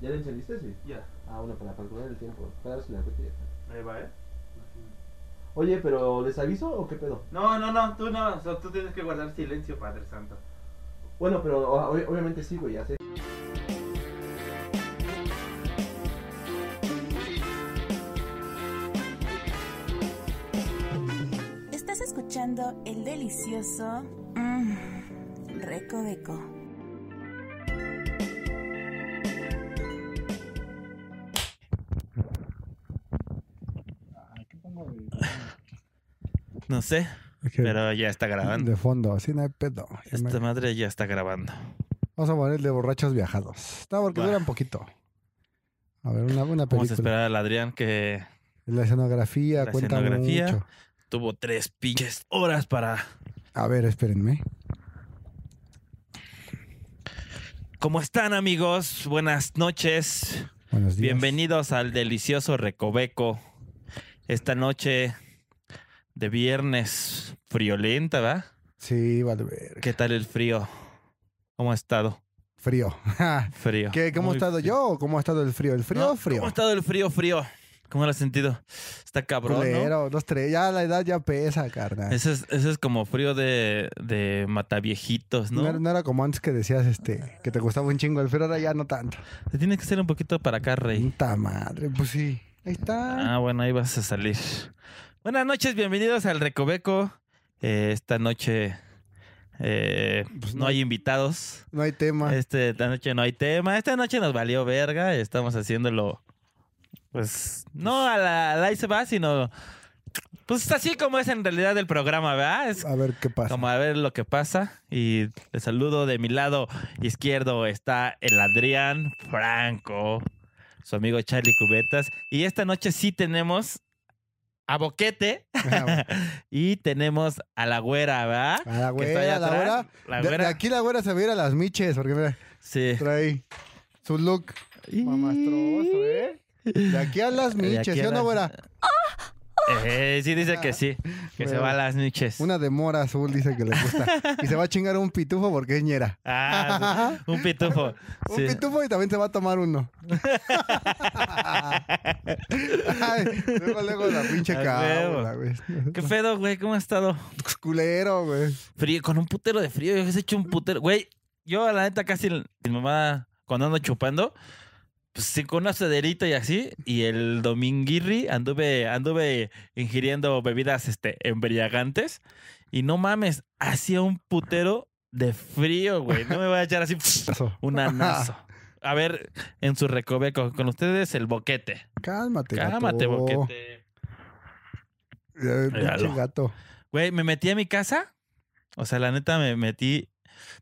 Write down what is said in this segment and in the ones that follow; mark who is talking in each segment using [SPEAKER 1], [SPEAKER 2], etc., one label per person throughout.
[SPEAKER 1] ¿Ya la encendiste, sí?
[SPEAKER 2] Ya.
[SPEAKER 1] Ah, bueno, para calcular el tiempo. Para ver si la cuenta ya está.
[SPEAKER 2] Ahí va, ¿eh?
[SPEAKER 1] Oye, pero ¿les aviso o qué pedo?
[SPEAKER 2] No, no, no, tú no. o sea, tú tienes que guardar silencio, Padre Santo.
[SPEAKER 1] Bueno, pero o- ob- obviamente sí, güey, ya sé.
[SPEAKER 3] Estás escuchando el delicioso mmm, Recoveco.
[SPEAKER 4] Ay, ¿Qué pongo de,
[SPEAKER 5] No sé,
[SPEAKER 4] Ok,
[SPEAKER 5] pero ya está grabando. Este
[SPEAKER 4] de fondo? Así no hay pedo. Ya me-
[SPEAKER 5] Esta madre ya está grabando.
[SPEAKER 4] Vamos a poner el de borrachos viajados. No, porque
[SPEAKER 5] Va.
[SPEAKER 4] duran poquito. A ver, una, una
[SPEAKER 5] Vamos a
[SPEAKER 4] película.
[SPEAKER 5] esperar al Adrián que
[SPEAKER 4] La escenografía
[SPEAKER 5] La
[SPEAKER 4] cuenta
[SPEAKER 5] escenografía.
[SPEAKER 4] mucho.
[SPEAKER 5] tuvo tres pinches horas para...
[SPEAKER 4] A ver, espérenme.
[SPEAKER 5] ¿Cómo están amigos? Buenas noches.
[SPEAKER 4] Buenos días.
[SPEAKER 5] Bienvenidos al delicioso Recoveco. Esta noche de viernes friolenta, ¿va?
[SPEAKER 4] Sí, vale ver.
[SPEAKER 5] ¿Qué tal el frío? ¿Cómo ha estado?
[SPEAKER 4] Frío.
[SPEAKER 5] Frío.
[SPEAKER 4] ¿Qué, ¿Cómo
[SPEAKER 5] Muy
[SPEAKER 4] ha estado
[SPEAKER 5] frío.
[SPEAKER 4] yo o cómo ha estado el frío? ¿El frío
[SPEAKER 5] No,
[SPEAKER 4] o frío?
[SPEAKER 5] ¿Cómo ha estado el frío, frío? ¿Cómo lo has sentido? Está cabrón, ¿no?
[SPEAKER 4] Culero, dos, tres. Ya la edad ya pesa, carnal.
[SPEAKER 5] Ese es, ese es como frío de, de mataviejitos,
[SPEAKER 4] ¿no?
[SPEAKER 5] ¿no?
[SPEAKER 4] era- no era como antes que decías este que te gustaba un chingo el frío, ahora ya no tanto.
[SPEAKER 5] Te tiene que ser un poquito para acá, rey.
[SPEAKER 4] Puta madre, pues sí. Ahí está.
[SPEAKER 5] Ah, bueno, ahí vas a salir. Buenas noches, bienvenidos al Recoveco. Eh, esta noche eh,
[SPEAKER 4] Pues
[SPEAKER 5] no
[SPEAKER 4] no.
[SPEAKER 5] hay invitados.
[SPEAKER 4] no hay tema.
[SPEAKER 5] Este, esta noche no hay tema. Esta noche nos valió verga. Estamos haciéndolo, pues, no a la, a la ahí se va, sino, pues así como es en realidad el programa, ¿verdad? Es
[SPEAKER 4] A ver qué pasa.
[SPEAKER 5] como a ver lo que pasa. Y les saludo de mi lado izquierdo está el Adrián Franco, su amigo Charlie Cubetas. Y esta noche sí tenemos a Boquete
[SPEAKER 4] Ajá.
[SPEAKER 5] y tenemos a la güera, ¿verdad?
[SPEAKER 4] A la
[SPEAKER 5] Que está allá
[SPEAKER 4] güera, la
[SPEAKER 5] atrás.
[SPEAKER 4] güera.
[SPEAKER 5] La
[SPEAKER 4] De,
[SPEAKER 5] güera.
[SPEAKER 4] de aquí la güera se va a ir a las miches, porque mira,
[SPEAKER 5] Sí.
[SPEAKER 4] trae su look mamastroso, ¿eh? De aquí a las
[SPEAKER 5] De
[SPEAKER 4] miches,
[SPEAKER 5] aquí a
[SPEAKER 4] ¿sí o no,
[SPEAKER 5] las-
[SPEAKER 4] güera?
[SPEAKER 5] Eh, sí, dice que sí. Que se
[SPEAKER 4] Bueno.
[SPEAKER 5] va a las noches.
[SPEAKER 4] Una de mora azul dice que le gusta. Y se va a chingar un pitufo porque es ñera.
[SPEAKER 5] Ah, sí. un pitufo.
[SPEAKER 4] Un
[SPEAKER 5] Sí.
[SPEAKER 4] pitufo y también se va a tomar uno. Ay, luego, luego la pinche
[SPEAKER 5] A huevo.
[SPEAKER 4] cámara, güey. Pues,
[SPEAKER 5] ¿Qué pedo, güey? ¿Cómo has estado?
[SPEAKER 4] Culero, güey.
[SPEAKER 5] Frío, con un putero de frío. Yo he hecho un putero. Güey, yo la neta casi mi mamá cuando ando chupando, pues sí, con una sederita y así. Y el dominguirri anduve, anduve ingiriendo bebidas este, embriagantes. Y no mames, hacía un putero de frío, güey. No me voy a echar así
[SPEAKER 4] Eso.
[SPEAKER 5] un anazo. A ver, en su recoveco, con ustedes el boquete.
[SPEAKER 4] Cálmate, gato.
[SPEAKER 5] Cálmate, boquete.
[SPEAKER 4] Eh, pinche
[SPEAKER 5] Míralo.
[SPEAKER 4] gato.
[SPEAKER 5] Güey, me metí a mi casa. O sea, la neta me metí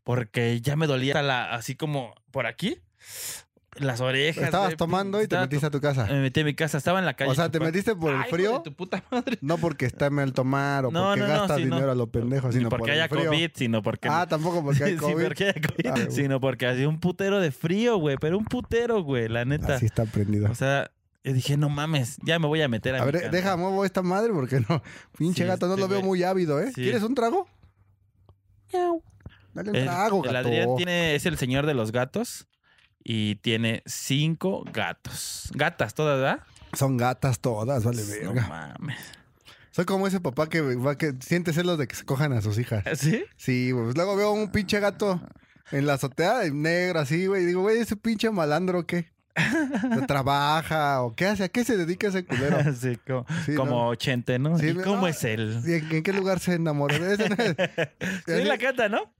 [SPEAKER 5] porque ya me dolía la, así como por aquí. Las orejas.
[SPEAKER 4] Estabas
[SPEAKER 5] güey.
[SPEAKER 4] tomando y te
[SPEAKER 5] Estaba
[SPEAKER 4] metiste a tu casa.
[SPEAKER 5] to- Me metí a mi casa, estaba en la calle.
[SPEAKER 4] O sea, te
[SPEAKER 5] chupando.
[SPEAKER 4] metiste por el
[SPEAKER 5] Ay, hijo de
[SPEAKER 4] frío.
[SPEAKER 5] tu puta madre.
[SPEAKER 4] No porque está mal tomar o
[SPEAKER 5] No,
[SPEAKER 4] porque
[SPEAKER 5] no, no,
[SPEAKER 4] gastas
[SPEAKER 5] sí, no.
[SPEAKER 4] dinero a lo pendejo,
[SPEAKER 5] Ni
[SPEAKER 4] sino
[SPEAKER 5] porque
[SPEAKER 4] por el
[SPEAKER 5] haya
[SPEAKER 4] frío.
[SPEAKER 5] COVID, sino porque.
[SPEAKER 4] Ah, tampoco porque hay
[SPEAKER 5] Sí,
[SPEAKER 4] COVID.
[SPEAKER 5] porque haya COVID,
[SPEAKER 4] Ay, güey.
[SPEAKER 5] sino porque hacía un putero de frío, güey. Pero un putero, güey, la neta.
[SPEAKER 4] Así está prendido.
[SPEAKER 5] O sea, yo dije, no mames, ya me voy a meter a,
[SPEAKER 4] A
[SPEAKER 5] mi
[SPEAKER 4] ver,
[SPEAKER 5] casa.
[SPEAKER 4] deja, muevo esta madre porque no. Pinche
[SPEAKER 5] Sí,
[SPEAKER 4] gato, no
[SPEAKER 5] este
[SPEAKER 4] lo veo
[SPEAKER 5] güey.
[SPEAKER 4] muy ávido, ¿eh?
[SPEAKER 5] Sí.
[SPEAKER 4] ¿Quieres un trago?
[SPEAKER 5] Miau.
[SPEAKER 4] Dale un
[SPEAKER 5] El,
[SPEAKER 4] trago,
[SPEAKER 5] el
[SPEAKER 4] gato.
[SPEAKER 5] Adrián tiene, es el señor de los gatos y tiene cinco gatos. Gatas todas, ¿verdad?
[SPEAKER 4] Son gatas todas, vale
[SPEAKER 5] no
[SPEAKER 4] verga.
[SPEAKER 5] mames.
[SPEAKER 4] Soy como ese papá que, va que siente celos de que se cojan a sus hijas.
[SPEAKER 5] ¿Sí?
[SPEAKER 4] Sí, güey, pues luego veo un pinche gato en la azotea, de negro así, güey. y Digo, güey, ese pinche malandro, ¿qué? ¿No ¿Trabaja o qué hace? ¿A qué se dedica ese culero?
[SPEAKER 5] Sí, como,
[SPEAKER 4] Sí, ¿no?
[SPEAKER 5] como 80, ¿no?
[SPEAKER 4] Sí,
[SPEAKER 5] ¿Y
[SPEAKER 4] no,
[SPEAKER 5] cómo
[SPEAKER 4] no.
[SPEAKER 5] es él?
[SPEAKER 4] ¿Y ¿En, en qué lugar se enamoró? Ese no es-
[SPEAKER 5] Sí, la canta, ¿no?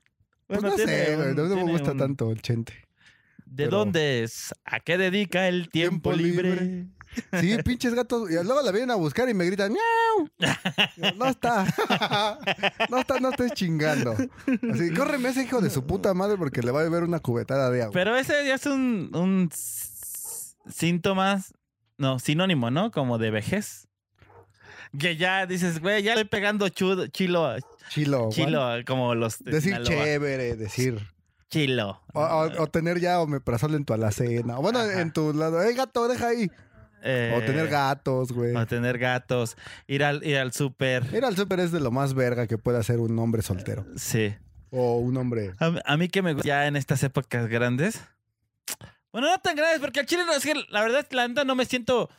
[SPEAKER 4] Pues
[SPEAKER 5] Bueno,
[SPEAKER 4] no
[SPEAKER 5] tiene
[SPEAKER 4] sé, güey,
[SPEAKER 5] un-
[SPEAKER 4] no, no me
[SPEAKER 5] tiene
[SPEAKER 4] gusta
[SPEAKER 5] un-
[SPEAKER 4] tanto el chente.
[SPEAKER 5] ¿De
[SPEAKER 4] pero-
[SPEAKER 5] dónde es? ¿A qué dedica el tiempo,
[SPEAKER 4] Tiempo libre.
[SPEAKER 5] libre?
[SPEAKER 4] Sí, pinches gatos. Y luego la vienen a buscar y me gritan, ¡miau! Yo, No está. No está, no estés chingando. Así, córreme a ese hijo de su puta madre porque le va a beber una cubetada de agua.
[SPEAKER 5] Pero ese ya es un, un s- síntoma, no, sinónimo, ¿no? Como de vejez. Que ya dices, güey, ya estoy pegando chudo, chilo,
[SPEAKER 4] chilo. güey.
[SPEAKER 5] chilo, como los de
[SPEAKER 4] Decir
[SPEAKER 5] Sinaloa.
[SPEAKER 4] chévere, decir.
[SPEAKER 5] Chilo.
[SPEAKER 4] O, o- o tener ya omeprazol en tu alacena. O bueno,
[SPEAKER 5] Ajá.
[SPEAKER 4] en tu lado. ¡Eh, gato, deja ahí!
[SPEAKER 5] Eh, Ah.
[SPEAKER 4] O tener gatos, güey.
[SPEAKER 5] O tener gatos. Ir al, ir al súper.
[SPEAKER 4] Ir al súper es de lo más verga que puede hacer un hombre soltero.
[SPEAKER 5] Sí.
[SPEAKER 4] O un hombre.
[SPEAKER 5] A, a mí que me gusta ya en estas épocas grandes. Bueno, no tan grandes, porque al chile no es que la verdad, es que la neta no me siento.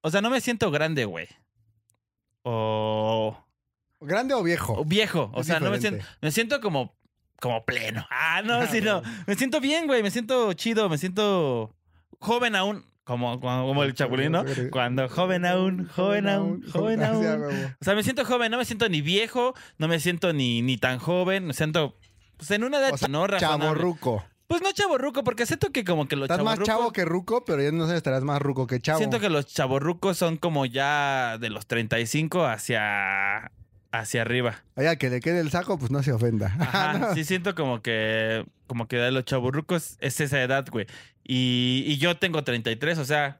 [SPEAKER 5] O sea, no me siento grande, güey. O,
[SPEAKER 4] ¿Grande o viejo?
[SPEAKER 5] o viejo. O
[SPEAKER 4] Oh. Es
[SPEAKER 5] sea, no me siento.
[SPEAKER 4] diferente.
[SPEAKER 5] Me siento como. Como pleno. Ah, no, sí, no. Me siento bien, güey. Me siento chido. Me siento joven aún. Como, como, como el chapulín, ¿no? Cuando joven aún, joven aún, joven
[SPEAKER 4] Ah, sí, a
[SPEAKER 5] aún.
[SPEAKER 4] huevo.
[SPEAKER 5] O sea, me siento joven, no me siento ni viejo, no me siento ni, ni tan joven, me siento pues en una edad
[SPEAKER 4] O sea,
[SPEAKER 5] no razonable.
[SPEAKER 4] Chavorruco.
[SPEAKER 5] Pues no chaborruco, porque siento que como que los
[SPEAKER 4] Estás más
[SPEAKER 5] chavorrucos
[SPEAKER 4] chavo que ruco, pero ya no sé, estarás más ruco que chavo.
[SPEAKER 5] siento que los chaborrucos son como ya de los 35 hacia hacia arriba.
[SPEAKER 4] Ay, al que le quede el saco, pues no se ofenda.
[SPEAKER 5] Ajá, sí siento como que como que de los chaborrucos es esa edad, güey. Y, y yo tengo 33, o sea,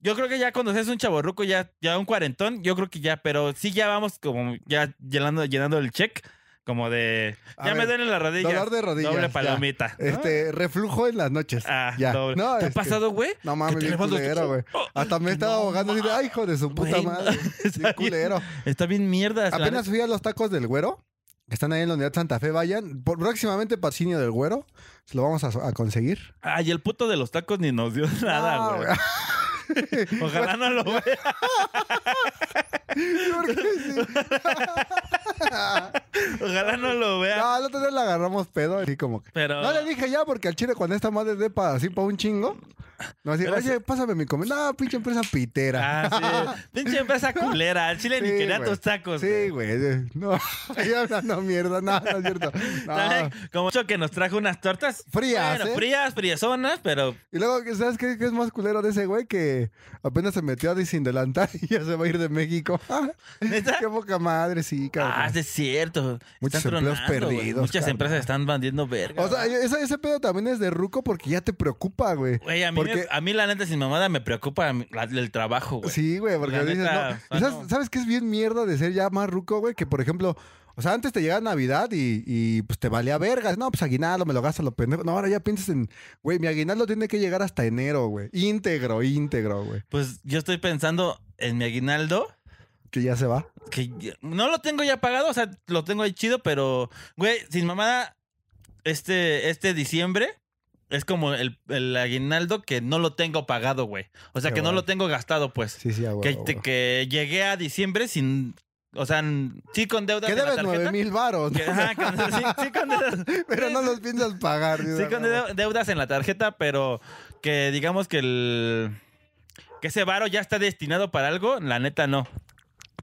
[SPEAKER 5] yo creo que ya cuando seas un chaborruco ya ya un cuarentón, yo creo que ya, pero sí ya vamos como ya llenando llenando el check como de
[SPEAKER 4] A
[SPEAKER 5] ya me
[SPEAKER 4] ver,
[SPEAKER 5] duele la rodilla.
[SPEAKER 4] Dolor de rodillas.
[SPEAKER 5] Doble
[SPEAKER 4] ya.
[SPEAKER 5] palomita. ¿no?
[SPEAKER 4] Este, reflujo en las noches.
[SPEAKER 5] Ah,
[SPEAKER 4] ya.
[SPEAKER 5] doble.
[SPEAKER 4] No,
[SPEAKER 5] ¿Te ha
[SPEAKER 4] este,
[SPEAKER 5] pasado, güey?
[SPEAKER 4] No
[SPEAKER 5] que
[SPEAKER 4] mames,
[SPEAKER 5] te
[SPEAKER 4] bien
[SPEAKER 5] levantas-
[SPEAKER 4] culero, güey. Hasta me estaba
[SPEAKER 5] no
[SPEAKER 4] ahogando así de, ay, hijo de su puta
[SPEAKER 5] Güey, no.
[SPEAKER 4] madre. Bien
[SPEAKER 5] Está bien-
[SPEAKER 4] culero.
[SPEAKER 5] Está bien mierda. la
[SPEAKER 4] Apenas
[SPEAKER 5] neta.
[SPEAKER 4] fui a los tacos del güero, que están ahí en la Unidad Santa Fe. Vayan, Por- próximamente patrocinio del güero. Se lo vamos a, a conseguir. Ah,
[SPEAKER 5] Ay, el puto de los tacos ni nos dio nada,
[SPEAKER 4] No,
[SPEAKER 5] güey. Ojalá no lo vea.
[SPEAKER 4] ¿Por qué sí?
[SPEAKER 5] Ojalá no lo vea.
[SPEAKER 4] no, el otro día le agarramos pedo así como que.
[SPEAKER 5] Pero.
[SPEAKER 4] No le dije ya porque al chile cuando esta madre de para así para un chingo. No así,
[SPEAKER 5] Pero
[SPEAKER 4] oye, pásame mi comida. No, pinche empresa pitera.
[SPEAKER 5] Ah, sí. Pinche empresa culera. Al chile ni
[SPEAKER 4] Sí,
[SPEAKER 5] quería
[SPEAKER 4] güey.
[SPEAKER 5] tus tacos.
[SPEAKER 4] Sí,
[SPEAKER 5] güey.
[SPEAKER 4] güey. No, ahí hablando mierda. No, no es cierto. No.
[SPEAKER 5] ¿Sabe? Como mucho que nos trajo unas tortas.
[SPEAKER 4] Frías,
[SPEAKER 5] Bueno,
[SPEAKER 4] ¿eh?
[SPEAKER 5] frías, friesonas, pero.
[SPEAKER 4] Y luego, ¿sabes qué, qué es más culero de ese güey? Que apenas se metió a sin delantal y ya se va a ir de México.
[SPEAKER 5] ¿Neta?
[SPEAKER 4] qué poca madre, sí, cabrón.
[SPEAKER 5] Ah, sí es cierto.
[SPEAKER 4] Muchos
[SPEAKER 5] Están
[SPEAKER 4] empleos
[SPEAKER 5] tronando, güey.
[SPEAKER 4] perdidos,
[SPEAKER 5] Muchas
[SPEAKER 4] cabrón.
[SPEAKER 5] empresas están vendiendo verga.
[SPEAKER 4] O sea, ese, ese pedo también es de ruco porque ya te preocupa, güey.
[SPEAKER 5] Güey, a mí, me-
[SPEAKER 4] porque-
[SPEAKER 5] a mí la neta sin mamada me preocupa la- el trabajo, güey.
[SPEAKER 4] Sí, güey, porque
[SPEAKER 5] La
[SPEAKER 4] dices,
[SPEAKER 5] neta,
[SPEAKER 4] no.
[SPEAKER 5] o sea,
[SPEAKER 4] ¿Y sabes,
[SPEAKER 5] no.
[SPEAKER 4] ¿Sabes qué es bien mierda de ser ya más ruco, güey? Que por ejemplo, o sea, antes te llegaba Navidad y, y, pues te valía vergas. No, pues aguinaldo, me lo gasto, lo pendejo. No, ahora ya piensas en, güey, mi aguinaldo tiene que llegar hasta enero, güey. Íntegro, íntegro, güey.
[SPEAKER 5] Pues yo estoy pensando en mi aguinaldo.
[SPEAKER 4] Que ya se va.
[SPEAKER 5] que ya- no lo tengo ya pagado, o sea, lo tengo ahí chido, pero, güey, sin mamada, este, este diciembre es como el, el aguinaldo que no lo tengo pagado, güey. O sea,
[SPEAKER 4] Qué
[SPEAKER 5] que no
[SPEAKER 4] bueno.
[SPEAKER 5] lo tengo gastado, pues.
[SPEAKER 4] Sí, sí, ya,
[SPEAKER 5] que,
[SPEAKER 4] güey.
[SPEAKER 5] te-
[SPEAKER 4] güey.
[SPEAKER 5] que llegué a diciembre sin, o sea, n- sí con deuda
[SPEAKER 4] Que
[SPEAKER 5] de la
[SPEAKER 4] debes
[SPEAKER 5] tarjeta.
[SPEAKER 4] 9 mil varos,
[SPEAKER 5] que- ajá, con- sí, sí con deudas,
[SPEAKER 4] pero no los piensas pagar.
[SPEAKER 5] sí con deu- deudas en la tarjeta, pero que digamos que el... Que ese varo ya está destinado para algo, la neta no.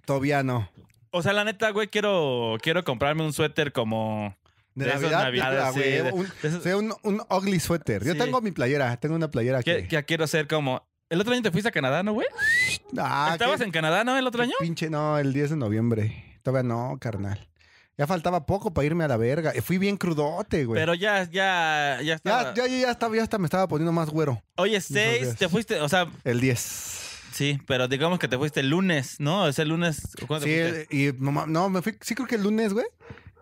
[SPEAKER 4] Tobiano.
[SPEAKER 5] O sea, la neta, güey, quiero, quiero comprarme un suéter como.
[SPEAKER 4] De,
[SPEAKER 5] De esos
[SPEAKER 4] Navidad,
[SPEAKER 5] navidades,
[SPEAKER 4] ah, güey,
[SPEAKER 5] sí, de-
[SPEAKER 4] un,
[SPEAKER 5] de esos-
[SPEAKER 4] sí, un, un ugly sweater. Yo
[SPEAKER 5] Sí.
[SPEAKER 4] tengo mi playera, tengo una playera aquí.
[SPEAKER 5] que, que quiero ser como. El otro año te fuiste a Canadá, ¿no, güey?
[SPEAKER 4] Ah,
[SPEAKER 5] ¿Estabas
[SPEAKER 4] qué-
[SPEAKER 5] en Canadá, no? El otro año.
[SPEAKER 4] Pinche, no, el 10 de noviembre. Todavía no, carnal. Ya faltaba poco para irme a la verga. Eh, Fui bien crudote, güey.
[SPEAKER 5] Pero ya, ya, ya estaba.
[SPEAKER 4] Ya, ya, ya, ya estaba, ya hasta me estaba poniendo más güero.
[SPEAKER 5] Hoy es
[SPEAKER 4] días.
[SPEAKER 5] 6, te fuiste, o sea,
[SPEAKER 4] El 10.
[SPEAKER 5] sí, pero digamos que te fuiste el lunes, ¿no? Ese lunes. ¿cuándo
[SPEAKER 4] Sí, eh,
[SPEAKER 5] te fuiste?
[SPEAKER 4] el- y no, ma- no, me fui, sí creo que el lunes, güey.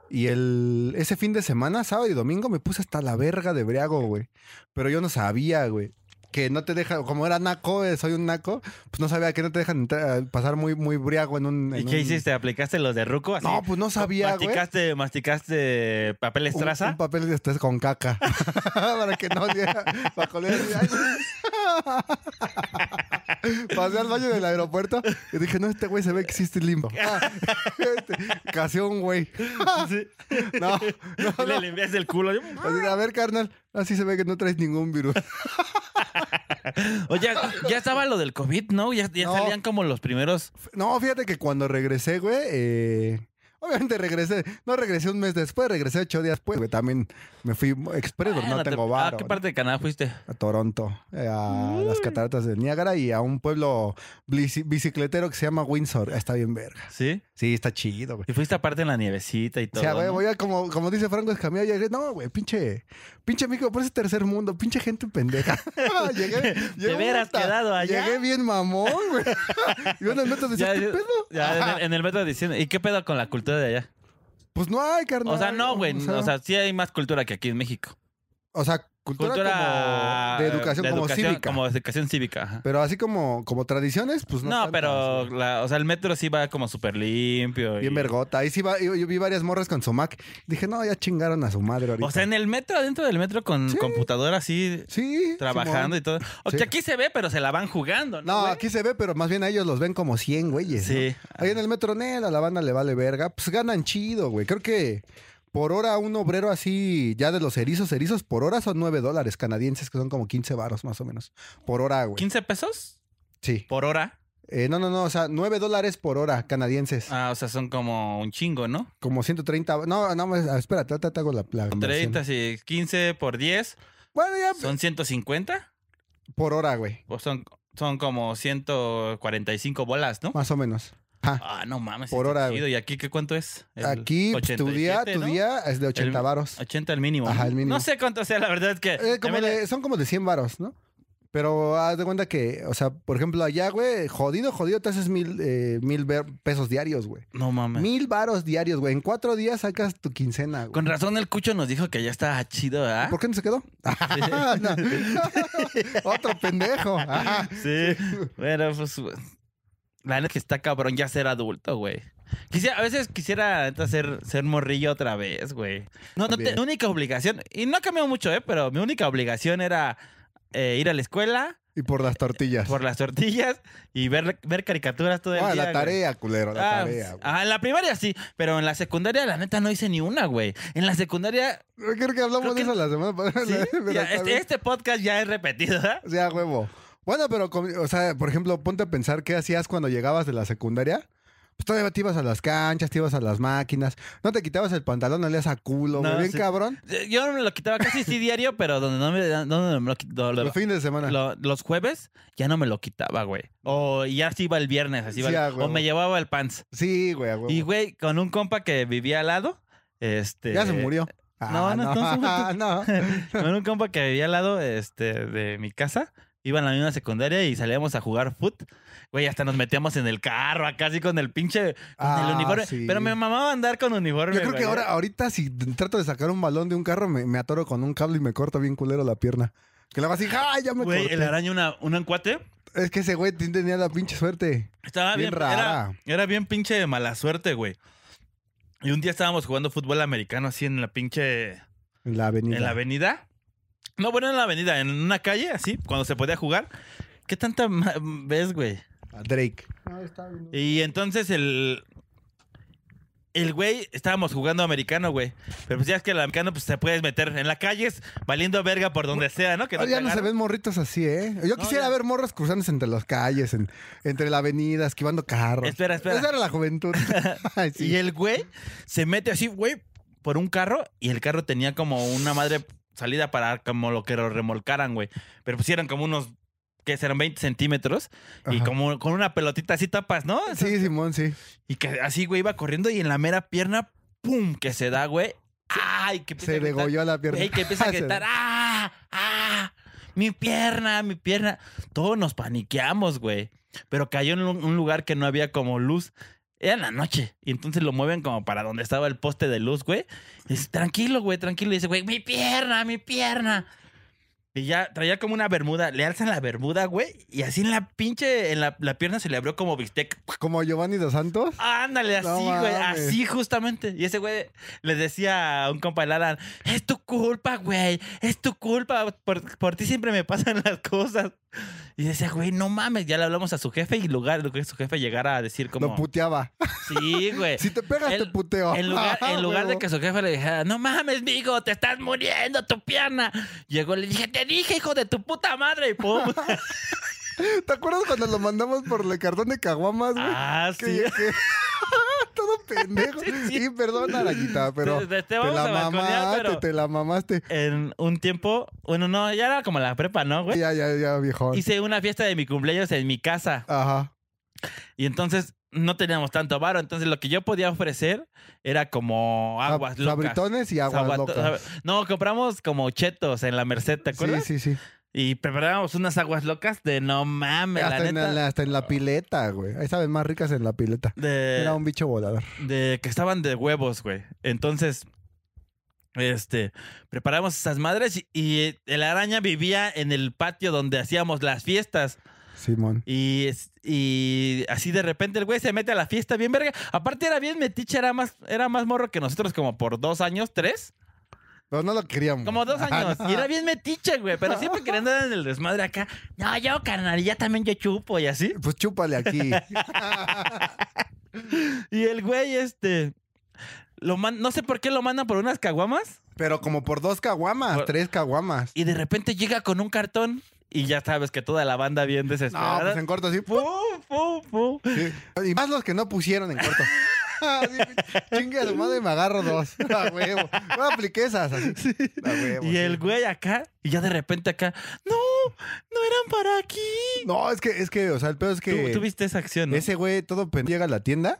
[SPEAKER 4] Y el, ese fin de semana, sábado y domingo, me puse hasta la verga de briago, güey. Pero yo no sabía, güey. Que no te deja, como era naco, eh, soy un naco, pues no sabía que no te dejan entrar- pasar muy, muy briago en un.
[SPEAKER 5] ¿Y
[SPEAKER 4] en
[SPEAKER 5] qué
[SPEAKER 4] un-
[SPEAKER 5] hiciste? ¿Aplicaste los de Ruco? Así,
[SPEAKER 4] No, pues no sabía, güey.
[SPEAKER 5] ¿Masticaste, masticaste papel
[SPEAKER 4] Un,
[SPEAKER 5] estraza?
[SPEAKER 4] un papel de estrés con caca. para que no diera. Para coler así, ay, no. Pasé al baño del aeropuerto y dije, no, este güey se ve que existe limbo. Ah, este, casi un güey.
[SPEAKER 5] Sí.
[SPEAKER 4] No,
[SPEAKER 5] Y Le limpiaste el culo.
[SPEAKER 4] Así, a ver, carnal, así se ve que no traes ningún virus.
[SPEAKER 5] Oye, ya estaba lo del COVID, ¿no? Ya, ya
[SPEAKER 4] No.
[SPEAKER 5] salían como los primeros.
[SPEAKER 4] No, fíjate que cuando regresé, güey, eh, obviamente regresé, no regresé un mes después, regresé ocho días después, güey, también me fui expreso,
[SPEAKER 5] Bueno,
[SPEAKER 4] no
[SPEAKER 5] te- ah,
[SPEAKER 4] tengo
[SPEAKER 5] ¿A
[SPEAKER 4] varo.
[SPEAKER 5] qué parte de Canadá fuiste?
[SPEAKER 4] A Toronto, eh, a las cataratas del Niágara y a un pueblo blici- bicicletero que se llama Windsor. Ah, Está bien verga.
[SPEAKER 5] ¿Sí?
[SPEAKER 4] Sí, está chido, güey.
[SPEAKER 5] Y fuiste aparte en la nievecita y
[SPEAKER 4] O
[SPEAKER 5] todo.
[SPEAKER 4] sea, güey,
[SPEAKER 5] ¿no?
[SPEAKER 4] voy a, como, como dice Franco Escamilla, llegué, no, güey, pinche, pinche México, por ese tercer mundo, pinche gente pendeja. Ah, llegué, llegué,
[SPEAKER 5] hubieras
[SPEAKER 4] puta,
[SPEAKER 5] quedado allá?
[SPEAKER 4] Llegué bien mamón, güey. y uno en metro
[SPEAKER 5] Ya,
[SPEAKER 4] decía, ¿qué
[SPEAKER 5] ya-
[SPEAKER 4] pedo?
[SPEAKER 5] ya en, el, en el metro diciendo, ¿y qué pedo con la cultura de allá?
[SPEAKER 4] Pues no hay, carnal.
[SPEAKER 5] O sea, no, güey. O sea, sí hay más cultura que aquí en México.
[SPEAKER 4] o sea, Cultura,
[SPEAKER 5] Cultura
[SPEAKER 4] como de educación, como cívica.
[SPEAKER 5] Como educación cívica. ajá.
[SPEAKER 4] Pero así como, como tradiciones, pues no.
[SPEAKER 5] no,
[SPEAKER 4] tantas,
[SPEAKER 5] pero
[SPEAKER 4] güey.
[SPEAKER 5] la- o sea, el metro sí va como súper limpio. y-
[SPEAKER 4] Bien vergota. Ahí sí va, yo, yo vi varias morras con su Mac. Dije, no, ya chingaron a su madre ahorita.
[SPEAKER 5] O sea, en el metro, adentro del metro con
[SPEAKER 4] Sí.
[SPEAKER 5] computadora así
[SPEAKER 4] sí.
[SPEAKER 5] trabajando y todo. O
[SPEAKER 4] Sí.
[SPEAKER 5] sea, aquí se ve, pero se la van jugando,
[SPEAKER 4] Simón.
[SPEAKER 5] ¿no?
[SPEAKER 4] No,
[SPEAKER 5] güey?
[SPEAKER 4] aquí se ve, pero más bien a ellos los ven como 100 güeyes. ¿no?
[SPEAKER 5] Sí.
[SPEAKER 4] Ahí en el metro, nel, a la banda le vale verga. Pues ganan chido, güey. Creo que por hora un obrero así, ya de los erizos, erizos, por hora son 9 dólares canadienses, que son como 15 varos más o menos. Por hora, güey.
[SPEAKER 5] ¿15 pesos
[SPEAKER 4] Sí.
[SPEAKER 5] por hora?
[SPEAKER 4] Eh, no, no, no, o sea, 9 dólares por hora canadienses.
[SPEAKER 5] Ah, o sea, son como un chingo, ¿no?
[SPEAKER 4] Como 130. No, no, espera, te, te hago la plaga.
[SPEAKER 5] 30, sí, 15 por 10,
[SPEAKER 4] Bueno, ya
[SPEAKER 5] son 150.
[SPEAKER 4] por hora, güey.
[SPEAKER 5] O son, son como 145 bolas, ¿no?
[SPEAKER 4] Más o menos. Ajá.
[SPEAKER 5] Ah, no mames.
[SPEAKER 4] Por
[SPEAKER 5] está
[SPEAKER 4] hora,
[SPEAKER 5] chido. ¿Y aquí qué cuánto es? El
[SPEAKER 4] Aquí pues, tu día,
[SPEAKER 5] 87,
[SPEAKER 4] tu
[SPEAKER 5] ¿no?
[SPEAKER 4] día es de 80
[SPEAKER 5] El-
[SPEAKER 4] varos.
[SPEAKER 5] 80 al mínimo.
[SPEAKER 4] Ajá,
[SPEAKER 5] ¿no?
[SPEAKER 4] el mínimo.
[SPEAKER 5] No sé cuánto sea, la verdad es que.
[SPEAKER 4] Eh, como
[SPEAKER 5] también
[SPEAKER 4] de- son como de 100 varos, ¿no? Pero haz de cuenta que, o sea, por ejemplo, allá, güey, jodido, jodido, te haces mil, eh, mil ver- pesos diarios, güey.
[SPEAKER 5] le- No mames.
[SPEAKER 4] Mil varos diarios, güey. En cuatro días sacas tu quincena, güey.
[SPEAKER 5] Con razón el cucho nos dijo que ya está chido, ¿ah?
[SPEAKER 4] ¿Por qué no se quedó? No. Otro pendejo. Ajá.
[SPEAKER 5] Sí. Bueno, pues. La neta es que está cabrón ya ser adulto, güey. Quisiera, a veces quisiera neta, ser, ser morrillo otra vez, güey. No, no, te-
[SPEAKER 4] También.
[SPEAKER 5] mi única obligación, y no ha cambiado mucho, ¿eh? Pero mi única obligación era eh, ir a la escuela
[SPEAKER 4] Y por las tortillas.
[SPEAKER 5] por las tortillas y ver, ver caricaturas todo el
[SPEAKER 4] Ah,
[SPEAKER 5] día.
[SPEAKER 4] la
[SPEAKER 5] güey.
[SPEAKER 4] tarea, culero, la
[SPEAKER 5] Ah,
[SPEAKER 4] tarea. güey.
[SPEAKER 5] ah, en la primaria sí, pero en la secundaria la neta no hice ni una, güey. En la secundaria,
[SPEAKER 4] Creo que hablamos
[SPEAKER 5] Creo que-
[SPEAKER 4] de eso la semana pasada.
[SPEAKER 5] sí,
[SPEAKER 4] pero
[SPEAKER 5] ya,
[SPEAKER 4] está
[SPEAKER 5] este,
[SPEAKER 4] bien.
[SPEAKER 5] este podcast ya es repetido, ¿verdad?
[SPEAKER 4] O sea, huevo. Bueno, pero, com- o sea, por ejemplo, ponte a pensar qué hacías cuando llegabas de la secundaria. Pues todavía te ibas a las canchas, te ibas a las máquinas. No te quitabas el pantalón, no leas a culo, güey.
[SPEAKER 5] No,
[SPEAKER 4] Bien
[SPEAKER 5] sí.
[SPEAKER 4] cabrón.
[SPEAKER 5] Yo me lo quitaba casi sí diario, pero donde no me, donde me lo qui- do- lo-
[SPEAKER 4] Los fines de semana.
[SPEAKER 5] lo- los jueves ya no me lo quitaba, güey. O ya sí iba el viernes, así iba
[SPEAKER 4] Sí,
[SPEAKER 5] el-
[SPEAKER 4] a
[SPEAKER 5] o
[SPEAKER 4] huevo.
[SPEAKER 5] me llevaba el pants.
[SPEAKER 4] Sí, güey, a huevo.
[SPEAKER 5] Y güey, con un compa que vivía al lado, este
[SPEAKER 4] Ya se murió.
[SPEAKER 5] no,
[SPEAKER 4] Ah,
[SPEAKER 5] no, no se murió.
[SPEAKER 4] no.
[SPEAKER 5] con un compa que vivía al lado este de mi casa, iba en la misma secundaria y salíamos a jugar foot. Güey, hasta nos metíamos en el carro acá así con el pinche con
[SPEAKER 4] Ah,
[SPEAKER 5] el uniforme,
[SPEAKER 4] sí.
[SPEAKER 5] pero me mamaba andar con uniforme.
[SPEAKER 4] Yo creo
[SPEAKER 5] güey.
[SPEAKER 4] que ahora, ahorita, si trato de sacar un balón de un carro, me, me atoro con un cable y me corto bien culero la pierna. Que la vas así, ¡ay, ya me
[SPEAKER 5] Güey,
[SPEAKER 4] corté!
[SPEAKER 5] el araña una, una encuate.
[SPEAKER 4] Es que ese güey tenía la pinche suerte.
[SPEAKER 5] Estaba
[SPEAKER 4] Bien
[SPEAKER 5] bien,
[SPEAKER 4] rara.
[SPEAKER 5] Era, era bien pinche de mala suerte, güey. Y un día estábamos jugando fútbol americano así en la pinche.
[SPEAKER 4] En la avenida.
[SPEAKER 5] En la avenida. No, bueno, en la avenida, en una calle, así, cuando se podía jugar. ¿Qué tanta ma- ves, güey?
[SPEAKER 4] A Drake.
[SPEAKER 5] Y entonces el. El güey, estábamos jugando americano, güey. Pero pues ya es que el americano pues, se puedes meter en la calle, es valiendo verga por donde sea, ¿no? Que
[SPEAKER 4] Ahora Ah, ya
[SPEAKER 5] te
[SPEAKER 4] no se
[SPEAKER 5] agarren.
[SPEAKER 4] ven morritos así, ¿eh? Yo
[SPEAKER 5] No,
[SPEAKER 4] quisiera
[SPEAKER 5] ya.
[SPEAKER 4] ver morros cruzándose entre las calles, en- entre la avenida, esquivando carros.
[SPEAKER 5] Espera, espera.
[SPEAKER 4] Esa era la juventud. Ay, sí.
[SPEAKER 5] Y el güey se mete así, güey, por un carro y el carro tenía como una madre salida para como lo que lo remolcaran, güey. Pero pusieron como unos, que serán 20 centímetros y
[SPEAKER 4] Ajá.
[SPEAKER 5] como con una pelotita así tapas, ¿no?
[SPEAKER 4] Sí, Simón, sí.
[SPEAKER 5] Y que así, güey, iba corriendo y en la mera pierna, ¡pum! que se da, güey. ¡Ay! Que empieza a
[SPEAKER 4] Se
[SPEAKER 5] gritar.
[SPEAKER 4] degolló la pierna.
[SPEAKER 5] Güey, que empieza a
[SPEAKER 4] Se-
[SPEAKER 5] gritar, ¡ah! ¡ah! Mi pierna, mi pierna. Todos nos paniqueamos, güey. Pero cayó en un un lugar que no había como luz. Era en la noche. Y entonces lo mueven como para donde estaba el poste de luz, güey. Y dice, tranquilo, güey, tranquilo. Y dice, güey, mi pierna, mi pierna. Y ya traía como una bermuda. Le alzan la bermuda, güey. Y así en la pinche, en la, la pierna se le abrió como bistec.
[SPEAKER 4] Como Giovanni dos Santos.
[SPEAKER 5] Ah, Ándale, así,
[SPEAKER 4] No
[SPEAKER 5] güey,
[SPEAKER 4] mames.
[SPEAKER 5] así justamente. Y ese güey le decía a un compa, el Alan, es tu culpa, güey, es tu culpa, por, por ti siempre me pasan las cosas. Y decía, güey, no mames, ya le hablamos a su jefe y lugar de que su jefe llegara a decir
[SPEAKER 4] Lo
[SPEAKER 5] como,
[SPEAKER 4] puteaba.
[SPEAKER 5] sí, güey.
[SPEAKER 4] Si te pegas,
[SPEAKER 5] el-
[SPEAKER 4] te puteo.
[SPEAKER 5] En lugar,
[SPEAKER 4] Ah,
[SPEAKER 5] en lugar de
[SPEAKER 4] huevo.
[SPEAKER 5] que su jefe le dijera, no mames, migo, te estás muriendo tu pierna. Llegó, le dije, te dije, hijo de tu puta madre, y pum.
[SPEAKER 4] ¿Te acuerdas cuando lo mandamos por el cartón de caguamas, güey?
[SPEAKER 5] ah,
[SPEAKER 4] Que-
[SPEAKER 5] sí.
[SPEAKER 4] que- Todo pendejo.
[SPEAKER 5] Sí, sí.
[SPEAKER 4] Y perdón, Arañita, pero
[SPEAKER 5] Te- te- te
[SPEAKER 4] te
[SPEAKER 5] vamos
[SPEAKER 4] la
[SPEAKER 5] a balconear,
[SPEAKER 4] mamaste,
[SPEAKER 5] pero-
[SPEAKER 4] te la mamaste.
[SPEAKER 5] En un tiempo, bueno, no, ya era como la prepa, ¿no, güey?
[SPEAKER 4] Ya, ya, ya, viejo.
[SPEAKER 5] Hice una fiesta de mi cumpleaños en mi casa
[SPEAKER 4] Ajá.
[SPEAKER 5] y entonces no teníamos tanto varo, entonces lo que yo podía ofrecer era como aguas
[SPEAKER 4] Sab-
[SPEAKER 5] locas.
[SPEAKER 4] Sabritones y aguas
[SPEAKER 5] Sabato-
[SPEAKER 4] locas.
[SPEAKER 5] sab- No, compramos como chetos en la Merced, ¿te
[SPEAKER 4] Sí,
[SPEAKER 5] acuerdas?
[SPEAKER 4] sí, sí.
[SPEAKER 5] Y preparábamos unas aguas locas de no mames, la
[SPEAKER 4] Hasta en,
[SPEAKER 5] neta.
[SPEAKER 4] la, hasta en la pileta, güey. Ahí saben más ricas en la pileta. Era
[SPEAKER 5] De,
[SPEAKER 4] un bicho volador.
[SPEAKER 5] de que estaban de huevos, güey. Entonces, Este, preparamos esas madres y, y el araña vivía en el patio donde hacíamos las fiestas.
[SPEAKER 4] Simón.
[SPEAKER 5] Y, es- y así de repente el güey se mete a la fiesta bien verga. Aparte era bien metiche, era más, era más morro que nosotros como por dos años, tres.
[SPEAKER 4] Pero no lo queríamos.
[SPEAKER 5] Como dos años. Y era bien metiche, güey. Pero siempre quería andar en el desmadre acá. No, yo, carnal, y ya también yo chupo y así.
[SPEAKER 4] Pues chúpale aquí.
[SPEAKER 5] Y el güey, este... Lo man- no sé por qué lo mandan por unas caguamas.
[SPEAKER 4] Pero como por dos caguamas,
[SPEAKER 5] Por-
[SPEAKER 4] tres caguamas.
[SPEAKER 5] Y de repente llega con un cartón. Y ya sabes que toda la banda bien
[SPEAKER 4] No,
[SPEAKER 5] desesperada.
[SPEAKER 4] pues en corto, sí.
[SPEAKER 5] Pum, pum, pum.
[SPEAKER 4] Sí. Y más los que no pusieron en corto. Así, Chingue a su madre y me agarro dos. A huevo. Bueno, apliqué esas. Así. A huevo,
[SPEAKER 5] Y
[SPEAKER 4] sí.
[SPEAKER 5] el güey acá, y ya de repente acá, no, no eran para aquí.
[SPEAKER 4] No, es que, es que, o sea, el pedo es que.
[SPEAKER 5] Tú, tú viste esa acción, ¿no?
[SPEAKER 4] Ese güey todo pendejo llega a la tienda,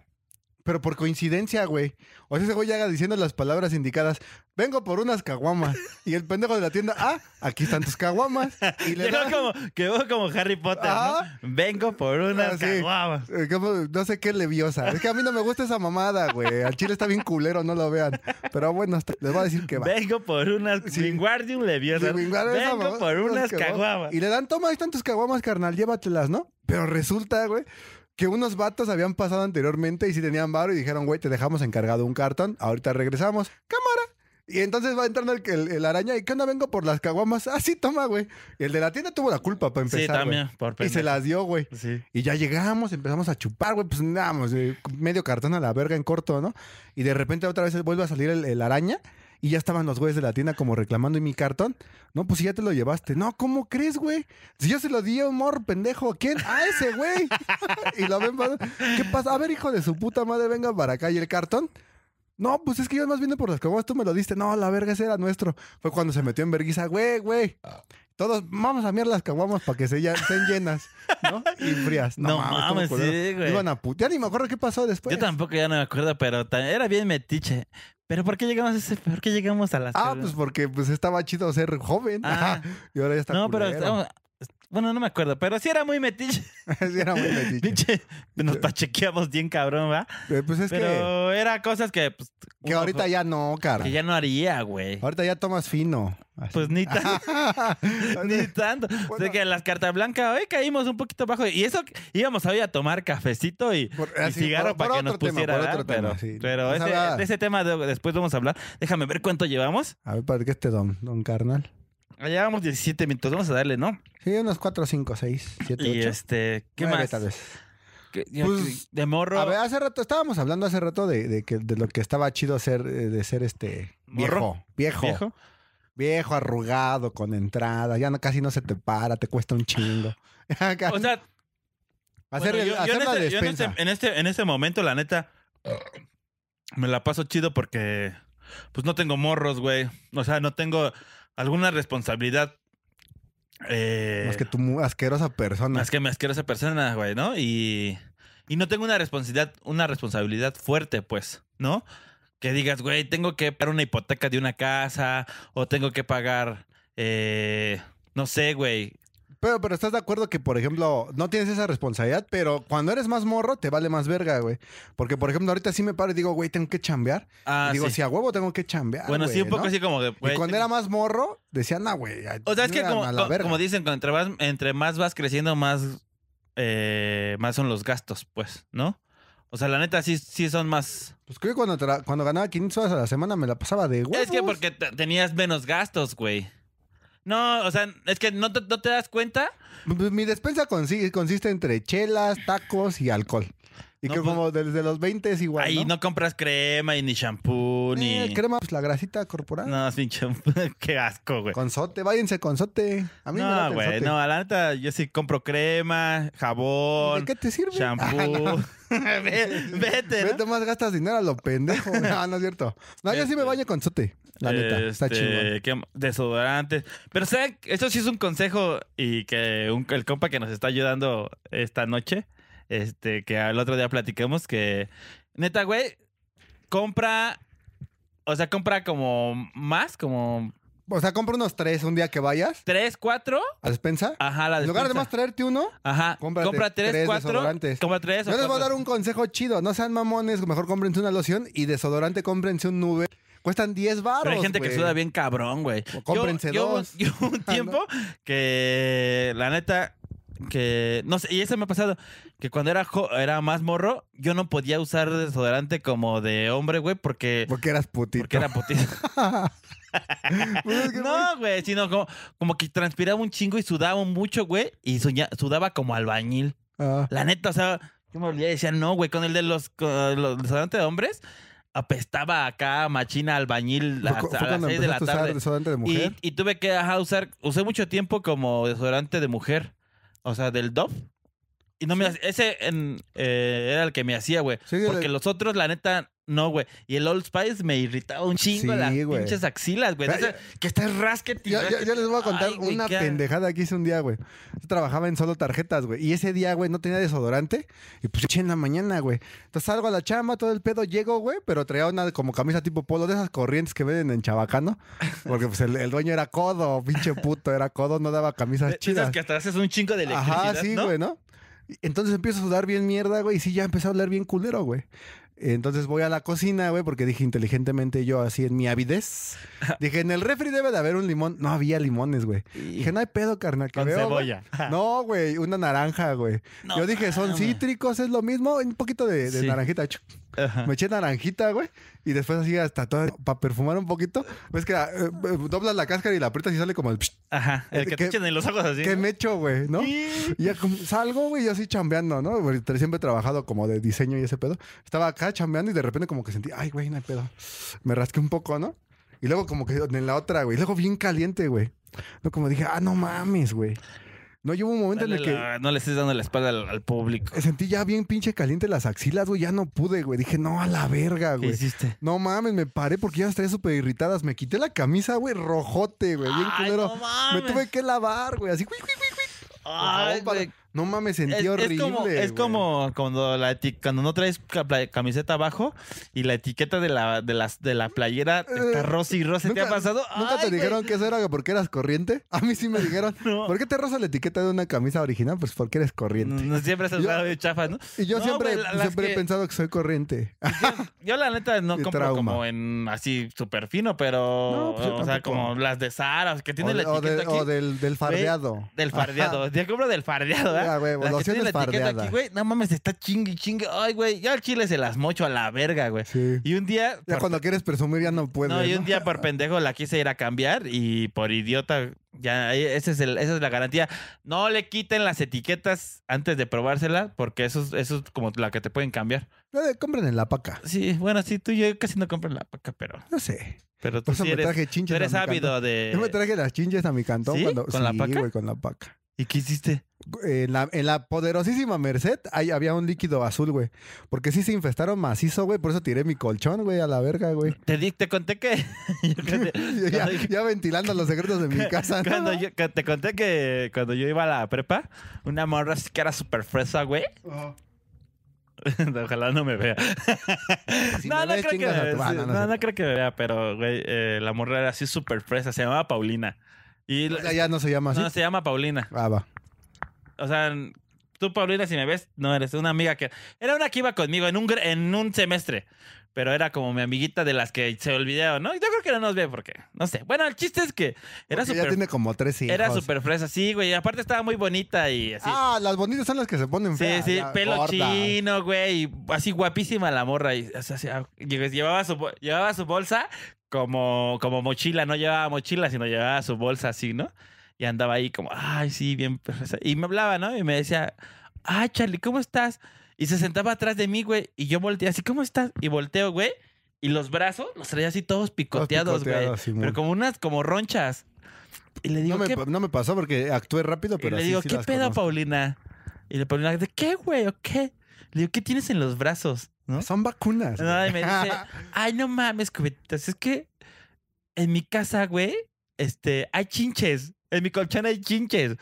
[SPEAKER 4] pero por coincidencia, güey. O sea, ese güey llega diciendo las palabras indicadas. Vengo por unas caguamas. Y el pendejo de la tienda, ah, aquí están tus caguamas. Y le
[SPEAKER 5] Llegó
[SPEAKER 4] da,
[SPEAKER 5] como, quedó como Harry Potter,
[SPEAKER 4] Ajá.
[SPEAKER 5] ¿no? Vengo por unas
[SPEAKER 4] Ah, sí.
[SPEAKER 5] caguamas.
[SPEAKER 4] eh, como, no sé qué leviosa. Es que a mí no me gusta esa mamada, güey. Al chile está bien culero, no lo vean. Pero bueno, está- les voy a decir que va.
[SPEAKER 5] Vengo por unas
[SPEAKER 4] Sí.
[SPEAKER 5] Wingardium
[SPEAKER 4] Y
[SPEAKER 5] Leviosa.
[SPEAKER 4] le guindaron esa
[SPEAKER 5] Vengo
[SPEAKER 4] mamada,
[SPEAKER 5] por unas
[SPEAKER 4] unas
[SPEAKER 5] caguamas.
[SPEAKER 4] Y le dan, toma, ahí están tus caguamas, carnal, llévatelas, ¿no? Pero resulta, güey, que unos vatos habían pasado anteriormente y sí tenían varo y dijeron, güey, te dejamos encargado un cartón, ahorita regresamos, cámara. Y entonces va entrando el, el, el araña y, ¿qué onda? Vengo por las caguamas. Ah, sí, toma, güey. Y el de la tienda tuvo la culpa para empezar,
[SPEAKER 5] Sí,
[SPEAKER 4] güey.
[SPEAKER 5] también, por
[SPEAKER 4] Y se
[SPEAKER 5] pendejo.
[SPEAKER 4] las dio, güey.
[SPEAKER 5] Sí.
[SPEAKER 4] Y ya llegamos, empezamos a chupar, güey, pues andamos, eh, medio cartón a la verga en corto, ¿no? Y de repente otra vez vuelve a salir el, el araña y ya estaban los güeyes de la tienda como reclamando y mi cartón. No, pues si ya te lo llevaste. No, ¿cómo crees, güey? Si yo se lo di a un morro, pendejo. ¿A ¿Quién? A ese, güey. y lo ven, pa- ¿qué pasa? A ver, hijo de su puta madre, venga para acá. ¿Y el cartón? No, pues es que yo más viendo por las caguamas, tú me lo diste. No, la verga, ese era nuestro. Fue cuando se metió en verguiza, güey, güey. Todos, vamos a mirar las caguamas para que se ya- estén llenas, ¿no? Y frías. No,
[SPEAKER 5] No
[SPEAKER 4] mames,
[SPEAKER 5] mames,
[SPEAKER 4] estuvo culero.
[SPEAKER 5] sí, güey.
[SPEAKER 4] Iban a putear, ni me acuerdo qué pasó después.
[SPEAKER 5] Yo tampoco ya no me acuerdo, pero ta- era bien metiche. Pero ¿por qué llegamos a ese? ¿Por qué llegamos a las
[SPEAKER 4] Ah,
[SPEAKER 5] caguamas?
[SPEAKER 4] pues porque pues estaba chido ser joven.
[SPEAKER 5] Ah.
[SPEAKER 4] y ahora ya está
[SPEAKER 5] No, pero
[SPEAKER 4] culero.
[SPEAKER 5] estamos- bueno, no me acuerdo, pero sí era muy metiche.
[SPEAKER 4] Sí, era muy metiche.
[SPEAKER 5] Pinche, nos pachequeamos bien cabrón, ¿va?
[SPEAKER 4] Eh, Pues es que,
[SPEAKER 5] Pero era cosas que, pues,
[SPEAKER 4] que
[SPEAKER 5] uno-
[SPEAKER 4] ahorita ya no, cara.
[SPEAKER 5] que ya no haría, güey.
[SPEAKER 4] Ahorita ya tomas fino. Así.
[SPEAKER 5] Pues ni tan- ni tanto. O sea,
[SPEAKER 4] Bueno.
[SPEAKER 5] que en las cartas blancas hoy caímos un poquito bajo. Y eso que íbamos hoy a tomar cafecito y,
[SPEAKER 4] Por-
[SPEAKER 5] y
[SPEAKER 4] así,
[SPEAKER 5] cigarro
[SPEAKER 4] Ah, por-
[SPEAKER 5] para
[SPEAKER 4] por
[SPEAKER 5] que nos
[SPEAKER 4] otro tema,
[SPEAKER 5] pusiera.
[SPEAKER 4] por
[SPEAKER 5] ¿verdad?
[SPEAKER 4] otro
[SPEAKER 5] pero
[SPEAKER 4] tema, sí. Pues
[SPEAKER 5] pero
[SPEAKER 4] Vamos a
[SPEAKER 5] ese,
[SPEAKER 4] hablar.
[SPEAKER 5] de ese tema de- después vamos a hablar. Déjame ver cuánto llevamos.
[SPEAKER 4] A ver, ¿para qué este don, don carnal?
[SPEAKER 5] Ah, Llevamos 17 minutos. Vamos a darle, ¿no?
[SPEAKER 4] Sí, unos 4, 5, 6, 7,
[SPEAKER 5] Y
[SPEAKER 4] 8.
[SPEAKER 5] este, ¿qué más?
[SPEAKER 4] Tal vez.
[SPEAKER 5] ¿Qué- yo-
[SPEAKER 4] Pues,
[SPEAKER 5] de morro.
[SPEAKER 4] A ver, hace rato, estábamos hablando hace rato de, de que, de lo que estaba chido ser, eh, de ser este
[SPEAKER 5] Morro.
[SPEAKER 4] viejo, viejo, viejo,
[SPEAKER 5] viejo.
[SPEAKER 4] arrugado, con entrada, ya no, casi no se te para, te cuesta un chingo. Acá,
[SPEAKER 5] O sea,
[SPEAKER 4] hacer
[SPEAKER 5] Bueno,
[SPEAKER 4] el-
[SPEAKER 5] yo- yo
[SPEAKER 4] hacer
[SPEAKER 5] en
[SPEAKER 4] la
[SPEAKER 5] este- yo en
[SPEAKER 4] despensa.
[SPEAKER 5] este- en, este, en este momento, la neta, me la paso chido porque pues no tengo morros, güey. O sea, no tengo alguna responsabilidad. eh,
[SPEAKER 4] Más que tu mu- asquerosa persona.
[SPEAKER 5] más que me asquerosa persona, güey, ¿no? Y, y no tengo una responsabilidad, una responsabilidad fuerte, pues, ¿no? Que digas, güey, tengo que pagar una hipoteca de una casa o tengo que pagar, eh, no sé, güey.
[SPEAKER 4] Pero, pero estás de acuerdo que, por ejemplo, no tienes esa responsabilidad, pero cuando eres más morro, te vale más verga, güey. Porque, por ejemplo, ahorita sí me paro y digo, güey, tengo que chambear.
[SPEAKER 5] Ah,
[SPEAKER 4] y digo,
[SPEAKER 5] sí.
[SPEAKER 4] si a huevo tengo que chambear.
[SPEAKER 5] bueno, sí,
[SPEAKER 4] güey,
[SPEAKER 5] un poco
[SPEAKER 4] ¿no?
[SPEAKER 5] así como de,
[SPEAKER 4] y
[SPEAKER 5] güey, eh,
[SPEAKER 4] cuando era más morro, decía, no, güey.
[SPEAKER 5] O sea, es que
[SPEAKER 4] eran
[SPEAKER 5] como,
[SPEAKER 4] a la
[SPEAKER 5] co-
[SPEAKER 4] verga".
[SPEAKER 5] como dicen, cuando entre, vas- entre más vas creciendo, más, eh, más son los gastos, pues, ¿no? O sea, la neta, sí, sí son más...
[SPEAKER 4] Pues creo que cuando, tra- cuando ganaba 500 horas a la semana me la pasaba de huevos.
[SPEAKER 5] Es que porque te- tenías menos gastos, güey. No, o sea, es que no te, no te das cuenta.
[SPEAKER 4] Pues Mi despensa consi- consiste entre chelas, tacos y alcohol. Y
[SPEAKER 5] No,
[SPEAKER 4] que
[SPEAKER 5] pues-
[SPEAKER 4] como desde los 20 es igual,
[SPEAKER 5] ahí
[SPEAKER 4] Pues, ¿no?
[SPEAKER 5] no compras crema y ni shampoo,
[SPEAKER 4] Eh,
[SPEAKER 5] ni...
[SPEAKER 4] crema, pues la grasita corporal.
[SPEAKER 5] No, sin champú. Qué asco, güey.
[SPEAKER 4] Con sote, váyanse con sote. A mí me late
[SPEAKER 5] No,
[SPEAKER 4] el
[SPEAKER 5] güey,
[SPEAKER 4] sote.
[SPEAKER 5] no, la neta, yo sí compro crema,
[SPEAKER 4] ¿Y
[SPEAKER 5] jabón,
[SPEAKER 4] ¿De qué te sirve? Ah, no.
[SPEAKER 5] shampoo. Ve- Vete, ¿no?
[SPEAKER 4] Vete más gastas dinero a lo pendejo. No, no es cierto. No, yo sí me
[SPEAKER 5] Este-
[SPEAKER 4] baño con sote. La neta, está
[SPEAKER 5] Este,
[SPEAKER 4] chingón.
[SPEAKER 5] ¿qué- desodorantes. Pero, ¿saben? Esto sí es un consejo y que un- el compa que nos está ayudando esta noche, este, que al otro día platicamos, que neta, güey, compra, o sea, compra como más, como
[SPEAKER 4] O sea, compra unos tres un día que vayas
[SPEAKER 5] tres, cuatro.
[SPEAKER 4] a despensa.
[SPEAKER 5] Ajá, la
[SPEAKER 4] En lugar de
[SPEAKER 5] despensa.
[SPEAKER 4] más traerte uno,
[SPEAKER 5] Ajá,
[SPEAKER 4] cómprate
[SPEAKER 5] compra tres,
[SPEAKER 4] tres
[SPEAKER 5] cuatro.
[SPEAKER 4] desodorantes.
[SPEAKER 5] Compra tres. o
[SPEAKER 4] Yo les voy a
[SPEAKER 5] cuatro.
[SPEAKER 4] dar un consejo chido. No sean mamones, mejor cómprense una loción y desodorante cómprense un nube. Cuestan 10 baros.
[SPEAKER 5] Pero hay gente que suda bien cabrón, güey. Yo-
[SPEAKER 4] cómprense
[SPEAKER 5] yo, hubo-
[SPEAKER 4] dos.
[SPEAKER 5] Yo, hubo un tiempo que, la neta, que, no sé, y eso me ha pasado, que cuando era, jo- era más morro, yo no podía usar desodorante como de hombre, güey, porque,
[SPEAKER 4] Porque eras putito.
[SPEAKER 5] porque era putito.
[SPEAKER 4] Pues es que, güey,
[SPEAKER 5] no, güey, sino como, como que transpiraba un chingo y sudaba mucho, güey, y suña- sudaba como albañil.
[SPEAKER 4] ah,
[SPEAKER 5] La neta, o sea, yo me olvidé y decía, no, güey, con el de los, con los desodorantes de hombres, apestaba acá machina albañil a,
[SPEAKER 4] fue, cu-
[SPEAKER 5] a las
[SPEAKER 4] fue cuando
[SPEAKER 5] 6 de la
[SPEAKER 4] empezaste a usar
[SPEAKER 5] tarde.
[SPEAKER 4] desodorante de
[SPEAKER 5] Y-
[SPEAKER 4] mujer.
[SPEAKER 5] Y, tuve que ajá, usar, usé mucho tiempo como desodorante de mujer, o sea, del Dove. Y no me hacía- ese en- eh, era el que me hacía, güey.
[SPEAKER 4] Sí,
[SPEAKER 5] Porque
[SPEAKER 4] el-
[SPEAKER 5] los otros, la neta, no, güey. Y el Old Spice me irritaba un chingo
[SPEAKER 4] Sí,
[SPEAKER 5] las
[SPEAKER 4] güey.
[SPEAKER 5] pinches axilas, güey.
[SPEAKER 4] Ya-
[SPEAKER 5] Entonces, que estás rasquete. y
[SPEAKER 4] Yo, yo-
[SPEAKER 5] rasquete.
[SPEAKER 4] yo les voy a contar
[SPEAKER 5] Ay, güey,
[SPEAKER 4] una
[SPEAKER 5] qué-
[SPEAKER 4] pendejada que hice un día, güey. Yo trabajaba en solo tarjetas, güey. Y ese día, güey, no tenía desodorante. Y pues eché en la mañana, güey. Entonces salgo a la chamba, todo el pedo, llego, güey. Pero traía una como camisa tipo polo de esas corrientes que venden en Chabacano. Porque pues el, el dueño era codo, pinche puto, era codo, no daba camisas
[SPEAKER 5] De- de esas
[SPEAKER 4] chidas.
[SPEAKER 5] que hasta haces un chingo de electricidad,
[SPEAKER 4] Ajá, sí,
[SPEAKER 5] ¿no?
[SPEAKER 4] güey, ¿no? Y Entonces empiezo a sudar bien mierda, güey, y sí, ya empecé a hablar bien culero, güey. Entonces voy a la cocina, güey, porque dije inteligentemente yo así en mi avidez. Dije, en el refri debe de haber un limón. No había limones, güey. Dije, no hay pedo, carnal. que
[SPEAKER 5] Con
[SPEAKER 4] veo, güey.
[SPEAKER 5] cebolla.
[SPEAKER 4] No, güey, una naranja, güey.
[SPEAKER 5] No
[SPEAKER 4] yo dije, son
[SPEAKER 5] mames.
[SPEAKER 4] cítricos, es lo mismo. Un poquito de, de
[SPEAKER 5] Sí. Ah.
[SPEAKER 4] naranjita. Chuc.
[SPEAKER 5] Ajá.
[SPEAKER 4] Me eché naranjita, güey. Y después así hasta todo, para perfumar un poquito. Ves que eh, eh, doblas la cáscara y la aprietas y sale como el... psh,
[SPEAKER 5] Ajá, el que, te
[SPEAKER 4] Que-
[SPEAKER 5] echen en los ojos así.
[SPEAKER 4] que
[SPEAKER 5] ¿no?
[SPEAKER 4] me echo, güey, ¿no?
[SPEAKER 5] Sí.
[SPEAKER 4] Y ya como- salgo, güey, yo así chambeando, ¿no? Porque tra- Siempre he trabajado como de diseño y ese pedo. Estaba acá chambeando y de repente como que sentí, ay, güey, no hay pedo. Me rasqué un poco, ¿no? Y luego como que en la otra, güey. Y luego bien caliente, güey. No, como dije, ah, no mames, güey. No, yo hubo un momento
[SPEAKER 5] Dale
[SPEAKER 4] en el que
[SPEAKER 5] la- No le estés dando la espalda al, al público.
[SPEAKER 4] sentí ya bien pinche caliente las axilas, güey. Ya no pude, güey. Dije, no, a la verga,
[SPEAKER 5] ¿Qué
[SPEAKER 4] Ah, güey.
[SPEAKER 5] hiciste?
[SPEAKER 4] No mames, me paré porque ya las traía súper irritadas. Me quité la camisa, güey, rojote, güey. Bien
[SPEAKER 5] Ay,
[SPEAKER 4] culero.
[SPEAKER 5] no mames.
[SPEAKER 4] me tuve que lavar, güey. Así, güey, güey, güey.
[SPEAKER 5] Ay,
[SPEAKER 4] para-
[SPEAKER 5] güey.
[SPEAKER 4] No mames, sentí horrible.
[SPEAKER 5] como, es
[SPEAKER 4] güey.
[SPEAKER 5] como cuando, la eti- cuando no traes ca- pla- camiseta abajo y la etiqueta de la, de las de la playera está
[SPEAKER 4] Eh,
[SPEAKER 5] rosa y rosa. ¿Te ha pasado?
[SPEAKER 4] ¿Nunca
[SPEAKER 5] Ay,
[SPEAKER 4] te
[SPEAKER 5] güey.
[SPEAKER 4] dijeron que eso era porque eras corriente? A mí sí me dijeron.
[SPEAKER 5] No.
[SPEAKER 4] ¿Por qué te rosa la etiqueta de una camisa original? Pues porque eres corriente.
[SPEAKER 5] No, siempre se
[SPEAKER 4] Yo-
[SPEAKER 5] usaba de chafa, ¿no?
[SPEAKER 4] Y yo
[SPEAKER 5] No,
[SPEAKER 4] siempre,
[SPEAKER 5] güey, la- las
[SPEAKER 4] siempre he
[SPEAKER 5] que-
[SPEAKER 4] pensado que soy corriente.
[SPEAKER 5] Yo la neta no
[SPEAKER 4] De
[SPEAKER 5] compro
[SPEAKER 4] trauma.
[SPEAKER 5] como en así súper fino, pero
[SPEAKER 4] No, pues yo
[SPEAKER 5] o sea,
[SPEAKER 4] tampoco.
[SPEAKER 5] como las de Zara, que tiene
[SPEAKER 4] o,
[SPEAKER 5] la
[SPEAKER 4] de- o
[SPEAKER 5] etiqueta
[SPEAKER 4] de-
[SPEAKER 5] aquí.
[SPEAKER 4] o del, del fardeado.
[SPEAKER 5] Del fardeado.
[SPEAKER 4] Ajá.
[SPEAKER 5] Yo compro del fardeado, ¿verdad?
[SPEAKER 4] Ya, güey,
[SPEAKER 5] la que
[SPEAKER 4] loción
[SPEAKER 5] tiene la
[SPEAKER 4] es
[SPEAKER 5] etiqueta
[SPEAKER 4] fardeada.
[SPEAKER 5] aquí, güey. No mames, está chingue y chingue. Ay, güey, ya al chile se las mocho a la verga, güey.
[SPEAKER 4] Sí.
[SPEAKER 5] Y un día...
[SPEAKER 4] Ya
[SPEAKER 5] por-
[SPEAKER 4] cuando quieres presumir ya no puedes.
[SPEAKER 5] no, y
[SPEAKER 4] ¿no?
[SPEAKER 5] un día por pendejo la quise ir a cambiar y por idiota, ya, ese es el- esa es la garantía. No le quiten las etiquetas antes de probársela porque eso es, eso es como la que te pueden cambiar.
[SPEAKER 4] Eh, compren en la paca.
[SPEAKER 5] Sí, bueno, sí, tú y yo casi no compro la paca, pero,
[SPEAKER 4] No sé.
[SPEAKER 5] pero tú
[SPEAKER 4] Por eso
[SPEAKER 5] sí
[SPEAKER 4] me
[SPEAKER 5] eres,
[SPEAKER 4] traje
[SPEAKER 5] tú
[SPEAKER 4] chinches.
[SPEAKER 5] eres
[SPEAKER 4] a mi cantón.
[SPEAKER 5] ávido
[SPEAKER 4] Yo me
[SPEAKER 5] de...
[SPEAKER 4] traje las chinches a mi cantón.
[SPEAKER 5] ¿sí?
[SPEAKER 4] Cuando,
[SPEAKER 5] ¿Con la
[SPEAKER 4] sí,
[SPEAKER 5] paca?
[SPEAKER 4] güey, con la paca.
[SPEAKER 5] ¿Y qué hiciste?
[SPEAKER 4] En la, en la poderosísima Merced ahí había un líquido azul, güey. Porque sí se infestaron macizo, güey. Por eso tiré mi colchón, güey, a la verga, güey.
[SPEAKER 5] Te, di- te conté que... yo creo que-
[SPEAKER 4] ya,
[SPEAKER 5] cuando-
[SPEAKER 4] ya ventilando los secretos de mi casa. ¿no?
[SPEAKER 5] Cuando yo, que te conté que cuando yo iba a la prepa, una morra así que era súper fresa, güey. Ojalá no me vea.
[SPEAKER 4] Si
[SPEAKER 5] no,
[SPEAKER 4] me
[SPEAKER 5] no
[SPEAKER 4] ves,
[SPEAKER 5] creo que
[SPEAKER 4] chingas a tu-
[SPEAKER 5] sí,
[SPEAKER 4] Ah, no,
[SPEAKER 5] no,
[SPEAKER 4] no sé.
[SPEAKER 5] no creo que me vea, pero güey, eh, la morra era así súper fresa. Se llamaba Paulina. Y
[SPEAKER 4] O sea, ya no se llama así.
[SPEAKER 5] no, se llama Paulina.
[SPEAKER 4] Ah, va.
[SPEAKER 5] O sea, tú, Paulina, si me ves, no eres una amiga que. Era una que iba conmigo en un, gr- en un semestre. Pero era como mi amiguita de las que se olvidaron, ¿no? Yo creo que no nos ve porque. No sé. Bueno, el chiste es que era
[SPEAKER 4] Porque ya
[SPEAKER 5] súper
[SPEAKER 4] tiene como tres hijos.
[SPEAKER 5] Era súper fresa, sí, güey. Y aparte estaba muy bonita y así.
[SPEAKER 4] Ah, las bonitas son las que se ponen
[SPEAKER 5] sí,
[SPEAKER 4] feas,
[SPEAKER 5] sí,
[SPEAKER 4] ya,
[SPEAKER 5] pelo
[SPEAKER 4] gordas.
[SPEAKER 5] chino, güey. y Así guapísima la morra. Y, o sea, sí, ah, y llevaba, su, bo- llevaba su bolsa como, como mochila. No llevaba mochila, sino llevaba su bolsa así, ¿no? Y andaba ahí como, ay, sí, bien fresa. Y me hablaba, ¿no? Y me decía, ay, Charlie, ¿cómo estás? Y se sentaba atrás de mí, güey. Y yo volteé así, ¿cómo estás? Y volteo, güey. Y los brazos los traía así todos picoteados, güey.
[SPEAKER 4] picoteados, Simón.
[SPEAKER 5] Pero como unas, como ronchas. Y le digo,
[SPEAKER 4] No me,
[SPEAKER 5] "¿Qué
[SPEAKER 4] no me pasó porque actué rápido, pero
[SPEAKER 5] y le
[SPEAKER 4] sí,
[SPEAKER 5] digo,
[SPEAKER 4] sí
[SPEAKER 5] ¿qué
[SPEAKER 4] las
[SPEAKER 5] pedo,
[SPEAKER 4] conozco.
[SPEAKER 5] Paulina? Y le Paulina, ¿de qué, güey? ¿O qué? Le digo, ¿qué tienes en los brazos? ¿No?
[SPEAKER 4] Son vacunas.
[SPEAKER 5] No,
[SPEAKER 4] güey.
[SPEAKER 5] y me dice, ay, no mames, cubetas. Es que en mi casa, güey, este, hay chinches. en mi colchón hay chinches.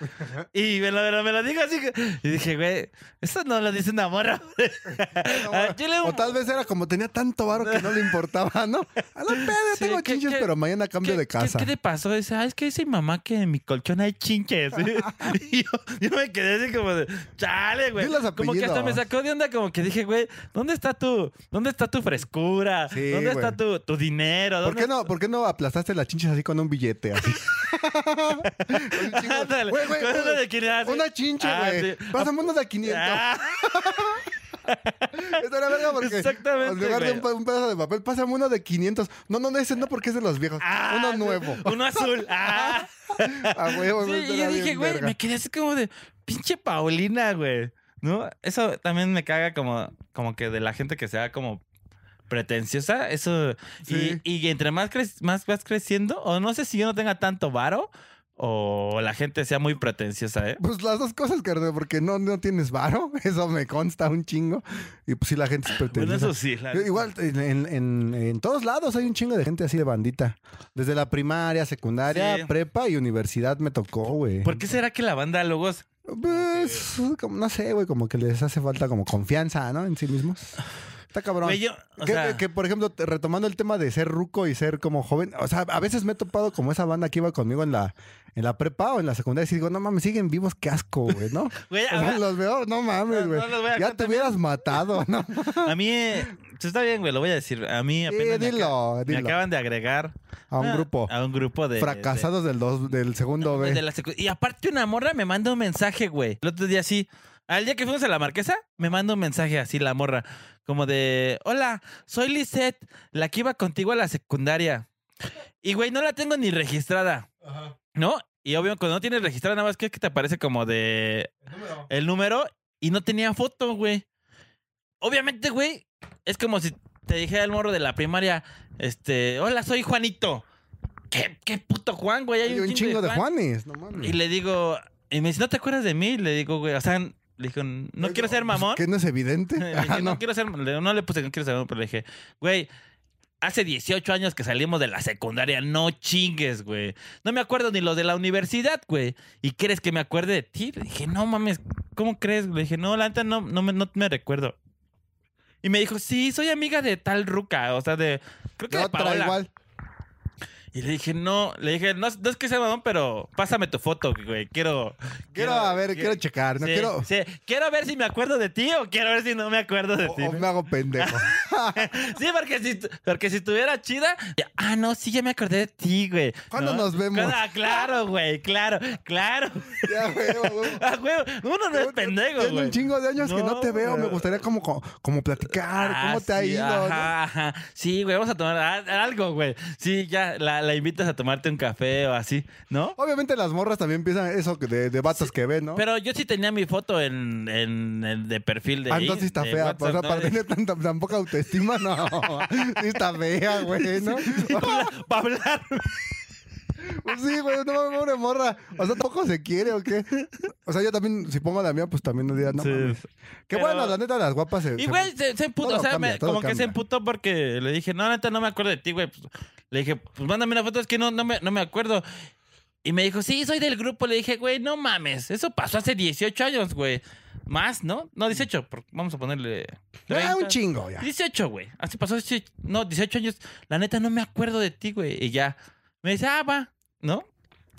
[SPEAKER 5] Y me lo, me lo- me lo dijo así. que- Y dije, güey, eso no lo dice una morra. Al chile,
[SPEAKER 4] O tal vez era como tenía tanto varo que no le importaba, ¿no? A la peda
[SPEAKER 5] Sí,
[SPEAKER 4] tengo
[SPEAKER 5] ¿qué-
[SPEAKER 4] chinches,
[SPEAKER 5] qué-
[SPEAKER 4] pero mañana cambio
[SPEAKER 5] ¿Qué,
[SPEAKER 4] de
[SPEAKER 5] qué-
[SPEAKER 4] casa.
[SPEAKER 5] ¿Qué, te pasó? Dice, ah, es que dice mi mamá que en mi colchón hay chinches. y yo, yo me quedé así como de, chale, güey.
[SPEAKER 4] Di los
[SPEAKER 5] Como que hasta me
[SPEAKER 4] apellidos.
[SPEAKER 5] sacó de onda, como que dije, güey, ¿dónde está tu, dónde está tu frescura?
[SPEAKER 4] Sí,
[SPEAKER 5] ¿Dónde está tu,
[SPEAKER 4] güey.
[SPEAKER 5] tu dinero?
[SPEAKER 4] ¿Por
[SPEAKER 5] ¿Dónde
[SPEAKER 4] qué, no, ¿Por qué no aplastaste las chinches así con un billete? Así? Un chingo-
[SPEAKER 5] Ándale,
[SPEAKER 4] Güey, güey,
[SPEAKER 5] con una de 500.
[SPEAKER 4] Una chinche,
[SPEAKER 5] Ah,
[SPEAKER 4] güey.
[SPEAKER 5] sí.
[SPEAKER 4] Pásame una de 500.
[SPEAKER 5] Ah,
[SPEAKER 4] Esta era verga porque.
[SPEAKER 5] Exactamente,
[SPEAKER 4] En lugar de
[SPEAKER 5] güey.
[SPEAKER 4] un, pe- un pedazo de papel, pásame uno de 500. No, no, no, ese no porque es de los viejos.
[SPEAKER 5] ah,
[SPEAKER 4] uno nuevo.
[SPEAKER 5] Uno azul. Ah.
[SPEAKER 4] A huevo,
[SPEAKER 5] Sí,
[SPEAKER 4] güey,
[SPEAKER 5] y
[SPEAKER 4] era
[SPEAKER 5] yo dije,
[SPEAKER 4] bien
[SPEAKER 5] güey,
[SPEAKER 4] verga.
[SPEAKER 5] me quedé así como de pinche Paulina, güey. ¿No? Eso también me caga como, como que de la gente que sea como pretenciosa. Eso.
[SPEAKER 4] Sí.
[SPEAKER 5] Y, y entre más, cre- más vas creciendo, o no sé si yo no tenga tanto varo, o la gente sea muy pretenciosa, ¿eh?
[SPEAKER 4] Pues las dos cosas, carnal, porque no, no tienes varo, eso me consta un chingo. Y pues sí, la gente es
[SPEAKER 5] Bueno,
[SPEAKER 4] pretenciosa.
[SPEAKER 5] eso sí, la-
[SPEAKER 4] Yo Igual, en, en- en- en todos lados hay un chingo de gente así de bandita. Desde la primaria, secundaria,
[SPEAKER 5] Sí.
[SPEAKER 4] prepa y universidad me tocó, güey.
[SPEAKER 5] ¿Por qué será que la banda logos?
[SPEAKER 4] Pues, como- no sé, güey, como que les hace falta como confianza, ¿no? En sí mismos. Está cabrón.
[SPEAKER 5] Güey, yo- o
[SPEAKER 4] que,
[SPEAKER 5] sea,
[SPEAKER 4] que, por ejemplo, te- retomando el tema de ser ruco y ser como joven, o sea, a veces me he topado como esa banda que iba conmigo en la, en la prepa o en la secundaria y digo, no mames, siguen vivos, qué asco, güey, ¿no?
[SPEAKER 5] güey,
[SPEAKER 4] O sea,
[SPEAKER 5] ahora-
[SPEAKER 4] los veo, no mames,
[SPEAKER 5] No,
[SPEAKER 4] güey.
[SPEAKER 5] no los voy a
[SPEAKER 4] ya
[SPEAKER 5] contar.
[SPEAKER 4] te hubieras matado, ¿no?
[SPEAKER 5] a mí. eh, está bien, güey, lo voy a decir. A mí
[SPEAKER 4] Sí,
[SPEAKER 5] apenas. me acá-
[SPEAKER 4] dilo,
[SPEAKER 5] me
[SPEAKER 4] dilo.
[SPEAKER 5] acaban de agregar
[SPEAKER 4] A un
[SPEAKER 5] ah,
[SPEAKER 4] grupo.
[SPEAKER 5] A un grupo de. de-
[SPEAKER 4] Fracasados del, dos, del segundo
[SPEAKER 5] Pues,
[SPEAKER 4] B.
[SPEAKER 5] de la secu- y aparte una morra me manda un mensaje, güey. El otro día sí. Al día que fuimos a la marquesa, me manda un mensaje así la morra. Como de, hola, soy Lisette, la que iba contigo a la secundaria. Y, güey, no la tengo ni registrada. ¿No? Y obvio, cuando no tienes registrada, nada más que es que te aparece como de... El número. Y no tenía foto, güey. Obviamente, güey, es como si te dijera el morro de la primaria, este, hola, soy Juanito. ¿Qué, qué puto Juan, güey? Hay
[SPEAKER 4] Hay un chingo de Juanes, no mames.
[SPEAKER 5] y le digo, y me dice, ¿no te acuerdas de mí? Le digo, güey, o sea, le digo, no quiero ser mamón.
[SPEAKER 4] Que no es evidente.
[SPEAKER 5] Le
[SPEAKER 4] Ah,
[SPEAKER 5] dije, no.
[SPEAKER 4] pues, no.
[SPEAKER 5] quiero ser, le- no le puse que no quiero ser mamón, pero le dije, güey, hace 18 años que salimos de la secundaria, no chingues, güey. No me acuerdo ni los de la universidad, güey. ¿Y crees que me acuerde de ti? Le dije, no mames, ¿cómo crees? Le dije, no, la neta no, no, me, no me recuerdo. Y me dijo, sí, soy amiga de tal ruca, o sea, de, creo que
[SPEAKER 4] De
[SPEAKER 5] de
[SPEAKER 4] otra
[SPEAKER 5] Paola.
[SPEAKER 4] igual.
[SPEAKER 5] Y le dije, no, le dije, no, no es que sea mamón, pero pásame tu foto, güey. Quiero.
[SPEAKER 4] Quiero, a ver, quiero checar. No
[SPEAKER 5] sí,
[SPEAKER 4] quiero.
[SPEAKER 5] sí. Quiero ver si me acuerdo de ti o quiero ver si no me acuerdo de
[SPEAKER 4] o-
[SPEAKER 5] ti.
[SPEAKER 4] o me hago pendejo.
[SPEAKER 5] Sí, porque si, porque si estuviera chida. ya, Ah, no, sí, ya me acordé de ti, güey.
[SPEAKER 4] ¿Cuándo
[SPEAKER 5] ¿No?
[SPEAKER 4] nos vemos?
[SPEAKER 5] Ah, claro, güey, claro, claro.
[SPEAKER 4] Ya, güey, güey.
[SPEAKER 5] Ah, güey, uno no es pendejo,
[SPEAKER 4] Tengo
[SPEAKER 5] güey.
[SPEAKER 4] un chingo de años que no
[SPEAKER 5] No,
[SPEAKER 4] te veo. Me
[SPEAKER 5] güey.
[SPEAKER 4] gustaría como, co- como platicar,
[SPEAKER 5] Ah,
[SPEAKER 4] cómo te ha
[SPEAKER 5] sí,
[SPEAKER 4] ido. ¿no?
[SPEAKER 5] Ajá, ajá. Sí, güey, vamos a tomar a- algo, güey. Sí, ya la, la invitas a tomarte un café o así, ¿no?
[SPEAKER 4] Obviamente las morras también piensan eso que de, de vatos que ven, ¿no?
[SPEAKER 5] Pero yo sí tenía mi foto en, en, en- de perfil de.
[SPEAKER 4] Ah, entonces sí está
[SPEAKER 5] de
[SPEAKER 4] fea.
[SPEAKER 5] WhatsApp,
[SPEAKER 4] o sea,
[SPEAKER 5] ¿no?
[SPEAKER 4] para tener tanta, tan poca autoestima, no. Sí está fea, güey, ¿no?
[SPEAKER 5] Para hablar- para hablar.
[SPEAKER 4] Pues sí, güey, no mames, pobre morra. O sea, tampoco se quiere o qué. O sea, yo también, si pongo la mía, pues también no dirá, no
[SPEAKER 5] Sí.
[SPEAKER 4] mames. Qué
[SPEAKER 5] Pero-
[SPEAKER 4] bueno, la neta, las guapas se.
[SPEAKER 5] Y
[SPEAKER 4] se-
[SPEAKER 5] güey, se, se emputó.
[SPEAKER 4] Todo
[SPEAKER 5] O sea,
[SPEAKER 4] cambia,
[SPEAKER 5] me-
[SPEAKER 4] todo
[SPEAKER 5] como que se
[SPEAKER 4] cambia.
[SPEAKER 5] emputó porque le dije, no, neta, no me acuerdo de ti, güey. Pues, le dije, pues mándame una foto, es que no, no, me, no me acuerdo. Y me dijo, sí, soy del grupo. Le dije, güey, no mames. Eso pasó hace 18 años, güey. Más, ¿no? No, 18. por- vamos a ponerle.
[SPEAKER 4] Ah,
[SPEAKER 5] 30.
[SPEAKER 4] un chingo, ya.
[SPEAKER 5] 18, güey. Así pasó, 18 no, 18 años. La neta, no me acuerdo de ti, güey. Y ya. Me dice, ah, va, ¿no?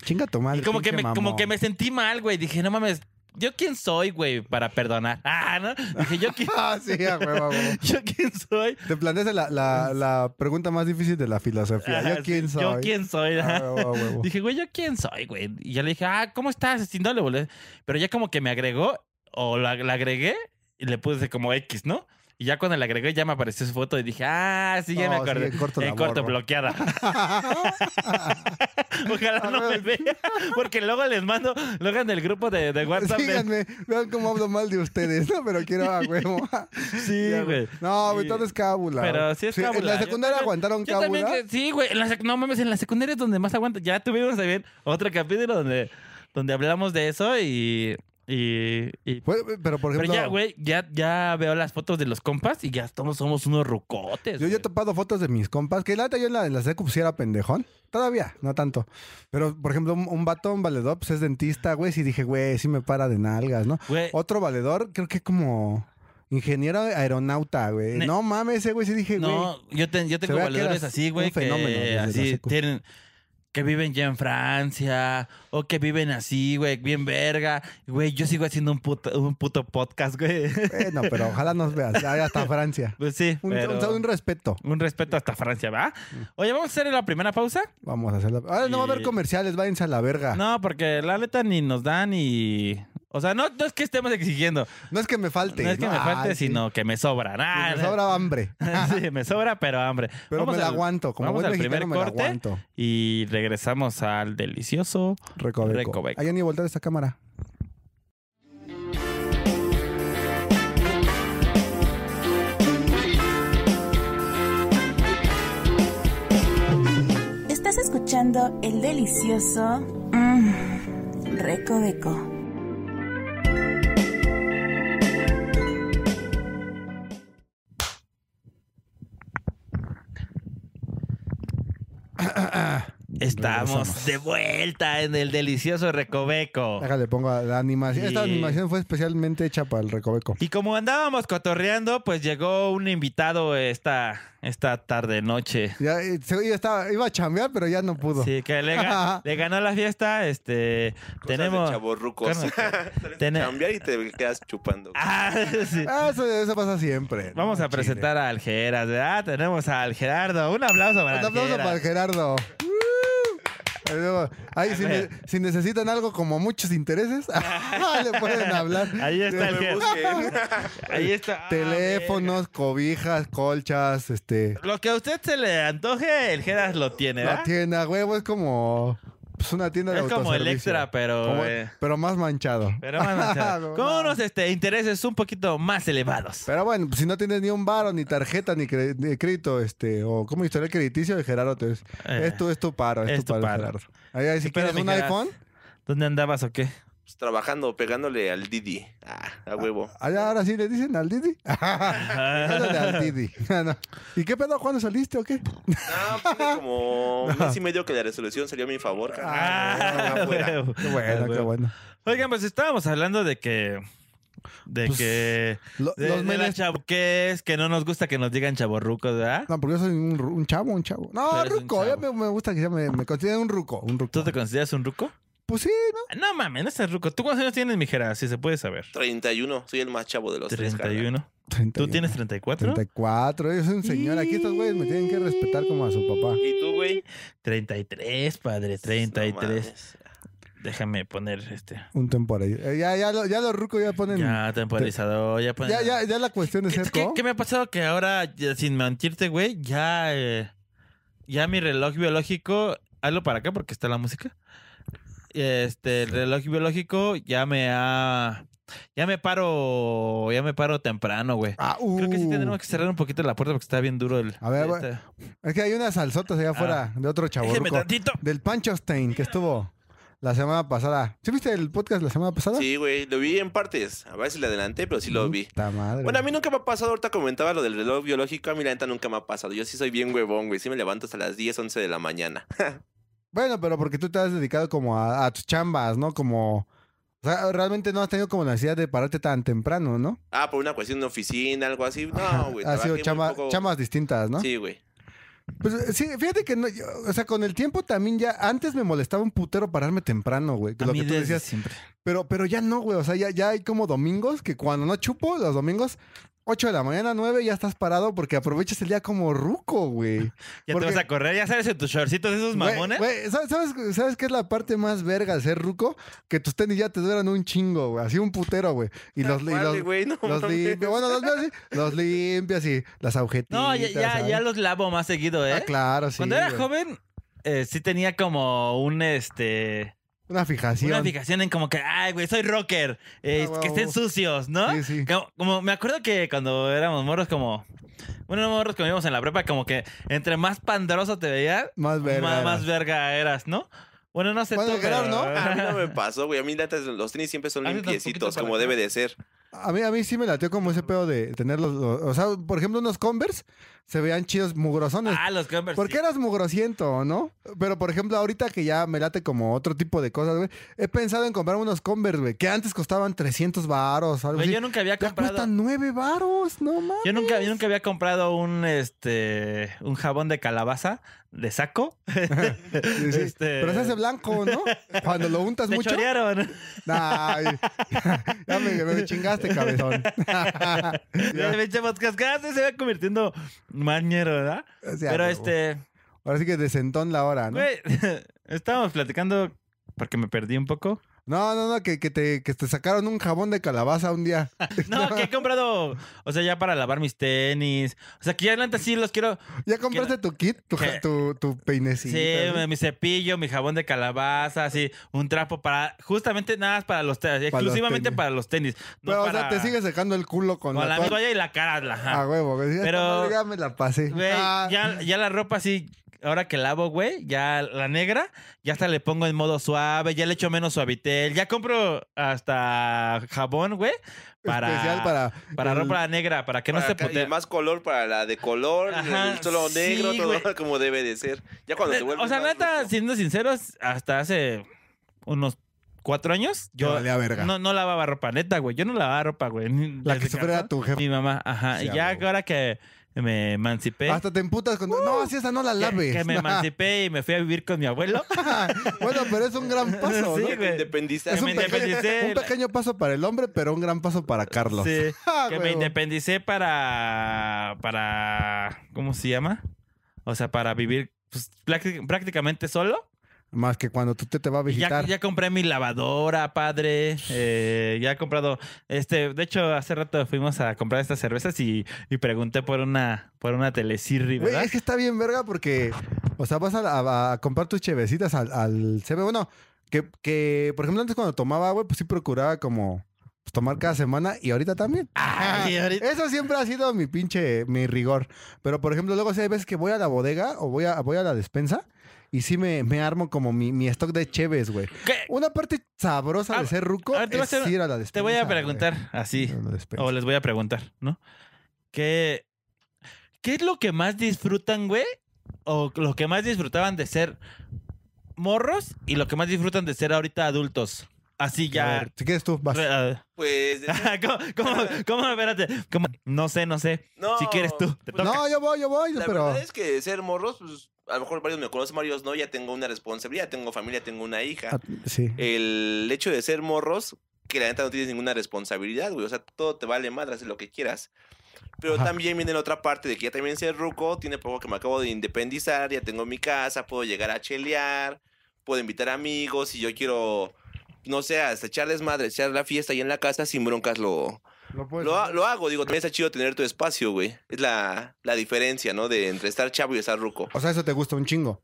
[SPEAKER 4] Chinga tu madre.
[SPEAKER 5] Y como que,
[SPEAKER 4] pinche
[SPEAKER 5] me, como
[SPEAKER 4] mamón.
[SPEAKER 5] que me sentí mal, güey. Dije, no mames, ¿yo quién soy, güey, para perdonar? Ah, ¿no? Dije, ¿yo quién,
[SPEAKER 4] Ah, sí, a huevo, a huevo.
[SPEAKER 5] ¿yo quién soy?
[SPEAKER 4] Te planteas la, la, la pregunta más difícil de la filosofía.
[SPEAKER 5] Ah,
[SPEAKER 4] ¿Yo quién
[SPEAKER 5] sí,
[SPEAKER 4] soy?
[SPEAKER 5] ¿Yo quién soy?
[SPEAKER 4] Ah,
[SPEAKER 5] ajá.
[SPEAKER 4] a huevo, a huevo.
[SPEAKER 5] Dije, güey, ¿yo quién soy, güey? Y yo le dije, ah, ¿cómo estás? Y no le volví. Pero ya como que me agregó, o la, la agregué, y le puse como X, ¿no? Y ya cuando la agregué, ya me apareció su foto y dije, ah, sí, ya me
[SPEAKER 4] No, sí,
[SPEAKER 5] acordé.
[SPEAKER 4] en corto la
[SPEAKER 5] en corto,
[SPEAKER 4] borro.
[SPEAKER 5] bloqueada. Ojalá no me vea, porque luego les mando, luego en el grupo de, de WhatsApp. me-
[SPEAKER 4] Síganme, vean cómo hablo mal de ustedes, ¿no? Pero quiero a huevo.
[SPEAKER 5] Sí,
[SPEAKER 4] Ya,
[SPEAKER 5] güey.
[SPEAKER 4] No, güey,
[SPEAKER 5] Sí.
[SPEAKER 4] todo es cábula.
[SPEAKER 5] Pero sí es
[SPEAKER 4] En
[SPEAKER 5] cábula.
[SPEAKER 4] la
[SPEAKER 5] Yo
[SPEAKER 4] secundaria
[SPEAKER 5] también-
[SPEAKER 4] aguantaron
[SPEAKER 5] Yo también,
[SPEAKER 4] cábula.
[SPEAKER 5] que- sí, güey. en la sec- no mames, en la secundaria es donde más aguanta. Ya tuvimos también otro capítulo donde, donde hablamos de eso y Y, y-
[SPEAKER 4] Fue- Pero, por
[SPEAKER 5] pero
[SPEAKER 4] ejemplo,
[SPEAKER 5] ya, güey, ya, ya veo las fotos de los compas y ya somos, somos unos rucotes.
[SPEAKER 4] yo ya he
[SPEAKER 5] güey.
[SPEAKER 4] topado fotos de mis compas, que la neta yo en la, en la secu pues, sí era pendejón. Todavía, no tanto. Pero, por ejemplo, un, un vato, un valedor, pues es dentista, güey. Sí dije, güey, sí me para de nalgas, ¿no?
[SPEAKER 5] Güey,
[SPEAKER 4] Otro valedor, creo que como ingeniero aeronauta, güey.
[SPEAKER 5] Ne-
[SPEAKER 4] No mames, ese güey sí dije, güey.
[SPEAKER 5] No, yo, ten- yo tengo
[SPEAKER 4] vea que
[SPEAKER 5] valedores
[SPEAKER 4] eras
[SPEAKER 5] así, güey,
[SPEAKER 4] un fenómeno desde
[SPEAKER 5] que
[SPEAKER 4] la
[SPEAKER 5] así
[SPEAKER 4] secu.
[SPEAKER 5] tienen que viven ya en Francia o que viven así, güey, bien verga. Güey, yo sigo haciendo un puto, un puto podcast, güey.
[SPEAKER 4] Bueno, eh, pero ojalá nos veas. Ya, hasta Francia.
[SPEAKER 5] Pues sí,
[SPEAKER 4] Un,
[SPEAKER 5] pero
[SPEAKER 4] un- un respeto.
[SPEAKER 5] un respeto hasta Francia, ¿va?
[SPEAKER 4] Mm.
[SPEAKER 5] Oye, vamos a hacer la primera pausa.
[SPEAKER 4] Vamos a hacerla. Ahora no va a haber
[SPEAKER 5] Y-
[SPEAKER 4] comerciales, váyanse a la verga. No,
[SPEAKER 5] No, porque la neta ni nos dan y o sea, no, no es que estemos exigiendo,
[SPEAKER 4] es que me falte.
[SPEAKER 5] no es que me falte,
[SPEAKER 4] Ay, sí.
[SPEAKER 5] sino que me sobra.
[SPEAKER 4] Me
[SPEAKER 5] Ah,
[SPEAKER 4] sobra hambre.
[SPEAKER 5] sí, me sobra, pero hambre.
[SPEAKER 4] Pero
[SPEAKER 5] Vamos
[SPEAKER 4] me la
[SPEAKER 5] al-
[SPEAKER 4] aguanto. Como
[SPEAKER 5] vamos
[SPEAKER 4] buen
[SPEAKER 5] al
[SPEAKER 4] mexicano
[SPEAKER 5] primer
[SPEAKER 4] me la
[SPEAKER 5] corte.
[SPEAKER 4] aguanto.
[SPEAKER 5] Y regresamos al delicioso
[SPEAKER 4] Recoveco.
[SPEAKER 5] Recoveco.
[SPEAKER 4] Ahí ni voltear esta cámara.
[SPEAKER 3] Estás escuchando el delicioso mmm, Recoveco.
[SPEAKER 5] Estamos de vuelta en el delicioso recoveco.
[SPEAKER 4] Déjale, pongo a la animación. Esta
[SPEAKER 5] Y-
[SPEAKER 4] animación fue especialmente hecha para el Recoveco.
[SPEAKER 5] Y como andábamos cotorreando, pues llegó un invitado esta, esta tarde noche.
[SPEAKER 4] Ya, eh, se- ya estaba, iba a chambear, pero ya no pudo.
[SPEAKER 5] Sí, que le, ga- le ganó la fiesta. Este tenemos.
[SPEAKER 6] chavos rucos.
[SPEAKER 5] Carlos, tene-
[SPEAKER 6] Cambiar y te quedas chupando.
[SPEAKER 5] Ah, sí.
[SPEAKER 4] Ah, Eso, eso pasa siempre.
[SPEAKER 5] Vamos a
[SPEAKER 4] Chile.
[SPEAKER 5] presentar a Algeras. Ah, tenemos al Gerardo. Un aplauso para
[SPEAKER 4] Un aplauso
[SPEAKER 5] Algeras.
[SPEAKER 4] para el Gerardo. Ahí luego, Ahí, si, ne- si necesitan algo como muchos intereses, ah, le pueden hablar.
[SPEAKER 5] Ahí está el
[SPEAKER 6] Me
[SPEAKER 5] Gerardo.
[SPEAKER 6] busquen.
[SPEAKER 5] Ahí está. Ah,
[SPEAKER 4] Teléfonos, cobijas, colchas, este.
[SPEAKER 5] verga. Lo que a usted se le antoje, el Geras lo tiene, ¿verdad?
[SPEAKER 4] La tienda, a huevo, es como pues, una tienda de
[SPEAKER 5] Es como el
[SPEAKER 4] autoservicio.
[SPEAKER 5] extra, pero.
[SPEAKER 4] Como-
[SPEAKER 5] eh,
[SPEAKER 4] pero más manchado.
[SPEAKER 5] Pero bueno, o sea,
[SPEAKER 4] No,
[SPEAKER 5] con
[SPEAKER 4] no.
[SPEAKER 5] unos este, intereses un poquito más elevados.
[SPEAKER 4] Pero bueno, pues, si no tienes ni un varo, ni tarjeta, ni, cre- ni crédito, este, o como historial crediticio de Gerardo, te- es,
[SPEAKER 5] Eh,
[SPEAKER 4] tu, es tu paro, es,
[SPEAKER 5] es tu
[SPEAKER 4] tu paro,
[SPEAKER 5] paro.
[SPEAKER 4] Gerardo. Ahí, ahí, si
[SPEAKER 5] Espérame,
[SPEAKER 4] quieres un
[SPEAKER 5] Gerardo.
[SPEAKER 4] iPhone,
[SPEAKER 5] ¿Dónde andabas o qué?
[SPEAKER 6] Pues, trabajando, pegándole al Didi. Ah, a huevo.
[SPEAKER 4] allá ahora sí le dicen al Didi. Ándale al Didi. Ah, no. ¿Y qué pedo? ¿Cuándo saliste o qué?
[SPEAKER 6] No, pues, tiene como un mes y medio que la resolución salió a mi favor.
[SPEAKER 4] Ah,
[SPEAKER 6] Ah, afuera.
[SPEAKER 5] huevo.
[SPEAKER 4] Qué bueno,
[SPEAKER 5] Ah,
[SPEAKER 4] qué
[SPEAKER 5] huevo.
[SPEAKER 4] bueno.
[SPEAKER 5] Oigan, pues estábamos hablando de que. De
[SPEAKER 4] Pues,
[SPEAKER 5] que.
[SPEAKER 4] Lo-
[SPEAKER 5] De,
[SPEAKER 4] los
[SPEAKER 5] de la
[SPEAKER 4] menes-
[SPEAKER 5] chabuqués, que no nos gusta que nos digan chaborrucos, ¿verdad?
[SPEAKER 4] No, porque yo soy un, ru- un chavo, un chavo.
[SPEAKER 5] Tú
[SPEAKER 4] No,
[SPEAKER 5] eres un
[SPEAKER 4] ruco. Ya me,
[SPEAKER 5] chavo.
[SPEAKER 4] me gusta que ya me, me consideren un ruco. Un ruco.
[SPEAKER 5] ¿Tú te consideras un ruco?
[SPEAKER 4] Pues sí, ¿no?
[SPEAKER 5] No mames, no estás ruco. ¿Tú cuántos años tienes, mi Jera? Si se puede saber.
[SPEAKER 6] 31, soy el más chavo de los tres. carnal.
[SPEAKER 5] 31.
[SPEAKER 4] 31,
[SPEAKER 5] ¿Tú tienes 34?
[SPEAKER 4] 34. Yo soy un señor. Aquí estos güeyes me tienen que respetar como a su papá.
[SPEAKER 6] ¿Y tú, güey?
[SPEAKER 5] 33, padre,
[SPEAKER 6] No
[SPEAKER 5] 33.
[SPEAKER 6] mames.
[SPEAKER 5] Déjame poner este.
[SPEAKER 4] Un temporal. Eh, ya, ya, lo- ya los rucos ya ponen. Ya,
[SPEAKER 5] Ya, temporizador, ya ponen.
[SPEAKER 4] ya, ya, la cuestión de
[SPEAKER 5] ¿Qué,
[SPEAKER 4] ser
[SPEAKER 5] qué-
[SPEAKER 4] co.
[SPEAKER 5] qué me ha pasado que ahora, ya sin mentirte, güey, ya, eh, ya mi reloj biológico, hazlo para acá porque está la música. Este, el reloj biológico ya me ha, ya me paro, ya me paro temprano, güey.
[SPEAKER 4] Ah,
[SPEAKER 5] Creo que sí
[SPEAKER 4] uh.
[SPEAKER 5] tendremos que cerrar un poquito la puerta porque está bien duro el.
[SPEAKER 4] A ver,
[SPEAKER 5] esta-
[SPEAKER 4] güey, Es que hay unas salsotas allá afuera
[SPEAKER 6] Ah.
[SPEAKER 4] de otro chavo.
[SPEAKER 5] Déjeme tantito.
[SPEAKER 4] Del Pancho Stein que estuvo la semana pasada. ¿Sí viste el podcast la semana pasada?
[SPEAKER 6] Sí, güey, lo vi en partes. A veces le adelanté, pero sí lo vi.
[SPEAKER 4] Puta madre.
[SPEAKER 6] Bueno, a mí nunca me ha pasado, ahorita comentaba lo del reloj biológico, a mí la neta nunca me ha pasado. Yo sí soy bien huevón, güey, sí me levanto hasta las 10, 11 de la mañana.
[SPEAKER 4] Bueno, pero porque tú te has dedicado como a, a tus chambas, ¿no? Como... O sea, realmente no has tenido como la necesidad de pararte tan temprano, ¿no?
[SPEAKER 6] Ah, por una cuestión de oficina, algo así. No, güey.
[SPEAKER 4] ha
[SPEAKER 6] trabajé
[SPEAKER 4] sido
[SPEAKER 6] muy
[SPEAKER 4] chamba-
[SPEAKER 6] poco.
[SPEAKER 4] chambas distintas, ¿no?
[SPEAKER 6] Sí, güey.
[SPEAKER 4] Pues eh, sí, fíjate que no, yo- o sea, con el tiempo también ya, antes me molestaba un putero pararme temprano, güey,
[SPEAKER 5] A
[SPEAKER 4] lo
[SPEAKER 5] mí
[SPEAKER 4] que tú
[SPEAKER 5] desde
[SPEAKER 4] decías,
[SPEAKER 5] siempre.
[SPEAKER 4] pero, pero ya no, güey, o sea, ya, ya hay como domingos que cuando no chupo, los domingos, 8 de la mañana, 9, ya estás parado porque aprovechas el día como ruco, güey.
[SPEAKER 5] Ya
[SPEAKER 4] Porque-
[SPEAKER 5] te vas a correr, ya sabes, en tus shortcitos esos
[SPEAKER 4] Güey,
[SPEAKER 5] mamones.
[SPEAKER 4] güey, ¿sabes, sabes, sabes qué es la parte más verga de ser ruco? Que tus tenis ya te duran un chingo, güey, así un putero, güey. Y los, y
[SPEAKER 6] Vale,
[SPEAKER 4] los,
[SPEAKER 6] güey, no
[SPEAKER 4] los
[SPEAKER 6] mames.
[SPEAKER 4] limpias, bueno, los, limpias, sí, los limpias y las agujetitas.
[SPEAKER 5] No, ya, ya,
[SPEAKER 4] ¿sabes?
[SPEAKER 5] ya los lavo más seguido, ¿eh?
[SPEAKER 4] Ah, claro, sí.
[SPEAKER 5] Cuando era
[SPEAKER 4] güey.
[SPEAKER 5] joven, eh, sí tenía como un este.
[SPEAKER 4] Una fijación.
[SPEAKER 5] Una fijación en como que, ay, güey, soy rocker. eh,
[SPEAKER 4] Ah, huevo.
[SPEAKER 5] que estén sucios, ¿no?
[SPEAKER 4] Sí, sí.
[SPEAKER 5] Como, como- me acuerdo que cuando éramos morros, como. Bueno, morros que íbamos en la prepa, como que entre más pandroso te veías,
[SPEAKER 4] Más verga.
[SPEAKER 5] más,
[SPEAKER 4] era.
[SPEAKER 5] más verga eras, ¿no? Bueno, no sé
[SPEAKER 4] Bueno,
[SPEAKER 5] tú,
[SPEAKER 4] Gerard,
[SPEAKER 5] pero-
[SPEAKER 4] ¿no? Ah,
[SPEAKER 6] A mí no me pasó, güey. A mí neta, los tenis siempre son
[SPEAKER 5] Ábrete un
[SPEAKER 6] limpiecitos,
[SPEAKER 5] poquito para
[SPEAKER 6] como
[SPEAKER 5] acá.
[SPEAKER 6] debe de ser.
[SPEAKER 4] A mí, a mí sí me latió como ese pedo de tener los, los- O sea, por ejemplo, unos Converse se veían chidos mugrosones.
[SPEAKER 5] Ah, los Converse.
[SPEAKER 4] Porque
[SPEAKER 5] sí.
[SPEAKER 4] eras mugrosiento, ¿no? Pero por ejemplo, ahorita que ya me late como otro tipo de cosas, güey. He pensado en comprar unos Converse, güey, que antes costaban 300 varos, algo
[SPEAKER 5] Güey,
[SPEAKER 4] así.
[SPEAKER 5] yo nunca había
[SPEAKER 4] Ya
[SPEAKER 5] comprado.
[SPEAKER 4] cuestan 9 varos, no mames.
[SPEAKER 5] Yo nunca, yo nunca había comprado un este un jabón de calabaza de saco.
[SPEAKER 4] Sí, sí.
[SPEAKER 5] Este-
[SPEAKER 4] Pero se hace blanco, ¿no? Cuando lo untas
[SPEAKER 5] Me
[SPEAKER 4] mucho.
[SPEAKER 5] chorearon.
[SPEAKER 4] Ay, ya me, me chingaste, cabezón. Ya,
[SPEAKER 5] Me eché podcast, cada vez se va convirtiendo mañero, ¿verdad?
[SPEAKER 4] o sea,
[SPEAKER 5] Pero
[SPEAKER 4] güey,
[SPEAKER 5] este,
[SPEAKER 4] Ahora sí que de sentón la hora, ¿no?
[SPEAKER 5] güey, estábamos platicando porque me perdí un poco.
[SPEAKER 4] No, no, no, que, que te, que te sacaron un jabón de calabaza un día.
[SPEAKER 5] No, que he comprado, o sea, ya para lavar mis tenis. O sea, que ya adelante sí los quiero.
[SPEAKER 4] ¿Ya compraste tu kit? Tu, ja-
[SPEAKER 5] ¿Qué?
[SPEAKER 4] tu, tu
[SPEAKER 5] Sí,
[SPEAKER 4] peinecito.
[SPEAKER 5] mi, mi cepillo, mi jabón de calabaza, así, un trapo para, justamente nada más para los tenis,
[SPEAKER 4] Para los
[SPEAKER 5] exclusivamente
[SPEAKER 4] tenis.
[SPEAKER 5] para los tenis. no
[SPEAKER 4] Pero, o
[SPEAKER 5] para-
[SPEAKER 4] sea, te sigues sacando el culo con,
[SPEAKER 5] con la,
[SPEAKER 4] toalla.
[SPEAKER 5] toalla y la cara. la- ajá.
[SPEAKER 4] A huevo. que dices,
[SPEAKER 5] Pero-
[SPEAKER 4] "Esta madre ya me la pasé.
[SPEAKER 5] Güey,
[SPEAKER 4] Ah,
[SPEAKER 5] ya, ya la ropa así, ahora que lavo, güey, ya la negra, ya hasta le pongo en modo suave, ya le echo menos suavitel, ya compro hasta jabón, güey, para,
[SPEAKER 4] Especial para...
[SPEAKER 5] para
[SPEAKER 4] el-
[SPEAKER 5] ropa negra, para que no
[SPEAKER 6] Para
[SPEAKER 5] se
[SPEAKER 6] acá, y
[SPEAKER 5] putee.
[SPEAKER 6] más color para la de color,
[SPEAKER 5] Ajá,
[SPEAKER 6] el solo
[SPEAKER 5] sí,
[SPEAKER 6] negro, todo
[SPEAKER 5] güey.
[SPEAKER 6] como debe de ser. Ya cuando te vuelves
[SPEAKER 5] O sea,
[SPEAKER 6] más
[SPEAKER 5] neta,
[SPEAKER 6] ruco.
[SPEAKER 5] siendo sinceros, hasta hace unos cuatro años,
[SPEAKER 4] Te
[SPEAKER 5] yo
[SPEAKER 4] valía verga.
[SPEAKER 5] no, no lavaba ropa, neta, güey, yo no lavaba ropa, güey. ni-
[SPEAKER 4] La
[SPEAKER 5] desde
[SPEAKER 4] que sufre era tu jefa.
[SPEAKER 5] Mi mamá, ajá,
[SPEAKER 4] Sí,
[SPEAKER 5] y
[SPEAKER 4] a
[SPEAKER 5] ya
[SPEAKER 4] huevo.
[SPEAKER 5] ahora que me emancipé.
[SPEAKER 4] Hasta te emputas cuando... no, así esa no la
[SPEAKER 5] Uh, que,
[SPEAKER 4] laves.
[SPEAKER 5] que me emancipé y me fui a vivir con mi abuelo.
[SPEAKER 4] bueno, pero es un gran paso,
[SPEAKER 5] Sí,
[SPEAKER 4] ¿no?
[SPEAKER 6] Ya te
[SPEAKER 5] güey.
[SPEAKER 6] independizaste. pues,
[SPEAKER 4] Es un
[SPEAKER 5] me
[SPEAKER 4] pequeño,
[SPEAKER 5] independicé.
[SPEAKER 4] un pequeño paso para el hombre, pero un gran paso para Carlos.
[SPEAKER 5] Sí.
[SPEAKER 4] Ah,
[SPEAKER 5] que me
[SPEAKER 4] huevo.
[SPEAKER 5] independicé para. para. ¿cómo se llama? O sea, para vivir pues, prácti- prácticamente solo.
[SPEAKER 4] Más que cuando tú te, te va a
[SPEAKER 5] Y Ya,
[SPEAKER 4] visitar.
[SPEAKER 5] ya compré mi lavadora, padre. Eh, ya he comprado. Este, de hecho, hace rato fuimos a comprar estas cervezas y, y pregunté por una, por una telecirri,
[SPEAKER 4] Güey,
[SPEAKER 5] ¿verdad?
[SPEAKER 4] es que está bien verga porque, o sea, vas a, la- a- a comprar tus chevecitas al, al CB. Bueno, que, que, por ejemplo, antes cuando tomaba, güey, pues sí procuraba como pues, tomar cada semana y ahorita también. Ah,
[SPEAKER 5] Ay, Ah, ahorita-
[SPEAKER 4] Eso siempre ha sido mi pinche, mi rigor. Pero, por ejemplo, luego sí hay veces que voy a la bodega o voy a, voy a la despensa y sí me, me armo como mi, mi stock de cheves, güey.
[SPEAKER 5] ¿Qué?
[SPEAKER 4] Una parte sabrosa
[SPEAKER 5] Ah,
[SPEAKER 4] de ser ruco
[SPEAKER 5] a ver, te voy a
[SPEAKER 4] es
[SPEAKER 5] hacer-
[SPEAKER 4] ir a la despensa.
[SPEAKER 5] Te voy a
[SPEAKER 4] güey.
[SPEAKER 5] preguntar así.
[SPEAKER 4] A la despensa.
[SPEAKER 5] O les voy a preguntar, ¿no? ¿Qué, ¿Qué es lo que más disfrutan, güey? O lo que más disfrutaban de ser morros y lo que más disfrutan de ser ahorita adultos. Así
[SPEAKER 4] A
[SPEAKER 5] ya.
[SPEAKER 4] ver, si quieres tú, vas.
[SPEAKER 5] Re- ah,
[SPEAKER 6] Pues,
[SPEAKER 5] ¿Cómo, cómo, cómo? Espérate. ¿Cómo? No sé, no sé.
[SPEAKER 6] no,
[SPEAKER 5] Si quieres tú, te toca.
[SPEAKER 4] No, yo voy, yo voy,
[SPEAKER 6] La
[SPEAKER 4] pero...
[SPEAKER 6] verdad es que ser morros, pues, a lo mejor varios me conocen, varios no, ya tengo una responsabilidad, tengo familia, tengo una hija.
[SPEAKER 4] Ah, Sí.
[SPEAKER 6] El hecho de ser morros, que la neta no tienes ninguna responsabilidad, güey. O sea, todo te vale madre, haces lo que quieras. Pero
[SPEAKER 4] Ajá.
[SPEAKER 6] también viene la otra parte de que ya también ser ruco, tiene poco que me acabo de independizar, ya tengo mi casa, puedo llegar a chelear, puedo invitar amigos, si yo quiero, no sé, hasta echar desmadre, echar la fiesta ahí en la casa sin broncas lo,
[SPEAKER 4] Lo puedes
[SPEAKER 6] lo, ha-
[SPEAKER 4] hacer.
[SPEAKER 6] lo hago, digo, también está chido tener tu espacio, güey. Es la, la diferencia, ¿no? De entre estar chavo y estar ruco.
[SPEAKER 4] O sea, eso te gusta un chingo.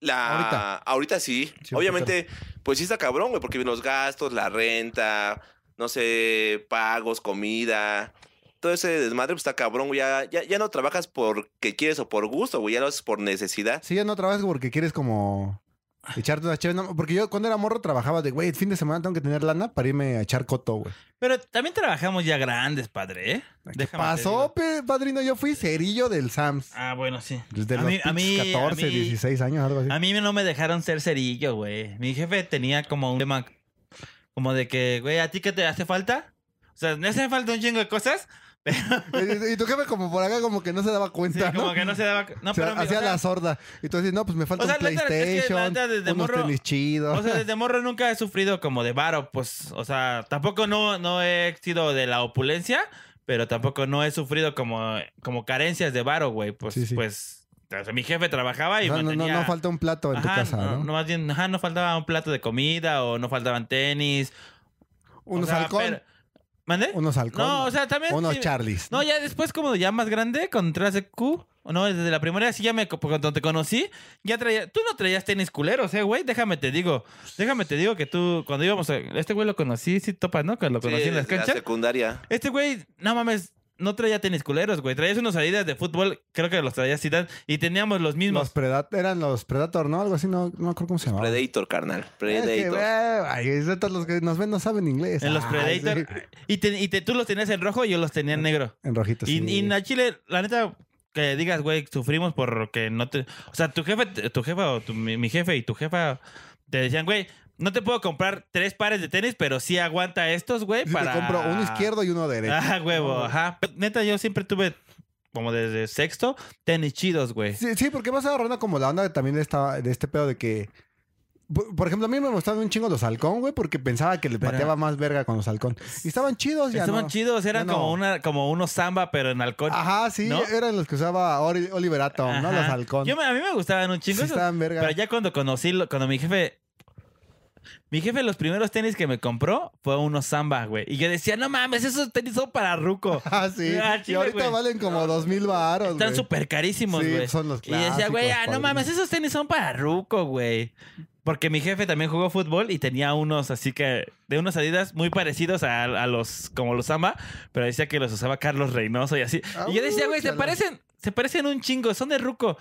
[SPEAKER 6] La,
[SPEAKER 4] Ahorita.
[SPEAKER 6] ahorita. sí.
[SPEAKER 4] Sí,
[SPEAKER 6] Obviamente, pues sí está cabrón, güey, porque los gastos, la renta, no sé, pagos, comida, todo ese desmadre pues, está cabrón, güey. Ya, ya, ya no trabajas porque quieres o por gusto, güey, ya lo haces por necesidad.
[SPEAKER 4] Sí, ya no trabajas porque quieres como echarte unas chéves. No, porque yo cuando era morro trabajaba de, güey, el fin de semana tengo que tener lana para irme a echar coto, güey.
[SPEAKER 5] Pero también trabajamos ya grandes, padre, ¿eh?
[SPEAKER 4] ¿Qué
[SPEAKER 5] Déjame te
[SPEAKER 4] pasó,
[SPEAKER 5] digo.
[SPEAKER 4] pe- padrino? Yo fui cerillo del Sams.
[SPEAKER 5] Ah, bueno, sí.
[SPEAKER 4] Desde
[SPEAKER 5] a
[SPEAKER 4] los
[SPEAKER 5] mí- a
[SPEAKER 4] pinches
[SPEAKER 5] mí- a
[SPEAKER 4] 14,
[SPEAKER 5] mí-
[SPEAKER 4] 16 años, algo así.
[SPEAKER 5] A mí no me dejaron ser cerillo, güey. Mi jefe tenía como un tema como de que, güey, ¿a ti qué te hace falta? O sea, me hace falta un chingo de cosas,
[SPEAKER 4] Y, y tu jefe como por acá como que no se daba
[SPEAKER 5] sí,
[SPEAKER 4] cuenta,
[SPEAKER 5] como
[SPEAKER 4] ¿no?
[SPEAKER 5] que no se daba... No,
[SPEAKER 4] O sea,
[SPEAKER 5] pero mi- o
[SPEAKER 4] hacía
[SPEAKER 5] sea,
[SPEAKER 4] la sorda. Y tú dices, no, pues me falta
[SPEAKER 5] O sea,
[SPEAKER 4] un
[SPEAKER 5] la neta, es que la
[SPEAKER 4] PlayStation,
[SPEAKER 5] neta, desde
[SPEAKER 4] unos
[SPEAKER 5] morro-
[SPEAKER 4] tenis chidos.
[SPEAKER 5] o sea, desde morro nunca he sufrido como de varo, pues, o sea, tampoco no, no he sido de la opulencia, pero tampoco no he sufrido como, como carencias de varo, güey. Pues,
[SPEAKER 4] Sí, sí.
[SPEAKER 5] pues, o sea, mi jefe trabajaba y
[SPEAKER 4] no, no, no,
[SPEAKER 5] mantenía-
[SPEAKER 4] no falta un plato en tu
[SPEAKER 5] Ajá,
[SPEAKER 4] casa, ¿no?
[SPEAKER 5] más bien, ajá, no faltaba un plato de comida o no faltaban tenis. o
[SPEAKER 4] Unos
[SPEAKER 5] sea,
[SPEAKER 4] halcón.
[SPEAKER 5] pero- ¿Mande?
[SPEAKER 4] Unos halcón.
[SPEAKER 5] No, o sea, también.
[SPEAKER 4] unos
[SPEAKER 5] sí-
[SPEAKER 4] charlies.
[SPEAKER 5] No, ya después, como ya más grande, con de Q. O no, desde la primera, sí, ya me. co- Cuando te conocí, ya traía. Tú no traías tenis culeros, eh, güey. Déjame te digo. Déjame te digo que tú, cuando íbamos a. Este güey lo conocí, sí, topa, ¿no? Cuando lo
[SPEAKER 6] Sí,
[SPEAKER 5] conocí en las
[SPEAKER 6] desde la
[SPEAKER 5] canchas.
[SPEAKER 6] secundaria.
[SPEAKER 5] Este güey, no mames. no traía tenis culeros, güey. Traías unos Adidas de fútbol, creo que los traías Zidane, y teníamos los
[SPEAKER 4] Los
[SPEAKER 5] mismos.
[SPEAKER 4] Predat- eran los Predator, ¿no? Algo así, no, no me acuerdo cómo se llamaba.
[SPEAKER 6] Predator, carnal.
[SPEAKER 4] Es que,
[SPEAKER 6] Predator.
[SPEAKER 4] eh, ay, es neta, los que nos ven no saben inglés.
[SPEAKER 5] En los
[SPEAKER 4] Ay,
[SPEAKER 5] Predator.
[SPEAKER 4] sí.
[SPEAKER 5] Y, te- y te- tú los tenías en rojo y yo los tenía en negro.
[SPEAKER 4] En rojitos.
[SPEAKER 5] Y, y a Chile, la neta, que digas, güey, sufrimos porque no te. O sea, tu jefe, tu jefa o tu- mi, mi jefe y tu jefa te decían, güey, no te puedo comprar tres pares de tenis, pero sí aguanta estos, güey, para.
[SPEAKER 4] Te compro uno izquierdo y uno derecho.
[SPEAKER 5] Ah, huevo, ajá. Neta, yo siempre tuve, como desde sexto, tenis chidos, güey.
[SPEAKER 4] Sí, sí, porque vas agarrando como la onda de también de, esta- de este pedo de que. Por por ejemplo, a mí me gustaban un chingo los halcón, güey, porque pensaba que le
[SPEAKER 5] Pero-
[SPEAKER 4] pateaba más verga con los halcón. Y estaban chidos, pues ya.
[SPEAKER 5] Estaban
[SPEAKER 4] no.
[SPEAKER 5] chidos, eran
[SPEAKER 4] Ya no.
[SPEAKER 5] como una, como unos samba, pero en alcohol.
[SPEAKER 4] Ajá, sí,
[SPEAKER 5] ¿No?
[SPEAKER 4] eran los que usaba Ori- Oliver Atom, ¿no? Los
[SPEAKER 5] Ajá.
[SPEAKER 4] halcón.
[SPEAKER 5] Yo me- a mí me gustaban un chingo
[SPEAKER 4] Sí,
[SPEAKER 5] esos,
[SPEAKER 4] estaban verga.
[SPEAKER 5] Pero ya cuando conocí, lo- cuando mi jefe. Mi jefe, los primeros tenis que me compró fue unos samba, güey. Y yo decía, no mames, esos tenis son para Ruco.
[SPEAKER 4] Ah, sí.
[SPEAKER 5] Ah,
[SPEAKER 4] y
[SPEAKER 5] chile,
[SPEAKER 4] ahorita
[SPEAKER 5] güey.
[SPEAKER 4] valen como dos mil baros,
[SPEAKER 5] Están
[SPEAKER 4] güey.
[SPEAKER 5] súper carísimos,
[SPEAKER 4] Sí,
[SPEAKER 5] güey.
[SPEAKER 4] son los
[SPEAKER 5] y decía, güey, ah,
[SPEAKER 4] clásicos,
[SPEAKER 5] no mames, esos tenis son para Ruco, güey. Porque mi jefe también jugó fútbol y tenía unos, así que, de unos adidas muy parecidos a, a los, como los ama, pero decía que los usaba Carlos Reynoso y así. Y yo decía, güey, se
[SPEAKER 4] Áuchala.
[SPEAKER 5] parecen, se parecen un chingo, son de Ruco.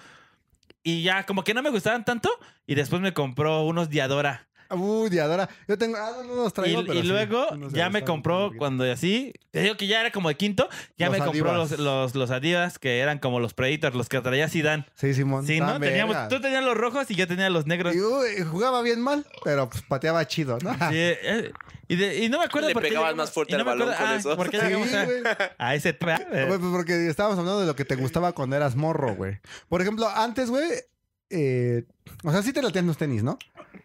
[SPEAKER 5] Y ya, como que no me gustaban tanto, y después me compró unos Diadora.
[SPEAKER 4] Uy, de adora. Yo tengo. Ah, no, no los traigo.
[SPEAKER 5] y,
[SPEAKER 4] pero
[SPEAKER 5] y
[SPEAKER 4] sí,
[SPEAKER 5] luego
[SPEAKER 4] unos de
[SPEAKER 5] ya
[SPEAKER 4] los
[SPEAKER 5] me
[SPEAKER 4] Adidas
[SPEAKER 5] compró
[SPEAKER 4] también.
[SPEAKER 5] cuando así, te digo que ya era como el quinto, ya
[SPEAKER 4] Los
[SPEAKER 5] me compró
[SPEAKER 4] Adibas.
[SPEAKER 5] los, los, los Adidas que eran como los Predators, los que traía Zidane.
[SPEAKER 4] Sí, Simón.
[SPEAKER 5] Sí, ¿no?
[SPEAKER 4] estaban
[SPEAKER 5] Teníamos,
[SPEAKER 4] vergas.
[SPEAKER 5] tú tenías los rojos y yo tenía los negros.
[SPEAKER 4] Y, uy, jugaba bien mal, pero pues pateaba chido, ¿no?
[SPEAKER 5] Sí, eh, y, de- y no me acuerdo
[SPEAKER 6] Le
[SPEAKER 5] por qué
[SPEAKER 6] pegabas
[SPEAKER 5] llegamos-
[SPEAKER 6] más fuerte
[SPEAKER 5] y no
[SPEAKER 6] al
[SPEAKER 5] me
[SPEAKER 6] balón
[SPEAKER 5] acuerdo-
[SPEAKER 6] con
[SPEAKER 5] ah,
[SPEAKER 6] esos.
[SPEAKER 5] ¿Por qué
[SPEAKER 4] Sí,
[SPEAKER 5] llegamos a,
[SPEAKER 4] güey.
[SPEAKER 5] a ese tra- eh,
[SPEAKER 4] Güey, pues, porque estábamos hablando de lo que te gustaba cuando eras morro, güey. Por ejemplo, antes, güey, eh, o sea, sí te latían los tenis, ¿no?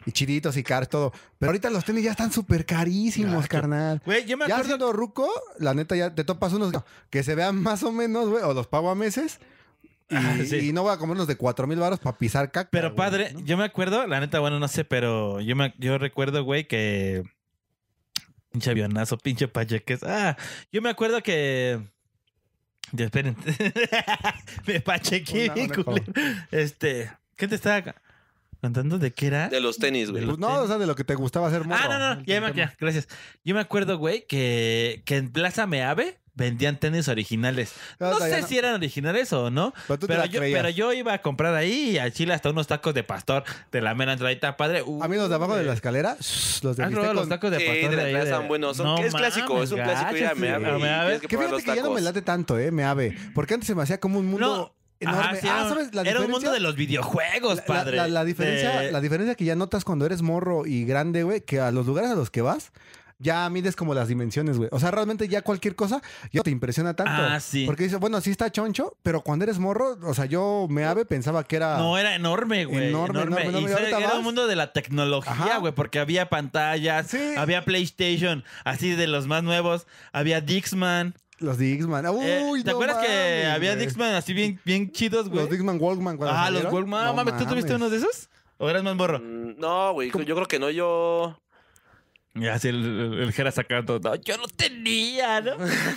[SPEAKER 4] Y chiditos y cars, todo. Pero ahorita los tenis ya están súper carísimos, carnal.
[SPEAKER 5] Güey, yo me
[SPEAKER 4] Ya
[SPEAKER 5] acuerdo.
[SPEAKER 4] siendo ruco, la neta, ya te topas unos que se vean más o menos, güey, o los pago a meses. Y,
[SPEAKER 5] Ah, sí.
[SPEAKER 4] y no voy a comer unos de cuatro mil baros para pisar caca.
[SPEAKER 5] Pero
[SPEAKER 4] güey,
[SPEAKER 5] padre,
[SPEAKER 4] Ah, ¿no?
[SPEAKER 5] yo me acuerdo, la neta, bueno, no sé, pero yo me yo recuerdo, güey, que. Pinche avionazo, pinche pacheques. Ah, yo me acuerdo que. Ya, esperen. me pachequé,
[SPEAKER 4] Una- una
[SPEAKER 5] culero. Este. ¿Qué te estaba contando de qué era?
[SPEAKER 6] De los tenis, güey.
[SPEAKER 5] los
[SPEAKER 4] Pues no,
[SPEAKER 5] tenis.
[SPEAKER 4] o sea, de lo que te gustaba hacer morro.
[SPEAKER 5] Ah, no, no, ya me ya, gracias. Yo me acuerdo, güey, que, que en Plaza Meave vendían tenis originales. No
[SPEAKER 4] Ahorita ya
[SPEAKER 5] sé si eran originales o no,
[SPEAKER 4] Pero tú te
[SPEAKER 5] pero
[SPEAKER 4] la
[SPEAKER 5] yo,
[SPEAKER 4] creías.
[SPEAKER 5] pero yo iba a comprar ahí y al chile hasta unos tacos de pastor de la mera entradita, padre. Uh,
[SPEAKER 4] A mí los de abajo de la escalera, shh, los de
[SPEAKER 5] ¿Has
[SPEAKER 4] bistec
[SPEAKER 5] probado los
[SPEAKER 4] con-
[SPEAKER 5] tacos de
[SPEAKER 6] Sí,
[SPEAKER 5] pastor?
[SPEAKER 6] de la
[SPEAKER 5] ahí
[SPEAKER 6] entrada están buenos. Son- es clásico, es un clásico ir a
[SPEAKER 5] gachas,
[SPEAKER 6] Meave
[SPEAKER 5] a
[SPEAKER 6] y
[SPEAKER 5] Meave.
[SPEAKER 6] tienes que
[SPEAKER 4] Que
[SPEAKER 6] probar
[SPEAKER 4] fíjate
[SPEAKER 6] los
[SPEAKER 4] que ya no me
[SPEAKER 6] tacos.
[SPEAKER 4] late tanto, eh, me ave. Porque antes se me hacía como un mundo
[SPEAKER 5] No,
[SPEAKER 4] enorme.
[SPEAKER 5] ajá, sí,
[SPEAKER 4] ah,
[SPEAKER 5] era,
[SPEAKER 4] ¿sabes? La
[SPEAKER 5] era un mundo
[SPEAKER 4] diferencia?
[SPEAKER 5] de los videojuegos,
[SPEAKER 4] La-
[SPEAKER 5] padre. Eh,
[SPEAKER 4] La, la diferencia,
[SPEAKER 5] De-
[SPEAKER 4] la diferencia que ya notas cuando eres morro y grande, güey, que a los lugares a los que vas, ya mides como las dimensiones, güey. O sea, realmente ya cualquier cosa ya te impresiona tanto.
[SPEAKER 5] Ah, sí.
[SPEAKER 4] Porque dices, bueno, sí está choncho, pero cuando eres morro, o sea, yo me ave pensaba que era.
[SPEAKER 5] No, eh. era enorme, güey.
[SPEAKER 4] Enorme,
[SPEAKER 5] Enorme,
[SPEAKER 4] enorme, enorme.
[SPEAKER 5] Y
[SPEAKER 4] Y ahorita
[SPEAKER 5] era
[SPEAKER 4] vas-
[SPEAKER 5] un mundo de la
[SPEAKER 4] Ajá.
[SPEAKER 5] tecnología, güey, porque había pantallas,
[SPEAKER 4] Sí.
[SPEAKER 5] había PlayStation, así de los más nuevos, había Dixman.
[SPEAKER 4] Los Dixman. Uy,
[SPEAKER 5] Eh, ¿Te
[SPEAKER 4] no
[SPEAKER 5] acuerdas que
[SPEAKER 4] mames,
[SPEAKER 5] había
[SPEAKER 4] güey.
[SPEAKER 5] Dixman así bien, bien chidos, güey?
[SPEAKER 4] Los Dixman Walkman. cuando
[SPEAKER 5] Ah, los
[SPEAKER 4] salieron.
[SPEAKER 5] Walkman.
[SPEAKER 4] No
[SPEAKER 5] No, mames, ¿tú tuviste uno de esos? ¿O eras más morro?
[SPEAKER 6] Mm, No, güey. Yo creo que no, yo.
[SPEAKER 5] Ya, así el, el, el Jera sacando. No, yo no tenía, ¿no?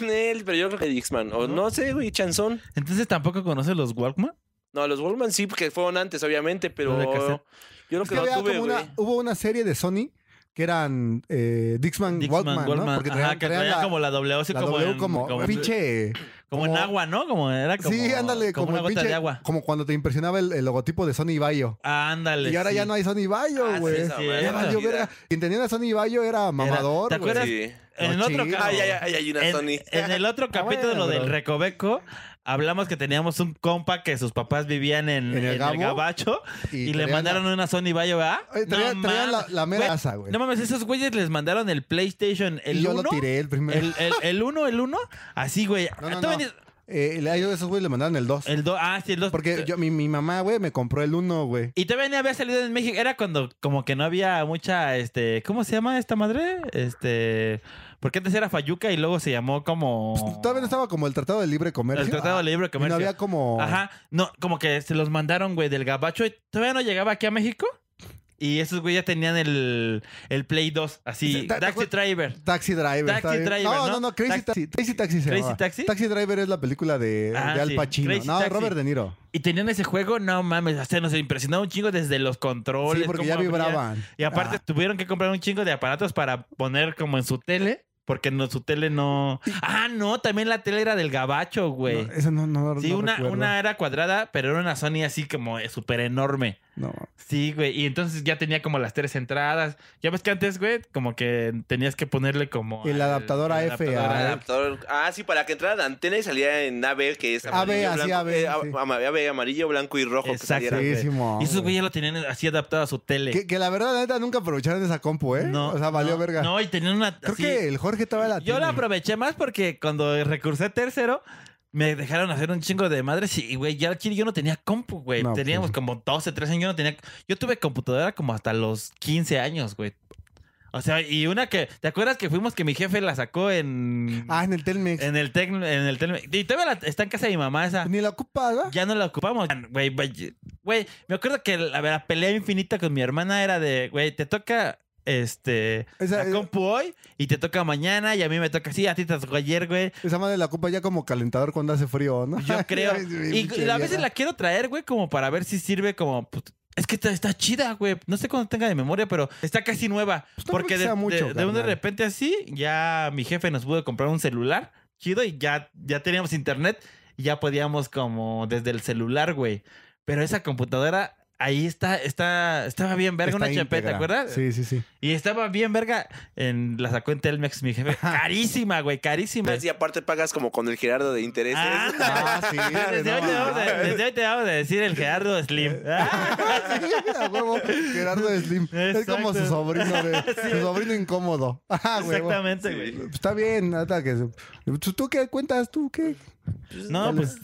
[SPEAKER 6] Nel, pero yo creo que Dixman. O no sé, güey, Chanzón.
[SPEAKER 5] Entonces tampoco conoces los Walkman.
[SPEAKER 6] No, los Wallman sí, porque fueron antes, obviamente, pero.
[SPEAKER 5] Los de cassette.
[SPEAKER 6] Yo creo
[SPEAKER 4] Es que
[SPEAKER 6] que no
[SPEAKER 4] había
[SPEAKER 6] tuve,
[SPEAKER 4] como
[SPEAKER 6] güey.
[SPEAKER 4] una, hubo una serie de Sony que eran eh, Dixman,
[SPEAKER 5] Dixman,
[SPEAKER 4] Walkman,
[SPEAKER 5] Walkman.
[SPEAKER 4] ¿no? Porque traían,
[SPEAKER 5] Ajá, que
[SPEAKER 4] traían
[SPEAKER 5] traían
[SPEAKER 4] la,
[SPEAKER 5] como la W, así
[SPEAKER 4] la
[SPEAKER 5] como,
[SPEAKER 4] W
[SPEAKER 5] en,
[SPEAKER 4] como, pinche...
[SPEAKER 5] como en
[SPEAKER 4] como-
[SPEAKER 5] agua, ¿no? Como era como,
[SPEAKER 4] sí, ándale, como,
[SPEAKER 5] como una
[SPEAKER 4] el
[SPEAKER 5] gota
[SPEAKER 4] pinche-
[SPEAKER 5] de agua.
[SPEAKER 4] Como cuando te impresionaba el, el logotipo de Sony Bayo.
[SPEAKER 5] Ándale.
[SPEAKER 4] Y ahora ya
[SPEAKER 5] sí.
[SPEAKER 4] no hay Sony
[SPEAKER 6] Ah,
[SPEAKER 4] Bayo,
[SPEAKER 6] sí,
[SPEAKER 4] güey.
[SPEAKER 6] esa
[SPEAKER 5] sí,
[SPEAKER 6] madre,
[SPEAKER 4] ya
[SPEAKER 5] era.
[SPEAKER 4] valió
[SPEAKER 6] vida.
[SPEAKER 4] verga. Quien tenía una Sony Bayo era mamador,
[SPEAKER 5] ¿te
[SPEAKER 4] güey.
[SPEAKER 5] acuerdas?
[SPEAKER 6] Sí.
[SPEAKER 5] En el
[SPEAKER 4] No,
[SPEAKER 5] otro
[SPEAKER 4] chido.
[SPEAKER 5] caso.
[SPEAKER 6] Ah, ya, ya, ya hay una
[SPEAKER 5] En,
[SPEAKER 6] Sony.
[SPEAKER 5] en el otro
[SPEAKER 4] Ah, bueno,
[SPEAKER 5] capítulo
[SPEAKER 4] pero-
[SPEAKER 5] del Recoveco, hablamos que teníamos un compa que sus papás vivían en,
[SPEAKER 4] ¿En el
[SPEAKER 5] en el,
[SPEAKER 4] Gabo?
[SPEAKER 5] Gabacho y, le
[SPEAKER 4] traían
[SPEAKER 5] mandaron
[SPEAKER 4] la-
[SPEAKER 5] una Sony Vaio, ¿verdad?
[SPEAKER 4] Oye, traían- traían la-
[SPEAKER 5] mames.
[SPEAKER 4] la mera asa, güey.
[SPEAKER 5] No mames, esos güeyes les mandaron el PlayStation, el
[SPEAKER 4] Y yo
[SPEAKER 5] 1.
[SPEAKER 4] lo tiré el primero.
[SPEAKER 5] El, el, el 1, el 1, así, güey.
[SPEAKER 4] No, no,
[SPEAKER 5] Tú
[SPEAKER 4] no.
[SPEAKER 5] venías-
[SPEAKER 4] Eh, le- a ellos esos güeyes le mandaron el 2.
[SPEAKER 5] El 2, ah, sí, el 2.
[SPEAKER 4] Porque yo, mi, mi mamá, güey, me compró el 1, güey.
[SPEAKER 5] Y todavía ni había salido en México. Era cuando como que no había mucha, este, ¿cómo se llama esta madre? Este, porque antes era Fayuca y luego se llamó como...
[SPEAKER 4] Pues, Todavía no estaba como el Tratado de Libre Comercio. Ah,
[SPEAKER 5] El Tratado de Libre
[SPEAKER 4] Y No
[SPEAKER 5] Comercio.
[SPEAKER 4] había como...
[SPEAKER 5] Ajá, no, como que se los mandaron, güey, del gabacho. y todavía no llegaba aquí a México. Y esos, güey, ya tenían el, el Play 2, así,
[SPEAKER 4] Sí, ta- ta-
[SPEAKER 5] Taxi Driver.
[SPEAKER 4] Taxi Driver.
[SPEAKER 5] Taxi
[SPEAKER 4] está bien.
[SPEAKER 5] Driver,
[SPEAKER 4] No,
[SPEAKER 5] ¿no?
[SPEAKER 4] no, no, Crazy
[SPEAKER 5] Taxi-
[SPEAKER 4] Taxi. Crazy Taxi se
[SPEAKER 5] ¿Crazy
[SPEAKER 4] llamaba.
[SPEAKER 5] Taxi?
[SPEAKER 4] Taxi Driver es la película de,
[SPEAKER 5] Ah,
[SPEAKER 4] de Al
[SPEAKER 5] sí.
[SPEAKER 4] Pacino.
[SPEAKER 5] Crazy
[SPEAKER 4] no,
[SPEAKER 5] Taxi.
[SPEAKER 4] Robert De Niro.
[SPEAKER 5] Y tenían ese juego, no mames, hasta nos impresionaba un chingo desde los controles.
[SPEAKER 4] Sí, porque
[SPEAKER 5] cómo
[SPEAKER 4] ya
[SPEAKER 5] abrían.
[SPEAKER 4] vibraban.
[SPEAKER 5] Y aparte tuvieron que comprar un chingo de aparatos para poner como en su tele. Porque no, su tele no. Ah, no, también la tele era del gabacho, güey.
[SPEAKER 4] No, esa no, no,
[SPEAKER 5] sí,
[SPEAKER 4] no
[SPEAKER 5] una,
[SPEAKER 4] recuerdo.
[SPEAKER 5] una era cuadrada, pero era una Sony así como eh, súper enorme.
[SPEAKER 4] No.
[SPEAKER 5] Sí, güey. Y entonces ya tenía como las tres entradas. Ya ves que antes, güey, como que tenías que ponerle como.
[SPEAKER 4] El adaptador AF,
[SPEAKER 5] adaptador
[SPEAKER 4] ah.
[SPEAKER 5] adap-
[SPEAKER 6] Adaptador- Ah, sí, para que entrara la antena y salía en AB, que es
[SPEAKER 4] AB,
[SPEAKER 6] amarillo,
[SPEAKER 4] así,
[SPEAKER 6] blanco,
[SPEAKER 4] AB,
[SPEAKER 6] eh,
[SPEAKER 4] sí.
[SPEAKER 6] am- AB, amarillo, blanco y rojo. que
[SPEAKER 5] Exacto.
[SPEAKER 6] saliera.
[SPEAKER 5] güey.
[SPEAKER 4] Sí, Simón,
[SPEAKER 5] Y esos
[SPEAKER 4] güey.
[SPEAKER 5] güey ya lo tenían así adaptado a su tele.
[SPEAKER 4] Que, que la verdad, la neta, nunca aprovecharon esa compu, ¿eh? o sea, valió
[SPEAKER 5] no,
[SPEAKER 4] verga.
[SPEAKER 5] No, y tenían una.
[SPEAKER 4] Creo
[SPEAKER 5] así-
[SPEAKER 4] que el Jorge estaba la
[SPEAKER 5] Yo la
[SPEAKER 4] Ah, tiene.
[SPEAKER 5] aproveché más porque cuando recursé tercero, me dejaron hacer un chingo de madres y, güey, ya al chile yo no tenía compu, güey.
[SPEAKER 4] No,
[SPEAKER 5] Teníamos
[SPEAKER 4] pues.
[SPEAKER 5] como 12, 13 años, yo no tenía... Yo tuve computadora como hasta los 15 años, güey. O sea, y una que... ¿Te acuerdas que fuimos que mi jefe la sacó en...
[SPEAKER 4] Ah, en el Telmex.
[SPEAKER 5] En el tec, en el Telmex? Y todavía la- está en casa de mi mamá esa.
[SPEAKER 4] Ni la ocupa, ¿verdad?
[SPEAKER 5] Ya no la ocupamos. Güey, güey, güey, me acuerdo que la, la pelea infinita con mi hermana era de, güey, te toca este
[SPEAKER 4] Esa-
[SPEAKER 5] la
[SPEAKER 4] eh,
[SPEAKER 5] compu hoy y te toca mañana y a mí me toca así, a ti te tocó ayer, güey.
[SPEAKER 4] Esa madre la ocupa ya como calentador cuando hace frío, ¿no?
[SPEAKER 5] Yo creo.
[SPEAKER 4] Ay, sí,
[SPEAKER 5] y,
[SPEAKER 4] pinche
[SPEAKER 5] y a veces
[SPEAKER 4] vieja.
[SPEAKER 5] la quiero traer, güey, como para ver si sirve como pues, es que está, está chida, güey. No sé cuándo tenga de memoria, pero está casi nueva.
[SPEAKER 4] Pues tampoco
[SPEAKER 5] porque
[SPEAKER 4] que
[SPEAKER 5] de,
[SPEAKER 4] sea
[SPEAKER 5] de-
[SPEAKER 4] mucho,
[SPEAKER 5] de un de
[SPEAKER 4] carnal.
[SPEAKER 5] repente así, ya mi jefe nos pudo comprar un celular chido y ya, ya teníamos internet y ya podíamos como desde el celular, güey. Pero esa computadora ahí está, está, estaba bien verga,
[SPEAKER 4] Está
[SPEAKER 5] una HP, ¿te
[SPEAKER 4] íntegra.
[SPEAKER 5] acuerdas?
[SPEAKER 4] Sí, sí, sí.
[SPEAKER 5] Y estaba bien verga. En, la sacó en Telmex mi jefe. Carísima, güey, carísima.
[SPEAKER 6] Y aparte pagas como con el Gerardo de intereses.
[SPEAKER 5] Ándale.
[SPEAKER 4] Ah, sí,
[SPEAKER 5] Desde,
[SPEAKER 4] no Ah,
[SPEAKER 5] hoy te vamos a,
[SPEAKER 4] mames.
[SPEAKER 5] desde hoy te vamos a decir el Gerardo Slim.
[SPEAKER 4] Sí, a huevo. Gerardo Slim. Es
[SPEAKER 5] Exacto.
[SPEAKER 4] como su sobrino, güey. Su sobrino incómodo. Ah, huevo.
[SPEAKER 5] Exactamente, güey.
[SPEAKER 4] Está bien, nada que. ¿Tú, tú qué cuentas? ¿Tú qué?
[SPEAKER 5] No, pues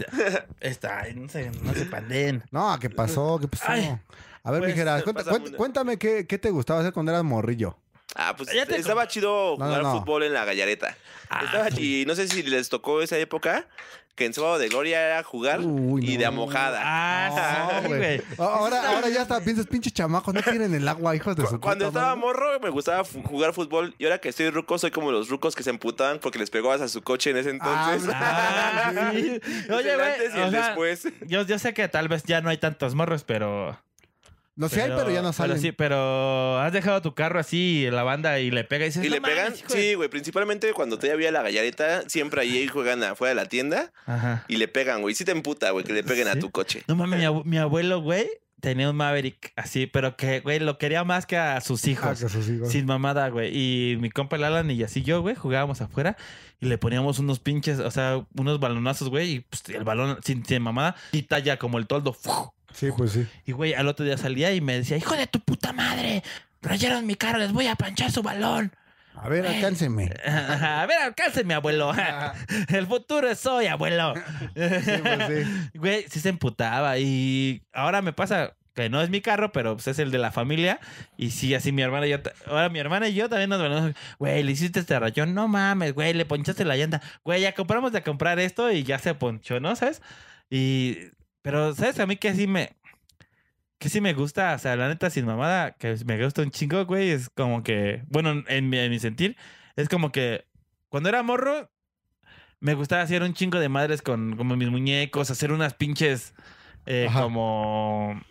[SPEAKER 5] está, no se, no se pandeen.
[SPEAKER 4] No, ¿qué pasó? ¿Qué pasó?
[SPEAKER 5] Ay.
[SPEAKER 4] a ver,
[SPEAKER 5] Pues,
[SPEAKER 4] mi Gerardo, cuenta-
[SPEAKER 6] pásame
[SPEAKER 4] cuenta-
[SPEAKER 6] una.
[SPEAKER 4] cuéntame qué, qué te gustaba hacer cuando eras morrillo.
[SPEAKER 6] Ah, pues
[SPEAKER 5] Ya te
[SPEAKER 6] estaba chido
[SPEAKER 4] No,
[SPEAKER 6] jugar
[SPEAKER 4] no, no.
[SPEAKER 6] fútbol en la gallareta.
[SPEAKER 5] Ah,
[SPEAKER 6] Estaba- Y no sé si les tocó esa época que en Sábado de Gloria era jugar
[SPEAKER 4] Uy,
[SPEAKER 6] y
[SPEAKER 4] no.
[SPEAKER 6] de amojada.
[SPEAKER 5] Ah,
[SPEAKER 4] No,
[SPEAKER 5] sí, güey.
[SPEAKER 4] Ahora, ahora ya hasta piensas, pinches chamacos, no tienen el agua, hijos de
[SPEAKER 6] Cu-
[SPEAKER 4] su
[SPEAKER 6] Cuando
[SPEAKER 4] puta
[SPEAKER 6] estaba
[SPEAKER 4] madre.
[SPEAKER 6] morro me gustaba fu- jugar fútbol y ahora que estoy ruco soy como los rucos que se emputaban porque les pegabas a su coche en ese
[SPEAKER 4] Ah,
[SPEAKER 6] entonces.
[SPEAKER 5] Ah, sí.
[SPEAKER 6] Es
[SPEAKER 5] Oye,
[SPEAKER 6] el
[SPEAKER 5] güey.
[SPEAKER 6] antes y
[SPEAKER 5] o
[SPEAKER 6] el
[SPEAKER 5] sea,
[SPEAKER 6] después.
[SPEAKER 5] Yo, yo sé que tal vez ya no hay tantos morros, pero.
[SPEAKER 4] No sé, Pues hay, pero ya no salen.
[SPEAKER 5] sí, pero has dejado tu carro así, la banda, y le pega y dices.
[SPEAKER 6] Y
[SPEAKER 5] "No
[SPEAKER 6] le pegan,
[SPEAKER 5] mames, hijo de-".
[SPEAKER 6] sí, güey, principalmente cuando todavía había la gallareta, siempre ahí juegan afuera de la tienda
[SPEAKER 5] Ajá.
[SPEAKER 6] y le pegan, güey. Sí te emputa, güey, que le peguen
[SPEAKER 5] Sí.
[SPEAKER 6] a tu coche.
[SPEAKER 5] No mames, mi, abu- mi abuelo, güey, tenía un Maverick así, pero que, güey, lo quería más que a sus
[SPEAKER 4] Ah,
[SPEAKER 5] hijos.
[SPEAKER 4] que sus hijos.
[SPEAKER 5] Sin mamada, güey. Y mi compa el Alan y así yo, güey, jugábamos afuera y le poníamos unos pinches, o sea, unos balonazos, güey, y pues, el balón sin, sin mamada y talla como el toldo. ¡fu!
[SPEAKER 4] Sí, pues sí.
[SPEAKER 5] Y, güey, al otro día salía y me decía, hijo de tu puta madre, rayaron mi cara, les voy a panchar su balón.
[SPEAKER 4] A ver, alcánceme. Ah,
[SPEAKER 5] a ver, alcánceme, abuelo. el futuro es hoy, abuelo.
[SPEAKER 4] Sí, pues sí.
[SPEAKER 5] Güey, sí se emputaba y ahora me pasa que no es mi carro, pero pues es el de la familia y sí, así mi hermana y yo, ta- ahora mi hermana y yo también nos venimos, güey, le hiciste este rayón, no mames, güey, le ponchaste la llanta, güey, ya compramos de comprar esto y ya se ponchó, ¿no? ¿Sabes? Y, pero, ¿sabes? A mí que sí me, que sí me gusta, o sea, la neta, sin mamada, que me gusta un chingo, güey, es como que, bueno, en mi, en mi sentir, es como que cuando era morro, me gustaba hacer un chingo de madres con como mis muñecos, hacer unas pinches eh,
[SPEAKER 4] Ajá.
[SPEAKER 5] como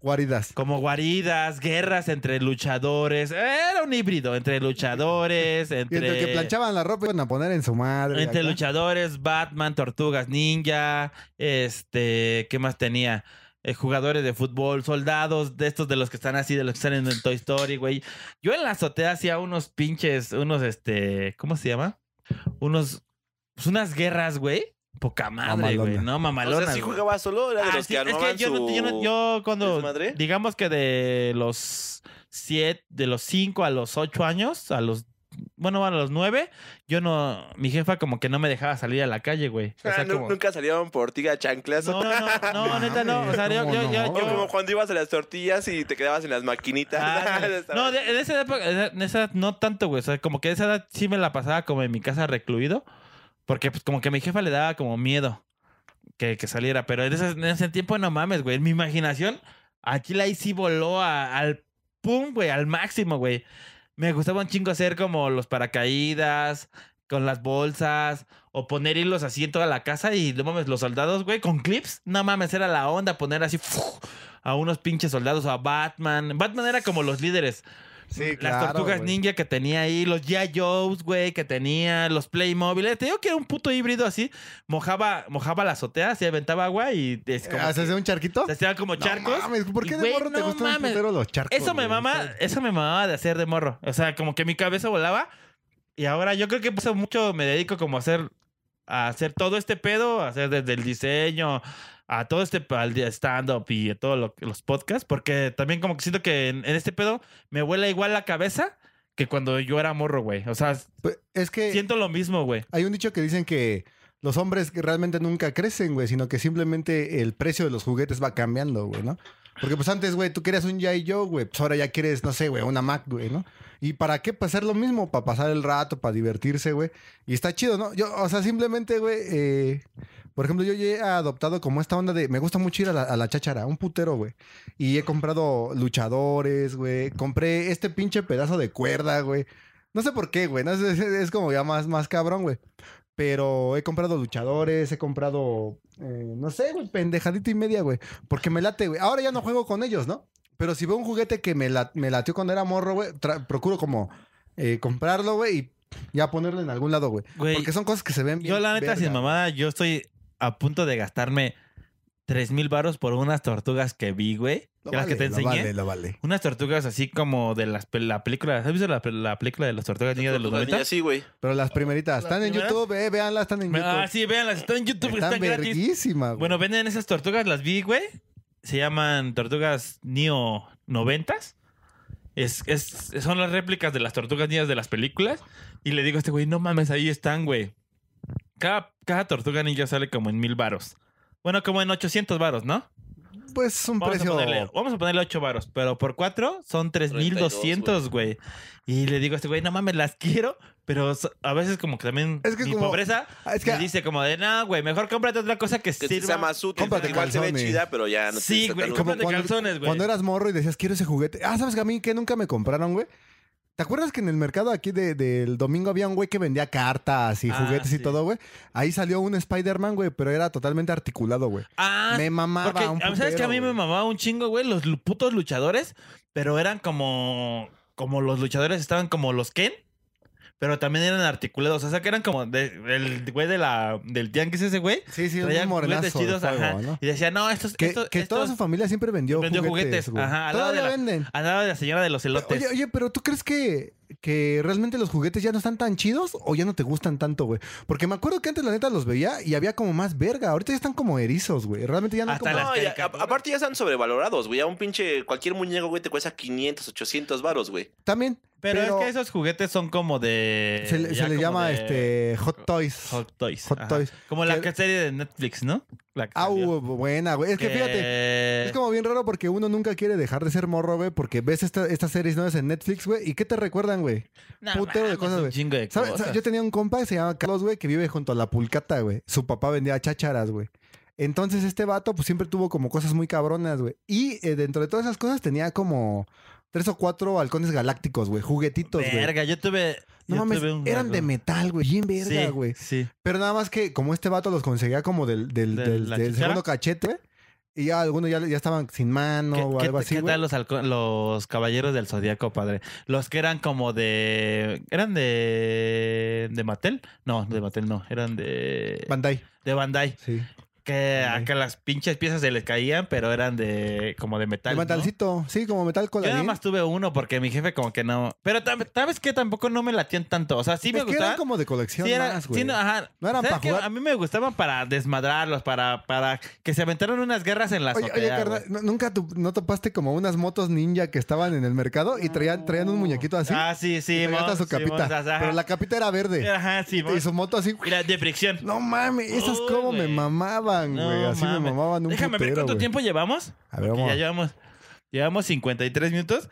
[SPEAKER 4] Guaridas.
[SPEAKER 5] como guaridas, guerras entre luchadores. Era un híbrido entre luchadores,
[SPEAKER 4] Y
[SPEAKER 5] entre
[SPEAKER 4] entre que planchaban la ropa iban a poner en su madre.
[SPEAKER 5] entre
[SPEAKER 4] acá.
[SPEAKER 5] luchadores, Batman, Tortugas Ninja, este, ¿qué más tenía? Eh, jugadores de fútbol, soldados, de estos de los que están así, de los que están en el Toy Story, güey. Yo en la azotea hacía unos pinches, unos, este, ¿cómo se llama? Unos, pues unas guerras, güey. Poca madre, güey,
[SPEAKER 4] Mamalona.
[SPEAKER 5] ¿no?
[SPEAKER 6] O
[SPEAKER 5] Mamalona.
[SPEAKER 6] sea, si jugaba solo, era de
[SPEAKER 5] Ah,
[SPEAKER 6] los
[SPEAKER 5] sí,
[SPEAKER 6] que
[SPEAKER 5] es
[SPEAKER 6] armaban
[SPEAKER 5] que yo, no- yo, no-
[SPEAKER 6] su-
[SPEAKER 5] yo cuando
[SPEAKER 6] desmadre.
[SPEAKER 5] digamos que de los siete, de los 5 a los 8 años, a los bueno, a los 9, yo no mi jefa como que no me dejaba salir a la calle, güey. O
[SPEAKER 6] Ah,
[SPEAKER 5] sea,
[SPEAKER 6] nu-
[SPEAKER 5] como-
[SPEAKER 6] Nunca salieron por ti a chanclas.
[SPEAKER 5] no, no, no, no, neta no, o sea, yo
[SPEAKER 4] ¿Cómo
[SPEAKER 5] yo
[SPEAKER 4] no?
[SPEAKER 5] yo-
[SPEAKER 4] Yo
[SPEAKER 6] O
[SPEAKER 5] yo-
[SPEAKER 6] como cuando ibas a las tortillas y te quedabas en las maquinitas.
[SPEAKER 5] Ah,
[SPEAKER 6] Estaba-
[SPEAKER 5] no, de- en esa época, en esa edad no tanto, güey. O sea, como que esa edad sí me la pasaba como en mi casa recluido. Porque pues como que mi jefa le daba como miedo que, que saliera. Pero en, ese- en ese tiempo no mames, güey. Mi imaginación, aquí la sí voló a- al pum, güey, al máximo, güey. Me gustaba un chingo hacer como los paracaídas, con las bolsas, o poner hilos así en toda la casa y no mames, los soldados, güey, con clips. No mames, era la onda poner así ¡fuu! a unos pinches soldados, a Batman. Batman era como los líderes.
[SPEAKER 4] Sí,
[SPEAKER 5] Las
[SPEAKER 4] claro,
[SPEAKER 5] tortugas
[SPEAKER 4] güey.
[SPEAKER 5] ninja que tenía ahí, los G.I. Joes, güey, que tenía, los Playmobil. eh, Te digo que era un puto híbrido así. Mojaba, mojaba la azotea, se aventaba agua y es como
[SPEAKER 4] Ah, ¿Se
[SPEAKER 5] que-
[SPEAKER 4] hace un charquito?
[SPEAKER 5] se hacían como
[SPEAKER 4] No
[SPEAKER 5] charcos.
[SPEAKER 4] mames, ¿por qué
[SPEAKER 5] Y,
[SPEAKER 4] de
[SPEAKER 5] güey,
[SPEAKER 4] morro te
[SPEAKER 5] no
[SPEAKER 4] gustan un
[SPEAKER 5] mames.
[SPEAKER 4] putero los charcos?
[SPEAKER 5] Eso me
[SPEAKER 4] güey?
[SPEAKER 5] mama, eso me mamaba de hacer de morro. O sea, como que mi cabeza volaba. Y ahora yo creo que por eso mucho me dedico como a hacer, a hacer todo este pedo, a hacer desde el diseño, a todo este al de stand-up y a todos los podcasts. Porque también como que siento que en, en este pedo me vuela igual la cabeza que cuando yo era morro, güey. O sea,
[SPEAKER 4] Pues, es que
[SPEAKER 5] siento lo mismo, güey.
[SPEAKER 4] hay un dicho que dicen que los hombres que realmente nunca crecen, güey, sino que simplemente el precio de los juguetes va cambiando, güey, ¿no? Porque pues antes, güey, tú querías un G.I. Joe, güey, pues ahora ya quieres, no sé, güey, una Mac, güey, ¿no? ¿Y para qué? Para hacer lo mismo, para pasar el rato, para divertirse, güey. Y está chido, ¿no? Yo, o sea, simplemente, güey, eh, por ejemplo, yo ya he adoptado como esta onda de, me gusta mucho ir a la, a la cháchara, un putero, güey. Y he comprado luchadores, güey. Compré este pinche pedazo de cuerda, güey. No sé por qué, güey. No sé, es, es como ya más, más cabrón, güey. Pero he comprado luchadores, he comprado, eh, no sé, güey, pendejadita y media, güey. Porque me late, güey. Ahora ya no juego con ellos, ¿no? Pero si veo un juguete que me, la- me latió cuando era morro, güey, tra- procuro como eh, comprarlo, güey, y ya ponerlo en algún lado, güey.
[SPEAKER 5] Güey,
[SPEAKER 4] Porque son cosas que se ven bien.
[SPEAKER 5] Yo la neta, sin
[SPEAKER 4] verga.
[SPEAKER 5] mamada, yo estoy a punto de gastarme 3 mil baros por unas tortugas que vi, güey.
[SPEAKER 4] Lo
[SPEAKER 5] que las que
[SPEAKER 4] vale,
[SPEAKER 5] te enseñé.
[SPEAKER 4] Lo vale, lo vale.
[SPEAKER 5] Unas tortugas así como de las, pel- la película. ¿Has visto la, pel- la película de las tortugas niñas de los 90?
[SPEAKER 6] Sí, güey.
[SPEAKER 4] Pero las primeritas
[SPEAKER 5] ¿Las
[SPEAKER 4] están en
[SPEAKER 5] primeras?
[SPEAKER 4] YouTube, eh, véanlas, están en YouTube.
[SPEAKER 5] Ah, sí, véanlas. Están en YouTube, están,
[SPEAKER 4] están
[SPEAKER 5] gratis.
[SPEAKER 4] verguísima, güey.
[SPEAKER 5] Bueno, venden esas tortugas, las vi, güey. Se llaman tortugas Neo 90 Es, es- son las réplicas de las tortugas niñas de las películas. Y le digo a este güey, no mames, ahí están, güey. Cada, cada tortuga ninja sale como en mil varos. Bueno, como en 800 varos, ¿no?
[SPEAKER 4] pues es un
[SPEAKER 5] Vamos a,
[SPEAKER 4] precio.
[SPEAKER 5] ponerle, vamos a ponerle 8 varos, pero por 4 son 3200, güey. Y le digo a este güey, no mames, las quiero, pero so- a veces como que también
[SPEAKER 4] Es que
[SPEAKER 5] mi
[SPEAKER 4] como-
[SPEAKER 5] pobreza
[SPEAKER 4] Ah, es que-
[SPEAKER 5] me dice como de, no, güey, mejor cómprate otra cosa que,
[SPEAKER 6] Que
[SPEAKER 5] sirva".
[SPEAKER 6] sea más útil.
[SPEAKER 4] Cómprate
[SPEAKER 6] Igual se ve
[SPEAKER 4] calzones.
[SPEAKER 6] chida, pero ya no te
[SPEAKER 5] Sí,
[SPEAKER 6] está
[SPEAKER 5] güey,
[SPEAKER 6] tan-
[SPEAKER 5] como- de calzones, güey.
[SPEAKER 4] cuando eras morro y decías, quiero ese juguete. Ah, ¿sabes que a mí que nunca me compraron, güey? ¿Te acuerdas que en el mercado aquí de- del domingo había un güey que vendía cartas y
[SPEAKER 5] Ah,
[SPEAKER 4] juguetes y
[SPEAKER 5] sí.
[SPEAKER 4] todo, güey? Ahí salió un Spider-Man, güey, pero era totalmente articulado, güey.
[SPEAKER 5] Ah,
[SPEAKER 4] me mamaba
[SPEAKER 5] porque
[SPEAKER 4] un
[SPEAKER 5] sabes que a mí
[SPEAKER 4] putero,
[SPEAKER 5] me mamaba un chingo, güey, los lu- putos luchadores, pero eran como como los luchadores estaban como los Ken, pero también eran articulados, o sea, que eran como de- el güey de la del tianguis ese güey.
[SPEAKER 4] Sí, sí, un
[SPEAKER 5] traían
[SPEAKER 4] morenazo de
[SPEAKER 5] juguetes chidos,
[SPEAKER 4] fuego,
[SPEAKER 5] ajá,
[SPEAKER 4] ¿no?
[SPEAKER 5] Y decía, "No, estos
[SPEAKER 4] Que,
[SPEAKER 5] estos-
[SPEAKER 4] que toda
[SPEAKER 5] estos-
[SPEAKER 4] su familia siempre vendió,
[SPEAKER 5] vendió
[SPEAKER 4] juguetes,
[SPEAKER 5] juguetes,
[SPEAKER 4] güey.
[SPEAKER 5] ajá, al lado
[SPEAKER 4] Todavía
[SPEAKER 5] de la-
[SPEAKER 4] venden.
[SPEAKER 5] Al lado de la señora de los elotes.
[SPEAKER 4] Oye, oye, pero ¿tú crees que, que realmente los juguetes ya no están tan chidos o ya no te gustan tanto, güey? Porque me acuerdo que antes la neta los veía y había como más verga. Ahorita ya están como erizos, güey. Realmente ya no hay
[SPEAKER 5] Hasta
[SPEAKER 4] como...
[SPEAKER 5] las
[SPEAKER 6] No, ya- a-
[SPEAKER 5] caricaturas.
[SPEAKER 6] aparte ya están sobrevalorados, güey. Ya un pinche. Cualquier muñeco, güey, te cuesta 500, 800 varos, güey.
[SPEAKER 4] También.
[SPEAKER 5] pero,
[SPEAKER 4] pero-
[SPEAKER 5] es que esos juguetes son como de.
[SPEAKER 4] se le,
[SPEAKER 5] ya
[SPEAKER 4] se le
[SPEAKER 5] como
[SPEAKER 4] llama
[SPEAKER 5] de
[SPEAKER 4] este Hot Toys.
[SPEAKER 5] Hot Toys.
[SPEAKER 4] Hot
[SPEAKER 5] ajá.
[SPEAKER 4] Toys.
[SPEAKER 5] Como
[SPEAKER 4] Que-
[SPEAKER 5] la que- serie de Netflix, ¿no? La que
[SPEAKER 4] Ah,
[SPEAKER 5] salió.
[SPEAKER 4] uh, buena, güey. Es que fíjate.
[SPEAKER 5] Que-
[SPEAKER 4] Es como bien raro porque uno nunca quiere dejar de ser morro, güey, porque ves esta- estas series nuevas en Netflix, güey. ¿Y qué te recuerdan, güey?
[SPEAKER 5] No
[SPEAKER 4] putero de
[SPEAKER 5] mames,
[SPEAKER 4] cosas,
[SPEAKER 5] un
[SPEAKER 4] güey.
[SPEAKER 5] chingo de
[SPEAKER 4] ¿Sabes?
[SPEAKER 5] cosas.
[SPEAKER 4] Yo tenía un compa que se llama Carlos, güey, que vive junto a la pulcata, güey. Su papá vendía chácharas, güey. Entonces este vato, pues siempre tuvo como cosas muy cabronas, güey. Y eh, dentro de todas esas cosas tenía como tres o cuatro halcones galácticos, güey. Juguetitos, güey.
[SPEAKER 5] Verga, yo tuve.
[SPEAKER 4] No
[SPEAKER 5] yo
[SPEAKER 4] mames,
[SPEAKER 5] tuve un
[SPEAKER 4] eran de
[SPEAKER 5] algo.
[SPEAKER 4] metal, güey. Bien verga,
[SPEAKER 5] Sí,
[SPEAKER 4] güey.
[SPEAKER 5] Sí.
[SPEAKER 4] Pero nada más que como este vato los conseguía como del, del,
[SPEAKER 5] ¿De
[SPEAKER 4] del-
[SPEAKER 5] la
[SPEAKER 4] del
[SPEAKER 5] chichara?
[SPEAKER 4] segundo cachete, güey, y ya algunos ya, ya estaban sin mano
[SPEAKER 5] ¿Qué,
[SPEAKER 4] o
[SPEAKER 5] qué-
[SPEAKER 4] algo así,
[SPEAKER 5] qué
[SPEAKER 4] güey.
[SPEAKER 5] tal los, halco- los caballeros del zodiaco, padre? Los que eran como de. ¿Eran de. de Mattel? No, de Mattel no. Eran de.
[SPEAKER 4] Bandai,
[SPEAKER 5] de Bandai.
[SPEAKER 4] sí.
[SPEAKER 5] Que
[SPEAKER 4] Bandai.
[SPEAKER 5] acá las pinches piezas se les caían, pero eran de como de metal.
[SPEAKER 4] El
[SPEAKER 5] ¿no?
[SPEAKER 4] metalcito, sí, como metal
[SPEAKER 5] Yo nada
[SPEAKER 4] coladín.
[SPEAKER 5] más tuve uno porque mi jefe como que no. Pero tam- sabes que tampoco no me latían tanto. O sea, sí me
[SPEAKER 4] es que eran
[SPEAKER 5] gustaban.
[SPEAKER 4] como de colección
[SPEAKER 5] Sí, era-
[SPEAKER 4] más,
[SPEAKER 5] sí,
[SPEAKER 4] güey.
[SPEAKER 5] no, ajá.
[SPEAKER 4] No eran
[SPEAKER 5] ¿Sabes
[SPEAKER 4] pa'
[SPEAKER 5] qué?
[SPEAKER 4] jugar.
[SPEAKER 5] A mí me gustaban para desmadrarlos, para, para que se aventaron unas guerras en la
[SPEAKER 4] Oye,
[SPEAKER 5] azotea.
[SPEAKER 4] oye, carnal,
[SPEAKER 5] güey.
[SPEAKER 4] ¿no- ¿nunca tu- no topaste como unas motos ninja que estaban en el mercado y traían, traían un muñequito así?
[SPEAKER 5] Ah, sí,
[SPEAKER 4] y
[SPEAKER 5] sí.
[SPEAKER 4] traían hasta
[SPEAKER 5] mon,
[SPEAKER 4] su
[SPEAKER 5] sí, mon,
[SPEAKER 4] capita.
[SPEAKER 5] ajá.
[SPEAKER 4] pero la capita era verde.
[SPEAKER 5] Ajá, sí, mon.
[SPEAKER 4] Y su moto así.
[SPEAKER 5] Y la de fricción.
[SPEAKER 4] No mames, esas
[SPEAKER 5] Uy,
[SPEAKER 4] como me
[SPEAKER 5] güey.
[SPEAKER 4] mamaban,
[SPEAKER 5] No
[SPEAKER 4] güey. Así me
[SPEAKER 5] mames.
[SPEAKER 4] mamaban un
[SPEAKER 5] Déjame ver
[SPEAKER 4] putero,
[SPEAKER 5] cuánto
[SPEAKER 4] güey.
[SPEAKER 5] tiempo llevamos.
[SPEAKER 4] A ver,
[SPEAKER 5] porque
[SPEAKER 4] vamos.
[SPEAKER 5] Ya llevamos, llevamos 53 minutos.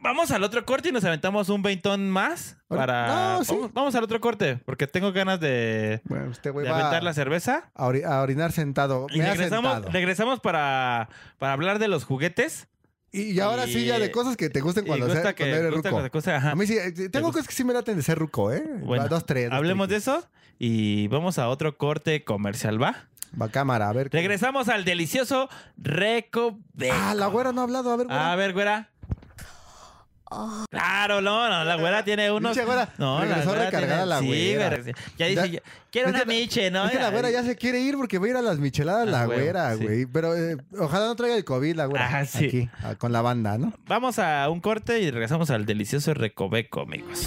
[SPEAKER 5] Vamos al otro corte y nos aventamos un veintón más
[SPEAKER 4] Ahora-
[SPEAKER 5] para...
[SPEAKER 4] No, sí.
[SPEAKER 5] vamos, vamos al otro corte, porque tengo ganas de,
[SPEAKER 4] Bueno, este güey
[SPEAKER 5] de
[SPEAKER 4] va-
[SPEAKER 5] aventar la cerveza.
[SPEAKER 4] a, ori- a orinar sentado.
[SPEAKER 5] Y
[SPEAKER 4] Me ha
[SPEAKER 5] regresamos,
[SPEAKER 4] sentado.
[SPEAKER 5] regresamos para, para hablar de los juguetes.
[SPEAKER 4] Y, y ahora sí, ya de cosas que te gusten
[SPEAKER 5] Y
[SPEAKER 4] cuando,
[SPEAKER 5] gusta
[SPEAKER 4] sea-
[SPEAKER 5] que-
[SPEAKER 4] cuando eres
[SPEAKER 5] gusta
[SPEAKER 4] ruco.
[SPEAKER 5] cuando- cosa- ajá.
[SPEAKER 4] A mí sí, eh, tengo
[SPEAKER 5] gusta?
[SPEAKER 4] cosas que sí me laten de ser ruco, ¿eh?
[SPEAKER 5] Bueno,
[SPEAKER 4] Va, dos, tres.
[SPEAKER 5] Hablemos de eso y vamos a otro corte comercial, ¿va?
[SPEAKER 4] eso. Va cámara, a ver.
[SPEAKER 5] Regresamos al delicioso Recoveco. Ah,
[SPEAKER 4] Ah, la güera no ha hablado, a ver. güera.
[SPEAKER 5] A ver, güera. Claro, no, no, la güera tiene unos.
[SPEAKER 4] Pinche güera,
[SPEAKER 5] No,
[SPEAKER 4] regresó
[SPEAKER 5] güera
[SPEAKER 4] recargada la
[SPEAKER 5] Sí,
[SPEAKER 4] güera.
[SPEAKER 5] güey, Ya
[SPEAKER 4] Ya-
[SPEAKER 5] dice, quiero
[SPEAKER 4] es
[SPEAKER 5] una
[SPEAKER 4] que la-
[SPEAKER 5] miche, ¿no?
[SPEAKER 4] es que la güera ya se quiere ir porque va a ir a las micheladas
[SPEAKER 5] Ah,
[SPEAKER 4] la
[SPEAKER 5] huevo,
[SPEAKER 4] güera,
[SPEAKER 5] sí.
[SPEAKER 4] güey. Pero eh, ojalá no traiga el COVID la güera.
[SPEAKER 5] Ajá, sí.
[SPEAKER 4] Aquí, ah, con la banda, ¿no?
[SPEAKER 5] Vamos a un corte y regresamos al delicioso recoveco, amigos.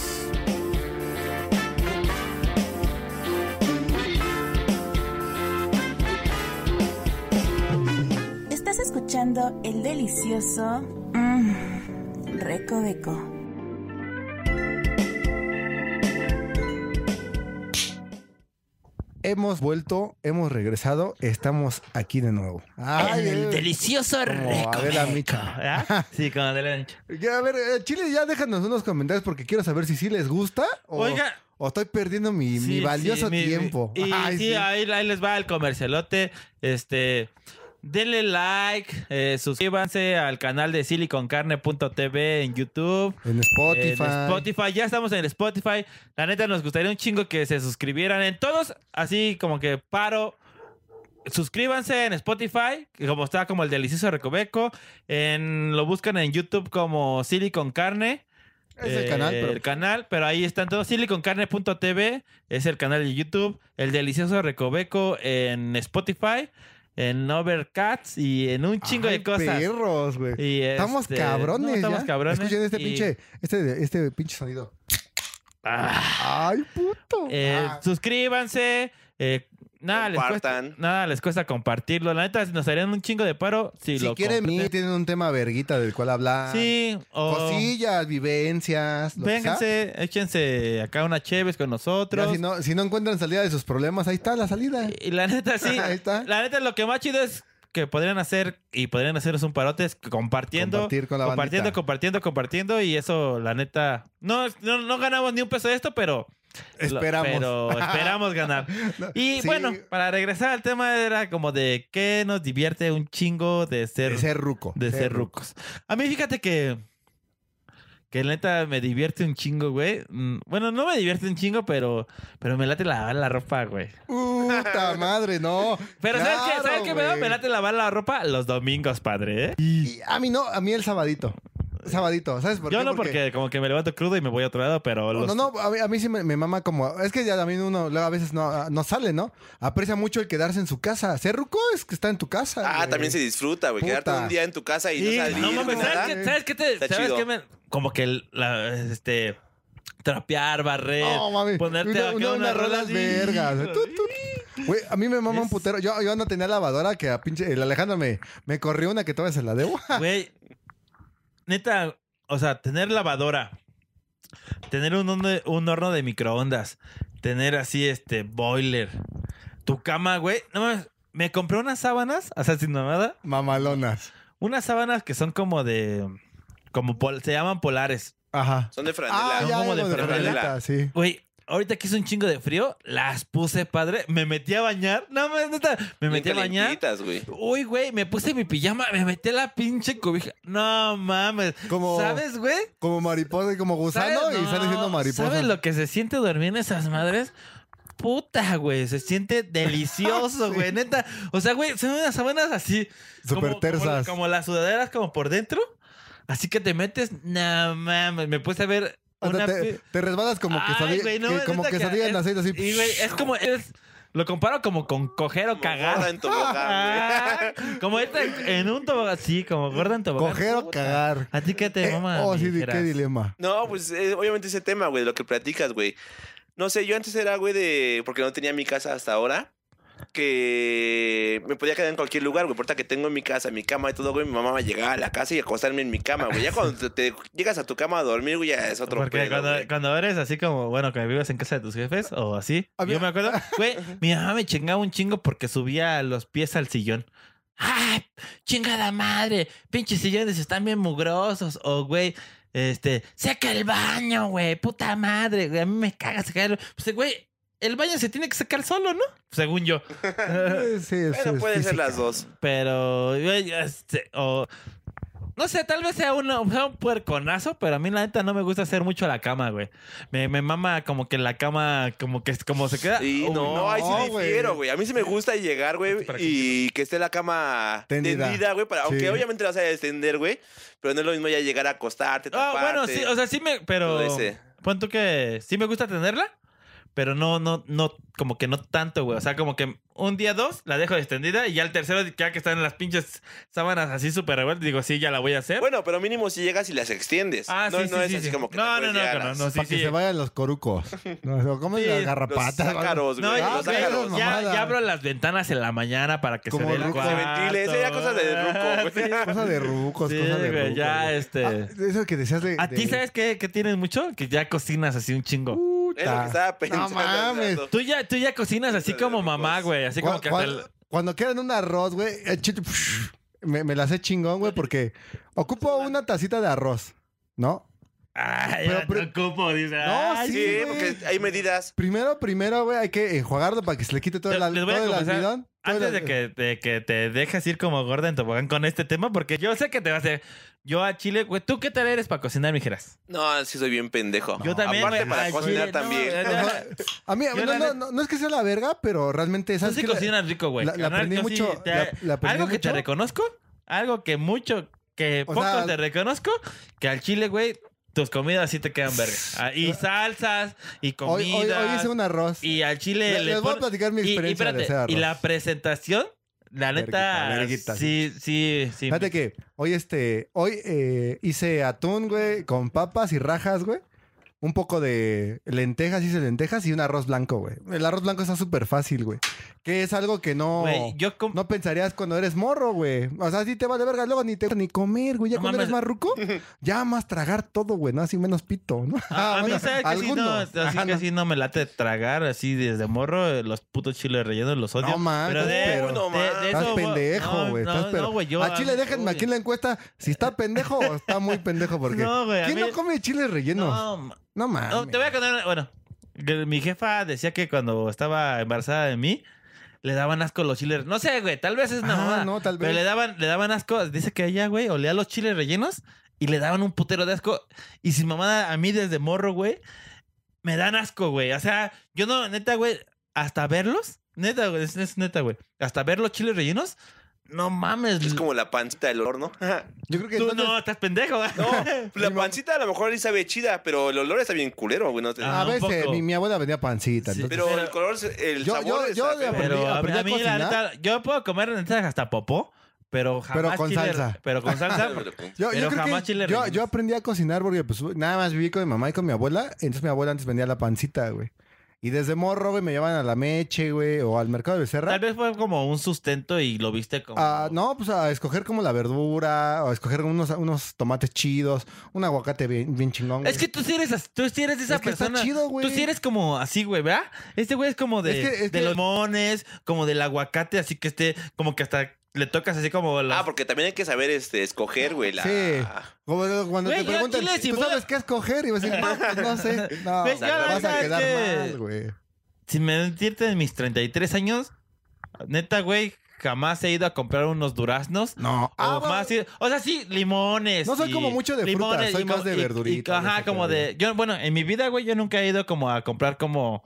[SPEAKER 3] Estás escuchando el delicioso mmm, recoveco.
[SPEAKER 4] Hemos vuelto, hemos regresado, estamos aquí de nuevo. Ay,
[SPEAKER 5] en el
[SPEAKER 4] eh.
[SPEAKER 5] delicioso
[SPEAKER 4] como
[SPEAKER 5] recoveco.
[SPEAKER 4] Adela Micha.
[SPEAKER 5] ¿verdad? Sí, con Adela Micha.
[SPEAKER 4] Ya, a ver, eh, Chile, ya déjanos unos comentarios porque quiero saber si sí les gusta o,
[SPEAKER 5] Oiga.
[SPEAKER 4] o estoy perdiendo Oh, mi, mi
[SPEAKER 5] Sí, sí,
[SPEAKER 4] valioso
[SPEAKER 5] mi- mi-
[SPEAKER 4] tiempo.
[SPEAKER 5] Y
[SPEAKER 4] Ay,
[SPEAKER 5] sí,
[SPEAKER 4] sí.
[SPEAKER 5] Ahí, ahí les va el comercialote. Este. Denle like, eh, suscríbanse al canal de siliconcarne.tv en YouTube.
[SPEAKER 4] En Spotify.
[SPEAKER 5] En Spotify, ya estamos en el Spotify. La neta, nos gustaría un chingo que se suscribieran en todos, así como que paro. Suscríbanse en Spotify, que como está como el delicioso Recoveco. En, lo buscan en YouTube como Silicon Carne.
[SPEAKER 4] Es el
[SPEAKER 5] Eh,
[SPEAKER 4] canal, pero-
[SPEAKER 5] El canal, pero ahí están todos. Siliconcarne.tv es el canal de YouTube. El delicioso Recoveco en Spotify, en Overcats y en un chingo
[SPEAKER 4] Ay,
[SPEAKER 5] de cosas.
[SPEAKER 4] perros, güey.
[SPEAKER 5] Y,
[SPEAKER 4] Estamos
[SPEAKER 5] este,
[SPEAKER 4] cabrones,
[SPEAKER 5] no, estamos
[SPEAKER 4] ya.
[SPEAKER 5] cabrones.
[SPEAKER 4] Escuchen este
[SPEAKER 5] y-
[SPEAKER 4] pinche, este, este pinche sonido.
[SPEAKER 5] Ah.
[SPEAKER 4] Ay, puto.
[SPEAKER 5] Eh,
[SPEAKER 4] Ah.
[SPEAKER 5] Suscríbanse. eh, nada, les cuesta,
[SPEAKER 6] Compartan.
[SPEAKER 5] nada les cuesta compartirlo. La neta, nos harían un chingo de paro si,
[SPEAKER 4] si
[SPEAKER 5] lo
[SPEAKER 4] quieren venir,
[SPEAKER 5] comparten.
[SPEAKER 4] tienen un tema verguita del cual hablar.
[SPEAKER 5] Sí, o
[SPEAKER 4] Cosillas, vivencias. lo que sea.
[SPEAKER 5] vénganse, échense acá una chéves con
[SPEAKER 4] Ya,
[SPEAKER 5] nosotros.
[SPEAKER 4] si, no, si no encuentran salida de sus problemas, ahí está la salida.
[SPEAKER 5] Y la neta, sí.
[SPEAKER 4] Ahí está.
[SPEAKER 5] La neta, lo que más chido es que podrían hacer y podrían hacernos un parote es compartiendo.
[SPEAKER 4] Compartir con la
[SPEAKER 5] compartiendo,
[SPEAKER 4] bandita.
[SPEAKER 5] compartiendo, compartiendo. Y eso, la neta. No, no, no ganamos ni un peso de esto, pero. Lo-
[SPEAKER 4] Esperamos.
[SPEAKER 5] Pero esperamos ganar. Y
[SPEAKER 4] Sí,
[SPEAKER 5] bueno, para regresar al tema, era como de qué nos divierte un chingo de ser,
[SPEAKER 4] de ser ruco.
[SPEAKER 5] de ser rucos. A mí, fíjate que. Que la neta me divierte un chingo, güey. Mm, Bueno, no me divierte un chingo, pero, pero me late lavar la ropa, güey.
[SPEAKER 4] Puta madre, no.
[SPEAKER 5] Pero ¿sabes
[SPEAKER 4] Claro,
[SPEAKER 5] qué? ¿Sabes qué me da?
[SPEAKER 4] güey.
[SPEAKER 5] Me late lavar la ropa los domingos, padre, ¿eh?
[SPEAKER 4] Y a mí no, a mí el sabadito. Sabadito, ¿sabes por
[SPEAKER 5] Yo
[SPEAKER 4] qué?
[SPEAKER 5] no porque como que me levanto crudo y me voy a otro lado, pero los...
[SPEAKER 4] No, no, a mí, a mí sí me, me mama como... Es que ya también uno luego a veces no, ah, no sale, ¿no? Aprecia mucho el quedarse en su casa. Ser ruco es que está en tu casa.
[SPEAKER 6] Ah,
[SPEAKER 4] güey.
[SPEAKER 6] también se disfruta, güey. Quedarte
[SPEAKER 4] Puta.
[SPEAKER 6] un día en tu casa y
[SPEAKER 5] Sí,
[SPEAKER 6] no salir.
[SPEAKER 5] no mames,
[SPEAKER 6] nada.
[SPEAKER 5] ¿sabes qué, ¿sabes qué te-
[SPEAKER 6] Está
[SPEAKER 5] sabes
[SPEAKER 6] chido.
[SPEAKER 5] qué me- Como que la, este... Trapear, barrer,
[SPEAKER 4] No, mami.
[SPEAKER 5] Eh, ponerte
[SPEAKER 4] Una-
[SPEAKER 5] acá
[SPEAKER 4] una- unas
[SPEAKER 5] rola
[SPEAKER 4] rolas
[SPEAKER 5] así.
[SPEAKER 4] vergas. Tut, tut. Güey, a mí me mama un
[SPEAKER 5] Es-
[SPEAKER 4] putero. Yo, yo no tenía lavadora que a pinche... El Alejandro me, me corrió una que todavía se la debo.
[SPEAKER 5] Güey, neta, o sea, tener lavadora, tener un horno, un horno de microondas, tener así este boiler, tu cama, güey. No mames, me compré unas sábanas, o sea, sin mamada,
[SPEAKER 4] Mamalonas.
[SPEAKER 5] unas sábanas que son como de. como pol- se llaman polares.
[SPEAKER 4] Ajá.
[SPEAKER 6] Son de franela.
[SPEAKER 4] Ah,
[SPEAKER 5] son
[SPEAKER 4] ya,
[SPEAKER 5] como
[SPEAKER 4] ya,
[SPEAKER 5] de
[SPEAKER 4] lo de
[SPEAKER 5] franela.
[SPEAKER 4] franelita, sí.
[SPEAKER 5] Güey, ahorita que hizo un chingo de frío, las puse, padre. Me metí a bañar. No mames, neta, me
[SPEAKER 6] Bien
[SPEAKER 5] metí a bañar.
[SPEAKER 6] calentitas, güey.
[SPEAKER 5] Uy, güey, me puse mi pijama, me metí a la pinche cobija. No mames.
[SPEAKER 4] Como-
[SPEAKER 5] ¿Sabes, güey?
[SPEAKER 4] Como mariposa y como gusano
[SPEAKER 5] ¿Sabes?
[SPEAKER 4] y sale
[SPEAKER 5] No,
[SPEAKER 4] siendo mariposa.
[SPEAKER 5] ¿Sabes lo que se siente dormir en esas madres? Puta, güey, se siente delicioso, güey, neta. O sea, güey, son unas sábanas así. como-
[SPEAKER 4] Súper tersas.
[SPEAKER 5] Como, como las sudaderas, como por dentro. Así que te metes, no mames, me puse a ver
[SPEAKER 4] O sea,
[SPEAKER 5] una...
[SPEAKER 4] te,
[SPEAKER 5] pi-
[SPEAKER 4] te resbalas como que
[SPEAKER 5] Ay,
[SPEAKER 4] salía,
[SPEAKER 5] güey, no,
[SPEAKER 4] que-
[SPEAKER 5] neta
[SPEAKER 4] como que
[SPEAKER 5] que
[SPEAKER 4] salía en
[SPEAKER 5] es-
[SPEAKER 4] aceite así.
[SPEAKER 5] Y, güey, es como... es- lo comparo como con coger o
[SPEAKER 6] Como gorda
[SPEAKER 5] cagar.
[SPEAKER 6] en tobogán, güey.
[SPEAKER 5] Ah, como esta en un tobogán, sí, como gorda en tobogán.
[SPEAKER 4] coger o
[SPEAKER 5] Puta.
[SPEAKER 4] cagar.
[SPEAKER 5] ¿A ti qué te
[SPEAKER 4] Eh,
[SPEAKER 5] mama?
[SPEAKER 4] oh, sí, di-
[SPEAKER 5] dijeras?
[SPEAKER 4] qué dilema.
[SPEAKER 6] No, pues eh, obviamente ese tema, güey, lo que platicas, güey. No sé, yo antes era, güey, de. Porque no tenía mi casa hasta ahora. Que me podía quedar en cualquier lugar, güey. Importa que tengo mi casa, mi cama y todo, güey. Mi mamá llegaba a la casa y acostarme en mi cama, güey. Ya cuando te, te llegas a tu cama a dormir, güey, ya es otro
[SPEAKER 5] Porque
[SPEAKER 6] pedo,
[SPEAKER 5] cuando,
[SPEAKER 6] güey.
[SPEAKER 5] cuando eres así como, bueno, que vives en casa de tus jefes o así.
[SPEAKER 4] A mí-
[SPEAKER 5] Yo me acuerdo, güey, mi mamá me chingaba un chingo porque subía los pies al sillón. ¡Ay! ¡Chingada madre! Pinches sillones están bien mugrosos. O, güey, este, seca el baño, güey. Puta madre, güey. A mí me caga secar el Pues, güey, el baño se tiene que secar solo, ¿no? Según yo.
[SPEAKER 4] Eh, Sí, sí,
[SPEAKER 6] Bueno,
[SPEAKER 4] es
[SPEAKER 6] pueden ser
[SPEAKER 4] física.
[SPEAKER 6] las dos.
[SPEAKER 5] Pero, güey, este, o. No sé, tal vez sea, una- sea un puerconazo, pero a mí la neta no me gusta hacer mucho la cama, güey. Me, me mama como que la cama, como que como se queda.
[SPEAKER 6] Sí,
[SPEAKER 5] Ah, Uy,
[SPEAKER 6] no, ahí
[SPEAKER 4] no,
[SPEAKER 6] sí
[SPEAKER 4] güey.
[SPEAKER 6] difiero, güey. A mí sí me gusta llegar, güey,
[SPEAKER 5] Para que
[SPEAKER 6] y que esté la cama
[SPEAKER 4] Tendida.
[SPEAKER 6] tendida, güey. para-
[SPEAKER 4] Sí.
[SPEAKER 6] Aunque obviamente la vas a extender, güey, pero no es lo mismo ya llegar a acostarte,
[SPEAKER 5] Ah,
[SPEAKER 6] taparte.
[SPEAKER 5] bueno, sí, o sea, sí me. Pero.
[SPEAKER 6] todo ese.
[SPEAKER 5] Pon tú que sí me gusta tenerla, pero no, no, no, como que no tanto, güey. O sea, como que un día, dos, la dejo extendida y ya el tercero, ya que están las pinches sábanas así súper revueltas, digo, sí, ya la voy a hacer.
[SPEAKER 6] Bueno, pero mínimo si llegas y las extiendes.
[SPEAKER 5] ¿Eh? ah,
[SPEAKER 6] no,
[SPEAKER 5] sí,
[SPEAKER 6] no
[SPEAKER 5] sí,
[SPEAKER 6] es
[SPEAKER 5] sí,
[SPEAKER 6] así
[SPEAKER 5] sí.
[SPEAKER 6] como que
[SPEAKER 5] no,
[SPEAKER 6] te
[SPEAKER 5] no, no,
[SPEAKER 6] puedes llegar
[SPEAKER 5] no,
[SPEAKER 6] a
[SPEAKER 5] no,
[SPEAKER 6] las-
[SPEAKER 5] sí,
[SPEAKER 4] para que
[SPEAKER 5] sí.
[SPEAKER 4] se vayan los corucos. No, ¿Cómo
[SPEAKER 5] Sí,
[SPEAKER 4] las
[SPEAKER 5] los
[SPEAKER 6] Los
[SPEAKER 4] garrapatas?
[SPEAKER 6] ácaros,
[SPEAKER 5] No,
[SPEAKER 6] Pues, güey.
[SPEAKER 5] ya-
[SPEAKER 6] los
[SPEAKER 4] ah,
[SPEAKER 5] ya,
[SPEAKER 6] ácaros.
[SPEAKER 4] mamadas.
[SPEAKER 5] ya- ya abro las ventanas en la mañana para que se
[SPEAKER 4] Como
[SPEAKER 5] dé el
[SPEAKER 4] ruco.
[SPEAKER 5] cuarto.
[SPEAKER 6] Se ventile, eso eh, ya cosas de ruco, güey.
[SPEAKER 5] Sí,
[SPEAKER 4] Cosa de rucos,
[SPEAKER 5] sí,
[SPEAKER 4] cosa de
[SPEAKER 5] güey,
[SPEAKER 4] rucos.
[SPEAKER 5] ya,
[SPEAKER 4] güey.
[SPEAKER 5] este.
[SPEAKER 4] Ah, eso que decías de.
[SPEAKER 5] ¿A ti
[SPEAKER 4] de-
[SPEAKER 5] sabes qué, qué tienes mucho? Que ya cocinas así un chingo.
[SPEAKER 6] Es lo que estaba pensando.
[SPEAKER 4] mames.
[SPEAKER 6] Eduardo.
[SPEAKER 5] Tú ya, tú ya cocinas así como mamá, güey. Así como
[SPEAKER 4] Cuando,
[SPEAKER 5] que hasta el-
[SPEAKER 4] cuando, quedan un arroz, güey, eh, chit- psh, me, me la sé chingón, güey, porque ocupo una tacita de arroz, ¿no?
[SPEAKER 5] Ay,
[SPEAKER 4] Pero-
[SPEAKER 5] ya
[SPEAKER 4] pero-
[SPEAKER 5] no ocupo, dice.
[SPEAKER 4] No,
[SPEAKER 5] ay,
[SPEAKER 6] Sí,
[SPEAKER 4] güey.
[SPEAKER 6] porque hay medidas.
[SPEAKER 4] Primero, primero, güey, hay que enjuagarlo para que se le quite todo,
[SPEAKER 5] Te-
[SPEAKER 4] el al-
[SPEAKER 5] les voy a
[SPEAKER 4] todo el
[SPEAKER 5] confesar,
[SPEAKER 4] almidón. todo el
[SPEAKER 5] Antes de
[SPEAKER 4] al-
[SPEAKER 5] que, de que te dejes ir como gorda en tobogán con este tema, porque yo sé que te va a hacer. Yo a Chile, güey, ¿tú qué tal eres para cocinar, mijeras?
[SPEAKER 6] No, sí soy bien pendejo.
[SPEAKER 5] Yo también,
[SPEAKER 6] Aparte
[SPEAKER 5] güey.
[SPEAKER 6] para
[SPEAKER 5] Ay,
[SPEAKER 6] cocinar
[SPEAKER 5] Chile, no,
[SPEAKER 6] también.
[SPEAKER 5] ya- ya.
[SPEAKER 4] A mí,
[SPEAKER 5] Yo
[SPEAKER 4] no,
[SPEAKER 5] la
[SPEAKER 4] no,
[SPEAKER 5] neta-
[SPEAKER 4] no, no es que sea la verga, pero realmente,
[SPEAKER 5] Tú
[SPEAKER 4] ¿sabes
[SPEAKER 5] sí
[SPEAKER 4] qué? La-
[SPEAKER 5] cocinas rico, güey.
[SPEAKER 4] la- la
[SPEAKER 5] carnal,
[SPEAKER 4] aprendí
[SPEAKER 5] yo sí
[SPEAKER 4] mucho-
[SPEAKER 5] te-
[SPEAKER 4] la- la aprendí
[SPEAKER 5] algo que te
[SPEAKER 4] Pues mucho.
[SPEAKER 5] reconozco, algo que mucho, que
[SPEAKER 4] O
[SPEAKER 5] poco
[SPEAKER 4] sea-
[SPEAKER 5] te reconozco, que al Chile, güey, tus comidas sí te quedan verga. Ah, Y salsas, y
[SPEAKER 4] hoy,
[SPEAKER 5] comidas.
[SPEAKER 4] hoy, hoy hice un arroz.
[SPEAKER 5] Y al Chile.
[SPEAKER 4] Le-
[SPEAKER 5] le
[SPEAKER 4] les voy a
[SPEAKER 5] pon-
[SPEAKER 4] platicar mi
[SPEAKER 5] y- y
[SPEAKER 4] experiencia
[SPEAKER 5] espérate,
[SPEAKER 4] de hacer arroz.
[SPEAKER 5] y la presentación, la neta.
[SPEAKER 4] Verguita, verguita,
[SPEAKER 5] sí, sí, sí.
[SPEAKER 4] Fíjate que hoy este, hoy eh, hice atún, güey, con papas y rajas, güey. Un poco de lentejas, hice lentejas y un arroz blanco, güey. El arroz blanco está súper fácil, güey. Que es algo que no,
[SPEAKER 5] Güey, yo comp-
[SPEAKER 4] no pensarías cuando eres morro, güey. O sea, así te va de verga, luego ni te gusta ni comer, güey. Ya
[SPEAKER 5] No
[SPEAKER 4] cuando eres
[SPEAKER 5] mames.
[SPEAKER 4] más ruco, ya más tragar todo, güey, ¿no? Así menos pito, ¿no?
[SPEAKER 5] A, a mí,
[SPEAKER 4] Bueno,
[SPEAKER 5] ¿sabes que sí, no,
[SPEAKER 4] algunos.
[SPEAKER 5] así
[SPEAKER 4] Ajá,
[SPEAKER 5] que
[SPEAKER 4] no.
[SPEAKER 5] sí no me late tragar así desde morro eh, los putos chiles rellenos, los odio.
[SPEAKER 4] No mames,
[SPEAKER 5] pero de,
[SPEAKER 4] pero-
[SPEAKER 5] de-
[SPEAKER 6] No
[SPEAKER 5] de
[SPEAKER 6] mames.
[SPEAKER 4] Estás
[SPEAKER 5] eso, güey,
[SPEAKER 4] pendejo,
[SPEAKER 5] no,
[SPEAKER 4] güey.
[SPEAKER 5] No,
[SPEAKER 4] estás
[SPEAKER 5] no,
[SPEAKER 4] pero-
[SPEAKER 5] güey, yo-
[SPEAKER 4] a Chile, déjenme
[SPEAKER 5] uy.
[SPEAKER 4] aquí en la encuesta si está pendejo o está muy pendejo. Porque
[SPEAKER 5] No, güey, a
[SPEAKER 4] ¿Quién
[SPEAKER 5] mí-
[SPEAKER 4] no come chiles rellenos?
[SPEAKER 5] No, ma-
[SPEAKER 4] No mames.
[SPEAKER 5] no, te voy a contar, una- bueno, que mi jefa decía que cuando estaba embarazada de mí le daban asco los chiles. No sé, güey, tal vez es una
[SPEAKER 4] Ah,
[SPEAKER 5] mamada,
[SPEAKER 4] no, tal
[SPEAKER 5] Pero
[SPEAKER 4] vez.
[SPEAKER 5] le daban le daban asco, dice que ella, güey, olía los chiles rellenos y le daban un putero de asco y sin mamada a mí desde morro, güey, me dan asco, güey. O sea, yo no, neta, güey, hasta verlos, neta, güey, es, es neta, güey, hasta ver los chiles rellenos, no mames.
[SPEAKER 6] Es como la pancita del horno.
[SPEAKER 4] Yo creo que
[SPEAKER 5] Tú
[SPEAKER 4] entonces-
[SPEAKER 5] no, estás pendejo. güey.
[SPEAKER 6] No,
[SPEAKER 4] Mi
[SPEAKER 6] la
[SPEAKER 4] mamá-
[SPEAKER 6] pancita a lo mejor ahí sabe chida, pero el olor está bien culero, güey. No te-
[SPEAKER 5] Ah,
[SPEAKER 4] A
[SPEAKER 5] un
[SPEAKER 4] veces
[SPEAKER 5] poco.
[SPEAKER 4] mi, mi abuela venía pancita.
[SPEAKER 5] Sí.
[SPEAKER 4] entonces-
[SPEAKER 6] pero el
[SPEAKER 5] pero-
[SPEAKER 6] color, el
[SPEAKER 4] Yo-
[SPEAKER 6] sabor
[SPEAKER 4] yo-
[SPEAKER 6] es
[SPEAKER 4] yo
[SPEAKER 6] la
[SPEAKER 4] de
[SPEAKER 6] pena.
[SPEAKER 4] aprendí-
[SPEAKER 5] Pero a,
[SPEAKER 4] aprendí
[SPEAKER 5] a
[SPEAKER 4] a
[SPEAKER 5] mí, la
[SPEAKER 4] cocinar.
[SPEAKER 5] neta, yo puedo comer neta hasta popó, pero jamás.
[SPEAKER 4] Pero con
[SPEAKER 5] chile-
[SPEAKER 4] salsa.
[SPEAKER 5] Pero con salsa.
[SPEAKER 4] yo, yo
[SPEAKER 5] pero
[SPEAKER 4] creo que
[SPEAKER 5] jamás chile
[SPEAKER 4] yo,
[SPEAKER 5] relleno.
[SPEAKER 4] yo aprendí a cocinar porque pues, nada más viví con mi mamá y con mi abuela. Entonces mi abuela antes vendía la pancita, güey. Y desde morro, güey, me llevaban a la meche, güey, o al mercado de Becerra.
[SPEAKER 5] tal vez fue como un sustento y lo viste como.
[SPEAKER 4] Ah, no, pues a escoger como la verdura, o a escoger unos, unos tomates chidos, un aguacate bien, bien chingón.
[SPEAKER 5] Es que
[SPEAKER 4] güey.
[SPEAKER 5] tú sí eres, as- tú sí eres esa
[SPEAKER 4] Es que está
[SPEAKER 5] persona.
[SPEAKER 4] chido, güey.
[SPEAKER 5] Tú sí eres como así, güey, ¿verdad? Este güey es como de,
[SPEAKER 4] Es que- es
[SPEAKER 5] de
[SPEAKER 4] que-
[SPEAKER 5] los mones, como del aguacate, así que esté, como que hasta le tocas así como. los-
[SPEAKER 6] Ah, porque también hay que saber este, escoger, güey. La...
[SPEAKER 4] Sí. Como cuando
[SPEAKER 5] Güey,
[SPEAKER 4] te
[SPEAKER 5] yo al
[SPEAKER 4] preguntan,
[SPEAKER 5] chile, si
[SPEAKER 4] ¿tú
[SPEAKER 5] voy a-
[SPEAKER 4] sabes qué escoger? Y vas a decir, no, pues no sé. No,
[SPEAKER 5] Güey,
[SPEAKER 6] yo la
[SPEAKER 4] vas
[SPEAKER 6] verdad
[SPEAKER 4] a
[SPEAKER 6] es
[SPEAKER 4] quedar
[SPEAKER 5] que-
[SPEAKER 4] mal, güey.
[SPEAKER 5] Sin mentirte, en mis 33 años, neta, güey, jamás he ido a comprar unos duraznos.
[SPEAKER 4] No. ah,
[SPEAKER 5] o, más, sí, o sea, sí, limones.
[SPEAKER 4] No soy
[SPEAKER 5] y-
[SPEAKER 4] como mucho de
[SPEAKER 5] limones,
[SPEAKER 4] frutas, soy
[SPEAKER 5] limo-
[SPEAKER 4] más de
[SPEAKER 5] y- y-
[SPEAKER 4] verdurita, de
[SPEAKER 5] ajá,
[SPEAKER 4] esa
[SPEAKER 5] como de. Yo, bueno, en mi vida, güey, yo nunca he ido como a comprar como.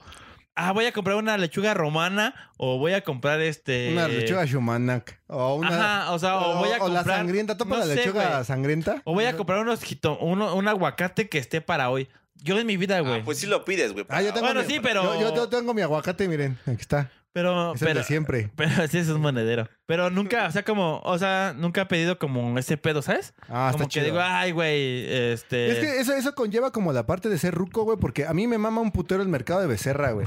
[SPEAKER 5] Ah, voy a comprar una lechuga romana o voy a comprar este.
[SPEAKER 4] Una lechuga shumanac. O una.
[SPEAKER 5] Ajá, o sea, o, voy a
[SPEAKER 4] o la
[SPEAKER 5] comprar-
[SPEAKER 4] sangrienta. ¿Topa
[SPEAKER 5] no
[SPEAKER 4] la
[SPEAKER 5] sé,
[SPEAKER 4] lechuga
[SPEAKER 5] güey.
[SPEAKER 4] sangrienta?
[SPEAKER 5] O voy a comprar unos jito- uno, un aguacate que esté para hoy. Yo en mi vida,
[SPEAKER 6] Ah,
[SPEAKER 5] güey.
[SPEAKER 6] pues sí lo pides, güey.
[SPEAKER 4] Ah, yo tengo
[SPEAKER 5] Bueno,
[SPEAKER 4] mi-
[SPEAKER 5] sí, pero-
[SPEAKER 4] Yo, yo tengo mi aguacate, miren. Aquí está.
[SPEAKER 5] pero,
[SPEAKER 4] Es el
[SPEAKER 5] pero,
[SPEAKER 4] de siempre.
[SPEAKER 5] pero sí es un monedero. Pero nunca, o sea, como, o sea, nunca he pedido como ese pedo, ¿sabes?
[SPEAKER 4] Ah,
[SPEAKER 5] como
[SPEAKER 4] está
[SPEAKER 5] que
[SPEAKER 4] chido.
[SPEAKER 5] digo, ay, güey, este.
[SPEAKER 4] Es que eso, eso conlleva como la parte de ser ruco, güey, porque a mí me mama un putero el mercado de Becerra, güey.